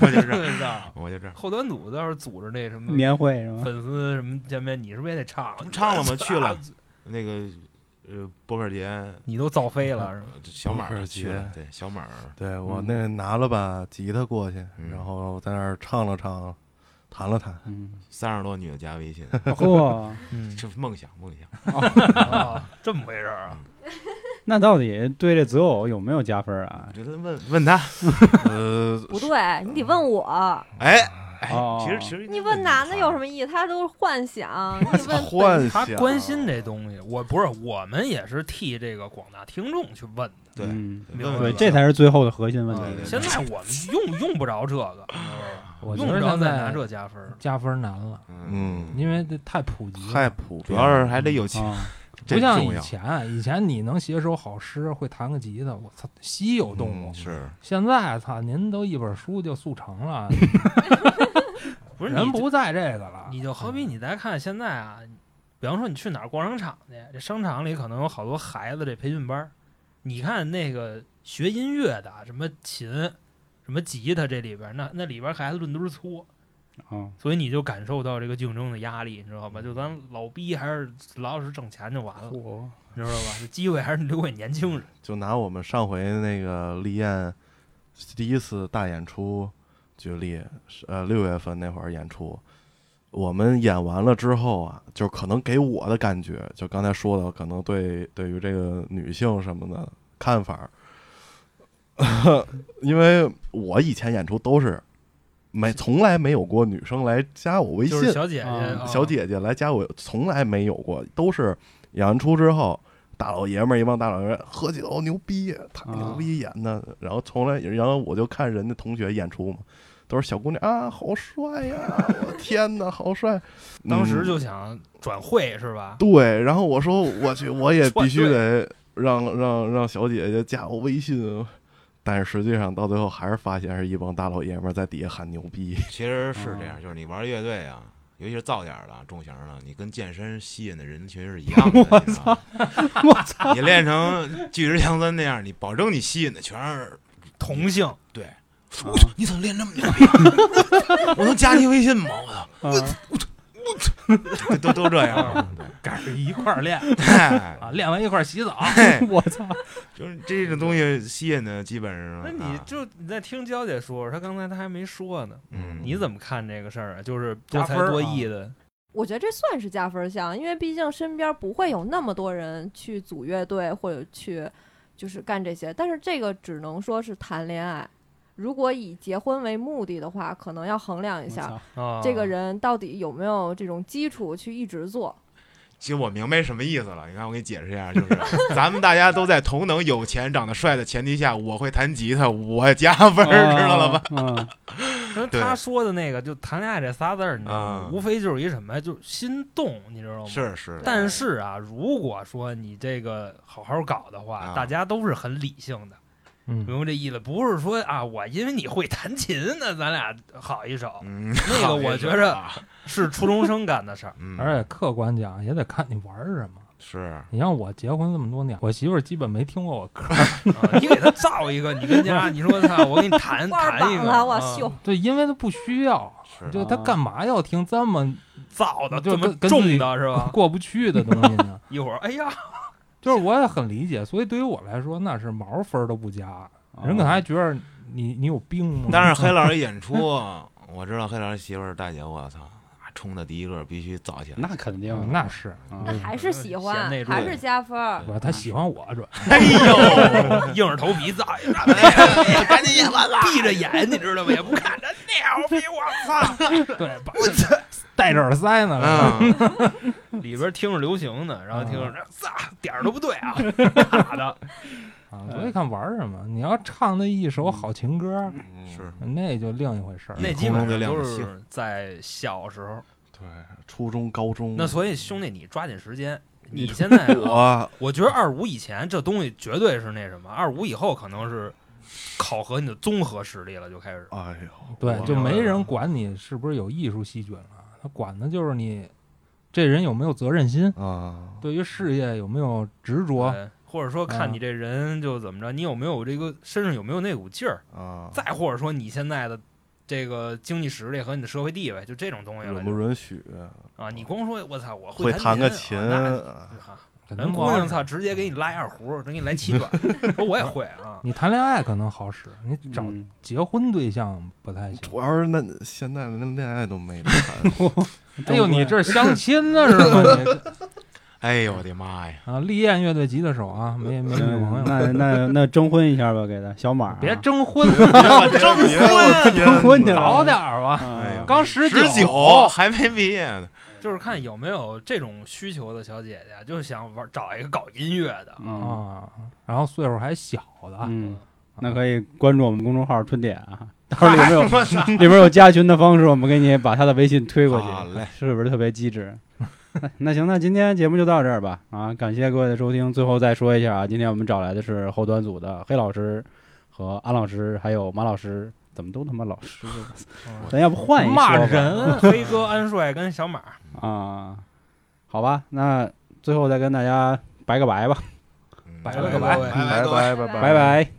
Speaker 2: 我就知道
Speaker 4: 我就这儿。
Speaker 2: 后端组倒是组织那什么
Speaker 1: 年会是吗？
Speaker 2: 粉丝什么见面，你是不是也得唱？啊
Speaker 4: 唱了吗？去了，那个呃，博克节，
Speaker 2: 你都造飞
Speaker 4: 嗯
Speaker 2: 了是吧？
Speaker 4: 小马
Speaker 5: 博
Speaker 4: 儿
Speaker 5: 客
Speaker 4: 去了
Speaker 5: 节，
Speaker 4: 对，小马儿，
Speaker 5: 对我
Speaker 1: 嗯
Speaker 5: 那拿了把吉他过去，
Speaker 4: 嗯
Speaker 5: 然后在那儿唱了唱，弹了弹。
Speaker 1: 嗯，
Speaker 4: 三十多女的加微信，
Speaker 1: 嚯，
Speaker 2: 嗯，
Speaker 4: 这梦想梦想。
Speaker 2: 啊 这么回事儿啊？
Speaker 1: 那到底对这择偶有没有加分啊
Speaker 4: 我？觉得问问他，
Speaker 5: 呃，
Speaker 3: 不对，你得问我，
Speaker 2: 嗯
Speaker 4: 哎，
Speaker 1: 哦，
Speaker 4: 其实其实
Speaker 3: 你问男的有什
Speaker 4: 么？
Speaker 3: 么意义？他都是幻
Speaker 2: 嗯
Speaker 3: 想，你问
Speaker 5: 幻
Speaker 2: 他
Speaker 5: 想
Speaker 2: 关心这东西，我不是，我们也是替这个广大听众去问的。
Speaker 4: 对
Speaker 1: 嗯
Speaker 2: 明白
Speaker 4: 问
Speaker 1: 对，
Speaker 4: 问
Speaker 1: 这才是最后的核心问
Speaker 4: 对对
Speaker 1: 题。啊
Speaker 4: 对
Speaker 2: 现在我们用用不着这个，
Speaker 6: 我觉得
Speaker 2: 用不着
Speaker 6: 现
Speaker 2: 再拿这
Speaker 6: 在
Speaker 2: 加分儿。
Speaker 6: 加分难了，
Speaker 4: 嗯，
Speaker 6: 因为这太普及了，
Speaker 5: 太普
Speaker 4: 主
Speaker 5: 遍
Speaker 4: 要
Speaker 5: 了，
Speaker 4: 是还得有钱，
Speaker 1: 啊，
Speaker 4: 这
Speaker 6: 不像
Speaker 4: 重
Speaker 6: 以
Speaker 4: 要
Speaker 6: 前，以前你能写首好诗，会弹个吉他，我操，稀有动物。
Speaker 5: 嗯
Speaker 4: 是
Speaker 6: 现在操，您都一本书就速成了，
Speaker 2: 不是你
Speaker 6: 人不在这个了。
Speaker 2: 你就好 比你再看现在啊，比方说你去哪儿逛商场去，这商场里可能有好多孩子这培训班儿。你看那个学音乐的啊，什么琴、什么吉他，这里边儿那那里边儿孩子论堆儿粗，
Speaker 1: 啊，
Speaker 2: 所以你就感受到这个竞争的压力，你知道吧？就咱老逼还是老老实挣钱就完了，
Speaker 1: 嚯，
Speaker 2: 你知道吧？这机会还是留给年轻人。
Speaker 5: 就拿我们上回那个丽燕第一次大演出举例，是呃，六月份那会儿演出，我们演完了之后啊，就可能给我的感觉，就刚才说的，可能对对于这个女性什么的看法儿， 因为我以前演出都是没从来没有过女生来加我微信
Speaker 2: 就，是小姐姐、
Speaker 1: 啊
Speaker 2: 啊
Speaker 5: 嗯小姐姐来加我，从来没有过，都是演完出之后，大老爷们儿一帮大老爷们儿喝几篓牛逼，太牛逼演的，然后从来，然后我就看人家同学演出嘛，都是小姑娘啊，好帅 呀、我天哪，好帅！
Speaker 2: 当时
Speaker 5: 嗯
Speaker 2: 就想转会是吧？
Speaker 5: 对，然后我说我去，我 也
Speaker 2: 串
Speaker 5: 必须
Speaker 2: 对
Speaker 5: 得让让让小姐姐加我微信。但是实际上到最后还是发现是一帮大老爷们儿在底下喊牛逼，
Speaker 4: 其实是这样，就是你玩乐队啊，尤其是造点儿的、重型儿的，你跟健身吸引的人群是一样的。我操！
Speaker 1: 我操，
Speaker 4: 你练成巨石强森那样，你保证你吸引的全是。
Speaker 2: 同性
Speaker 4: 对，我操！你怎么练这么牛逼？ 我能加你微信吗？我操！
Speaker 1: 啊
Speaker 4: 这都都这样，
Speaker 6: 赶上一块儿练
Speaker 4: 对
Speaker 6: 啊，练完一块儿洗澡。
Speaker 2: 嗯
Speaker 4: 嘿
Speaker 1: 我操，
Speaker 4: 就是这种东西吸引的，基本上
Speaker 2: 那
Speaker 4: 啊。
Speaker 2: 你就你在听娇姐说，她刚才她还没说呢，
Speaker 4: 嗯
Speaker 2: 你怎么看这个事儿啊？就是多
Speaker 6: 加
Speaker 2: 才
Speaker 6: 分儿
Speaker 2: 多
Speaker 6: 啊
Speaker 2: 艺的，
Speaker 3: 我觉得这算是加分项，因为毕竟身边不会有那么多人去组乐队或者去就是干这些，但是这个只能说是谈恋爱。如果以结婚为目的的话，可能要衡量一
Speaker 1: 我
Speaker 3: 下
Speaker 1: 操
Speaker 2: 啊，
Speaker 3: 这个人到底有没有这种基础去一直做。
Speaker 4: 其实我明白什么意思了，你看我给你解释一下，就是 咱们大家都在同等有钱、长得帅的前提下，我会弹吉他，我加分儿， 知道了吧？？
Speaker 1: 嗯，
Speaker 2: 跟
Speaker 4: 对
Speaker 2: 他说的那个就谈恋爱这仨字儿，你知道吗
Speaker 4: 啊？
Speaker 2: 无非就是一什么呀，就是心动，你知道吗？。
Speaker 4: 是是，
Speaker 2: 但是啊，如果说你这个好好搞的话，
Speaker 4: 啊
Speaker 2: 大家都是很理性的，
Speaker 6: 嗯，
Speaker 2: 明白这意思？不是说啊，我因为你会弹琴，那咱俩好一手，
Speaker 4: 嗯，
Speaker 2: 那个我觉着
Speaker 4: 好意思啊。
Speaker 2: 是初中生干的事儿
Speaker 4: 嗯，
Speaker 6: 而且客观讲也得看你玩儿什么。
Speaker 4: 是
Speaker 6: 你像我结婚这么多年，我媳妇儿基本没听过我 歌。
Speaker 2: 啊你给他造一个，你跟家你说他，我给你弹
Speaker 3: 挂着
Speaker 2: 弹一
Speaker 3: 膀
Speaker 2: 个，
Speaker 3: 了，我
Speaker 2: 啊
Speaker 3: 秀，
Speaker 6: 对，因为她不需要，
Speaker 4: 是，
Speaker 6: 就她干嘛要听这么
Speaker 2: 造的
Speaker 6: 就
Speaker 2: 这么
Speaker 6: 跟跟自
Speaker 2: 重
Speaker 6: 己
Speaker 2: 的 是吧？
Speaker 6: 过不去的东西 呢？
Speaker 2: 一会儿，哎呀，
Speaker 6: 就是我也很理解，所以对于我来说，那是毛分儿都不加，
Speaker 2: 哦
Speaker 6: 人可能还觉得你你有病吗？
Speaker 4: 但是黑老师演出，我知道黑老师媳妇儿大姐，我操，冲的第一个必须早起 来。
Speaker 1: 那肯定
Speaker 6: 嗯，那是
Speaker 1: 啊
Speaker 3: 那还是喜欢
Speaker 2: 嗯贤内，助
Speaker 3: 还是加分儿。
Speaker 6: 我他喜欢我主要。
Speaker 2: 哎呦，硬着头皮造一个，赶紧演完了，闭着眼，你知道吗？也不看，真牛逼，我操！
Speaker 6: 对，把戴着耳塞呢，
Speaker 4: 嗯，
Speaker 2: 里边听着流行呢，然后听着，操，点儿都不对啊，卡的，
Speaker 6: 啊，所以看玩儿什么。你要唱那一首好情歌，
Speaker 4: 是
Speaker 6: 那就另一回
Speaker 5: 啊
Speaker 6: 事儿。
Speaker 2: 那基本上都是在小时候。
Speaker 5: 对，初中、高中，
Speaker 2: 那所以兄弟，你抓紧时间。你现在，
Speaker 5: 我
Speaker 2: 我觉得二五以前这东西绝对是那什么，二五以后可能是考核你的综合实力了，就开始。
Speaker 5: 哎呦，
Speaker 6: 对
Speaker 5: 我，
Speaker 6: 就没人管你是不是有艺术细菌了，他管的就是你这人有没有责任心，
Speaker 5: 啊，
Speaker 6: 对于事业有没有执着，
Speaker 2: 对或者说看
Speaker 6: 嗯
Speaker 2: 你这人就怎么着，你有没有这个身上有没有那股劲儿，
Speaker 5: 啊，
Speaker 2: 再或者说你现在的这个经济实力和你的社会地位，就这种东西了
Speaker 5: 允
Speaker 2: 就
Speaker 5: 不允许？
Speaker 2: 啊！你光说我操，我
Speaker 5: 会弹
Speaker 2: 弹
Speaker 5: 个
Speaker 2: 琴
Speaker 5: 琴，
Speaker 2: 啊，那
Speaker 5: 啊
Speaker 2: 啊
Speaker 6: 可
Speaker 2: 人
Speaker 6: 能
Speaker 2: 姑娘
Speaker 6: 好
Speaker 2: 操，直接给你拉二胡，能给你来七段， 说我也会啊。
Speaker 6: 你谈恋爱可能好使，你找
Speaker 1: 嗯
Speaker 6: 结婚对象不太行。
Speaker 5: 主要是那现在的那恋爱都没得谈，
Speaker 6: 哎呦，你这相亲呢是吗？你
Speaker 4: 哎呦我的妈呀！
Speaker 6: 啊，烈焰乐队吉他手啊，没没女朋友，
Speaker 1: 那那那征婚一下吧，给他小马啊，
Speaker 6: 别征婚，
Speaker 5: 征婚
Speaker 1: 征婚去了
Speaker 6: 早点儿吧，
Speaker 1: 哎
Speaker 4: 哎呀
Speaker 6: 刚十
Speaker 4: 十九还没毕业呢，
Speaker 2: 就是看有没有这种需求的小姐姐，就是想玩找一个搞音乐的，
Speaker 1: 嗯
Speaker 6: 啊，然后岁数还小的，
Speaker 1: 嗯，
Speaker 6: 啊
Speaker 1: 那可以关注我们公众号“春点”啊，到时候里面有里面有加群的方式，我们给你把他的微信推过去
Speaker 4: 好嘞，
Speaker 1: 是不是特别机智？ 那那行，那今天节目就到这儿吧。啊，感谢各位的收听。最后再说一下啊，今天我们找来的是后端组的黑老师和安老师，还有马老师，怎么都他妈老师？咱要不换一说吧
Speaker 6: 骂 人，
Speaker 2: 飞哥、安帅跟小马，
Speaker 1: 啊？好吧，那最后再跟大家拜个拜吧，
Speaker 4: 嗯
Speaker 6: 拜
Speaker 4: 拜
Speaker 6: 了个拜
Speaker 4: 拜
Speaker 5: 拜
Speaker 4: 各位
Speaker 5: 拜
Speaker 1: 拜拜。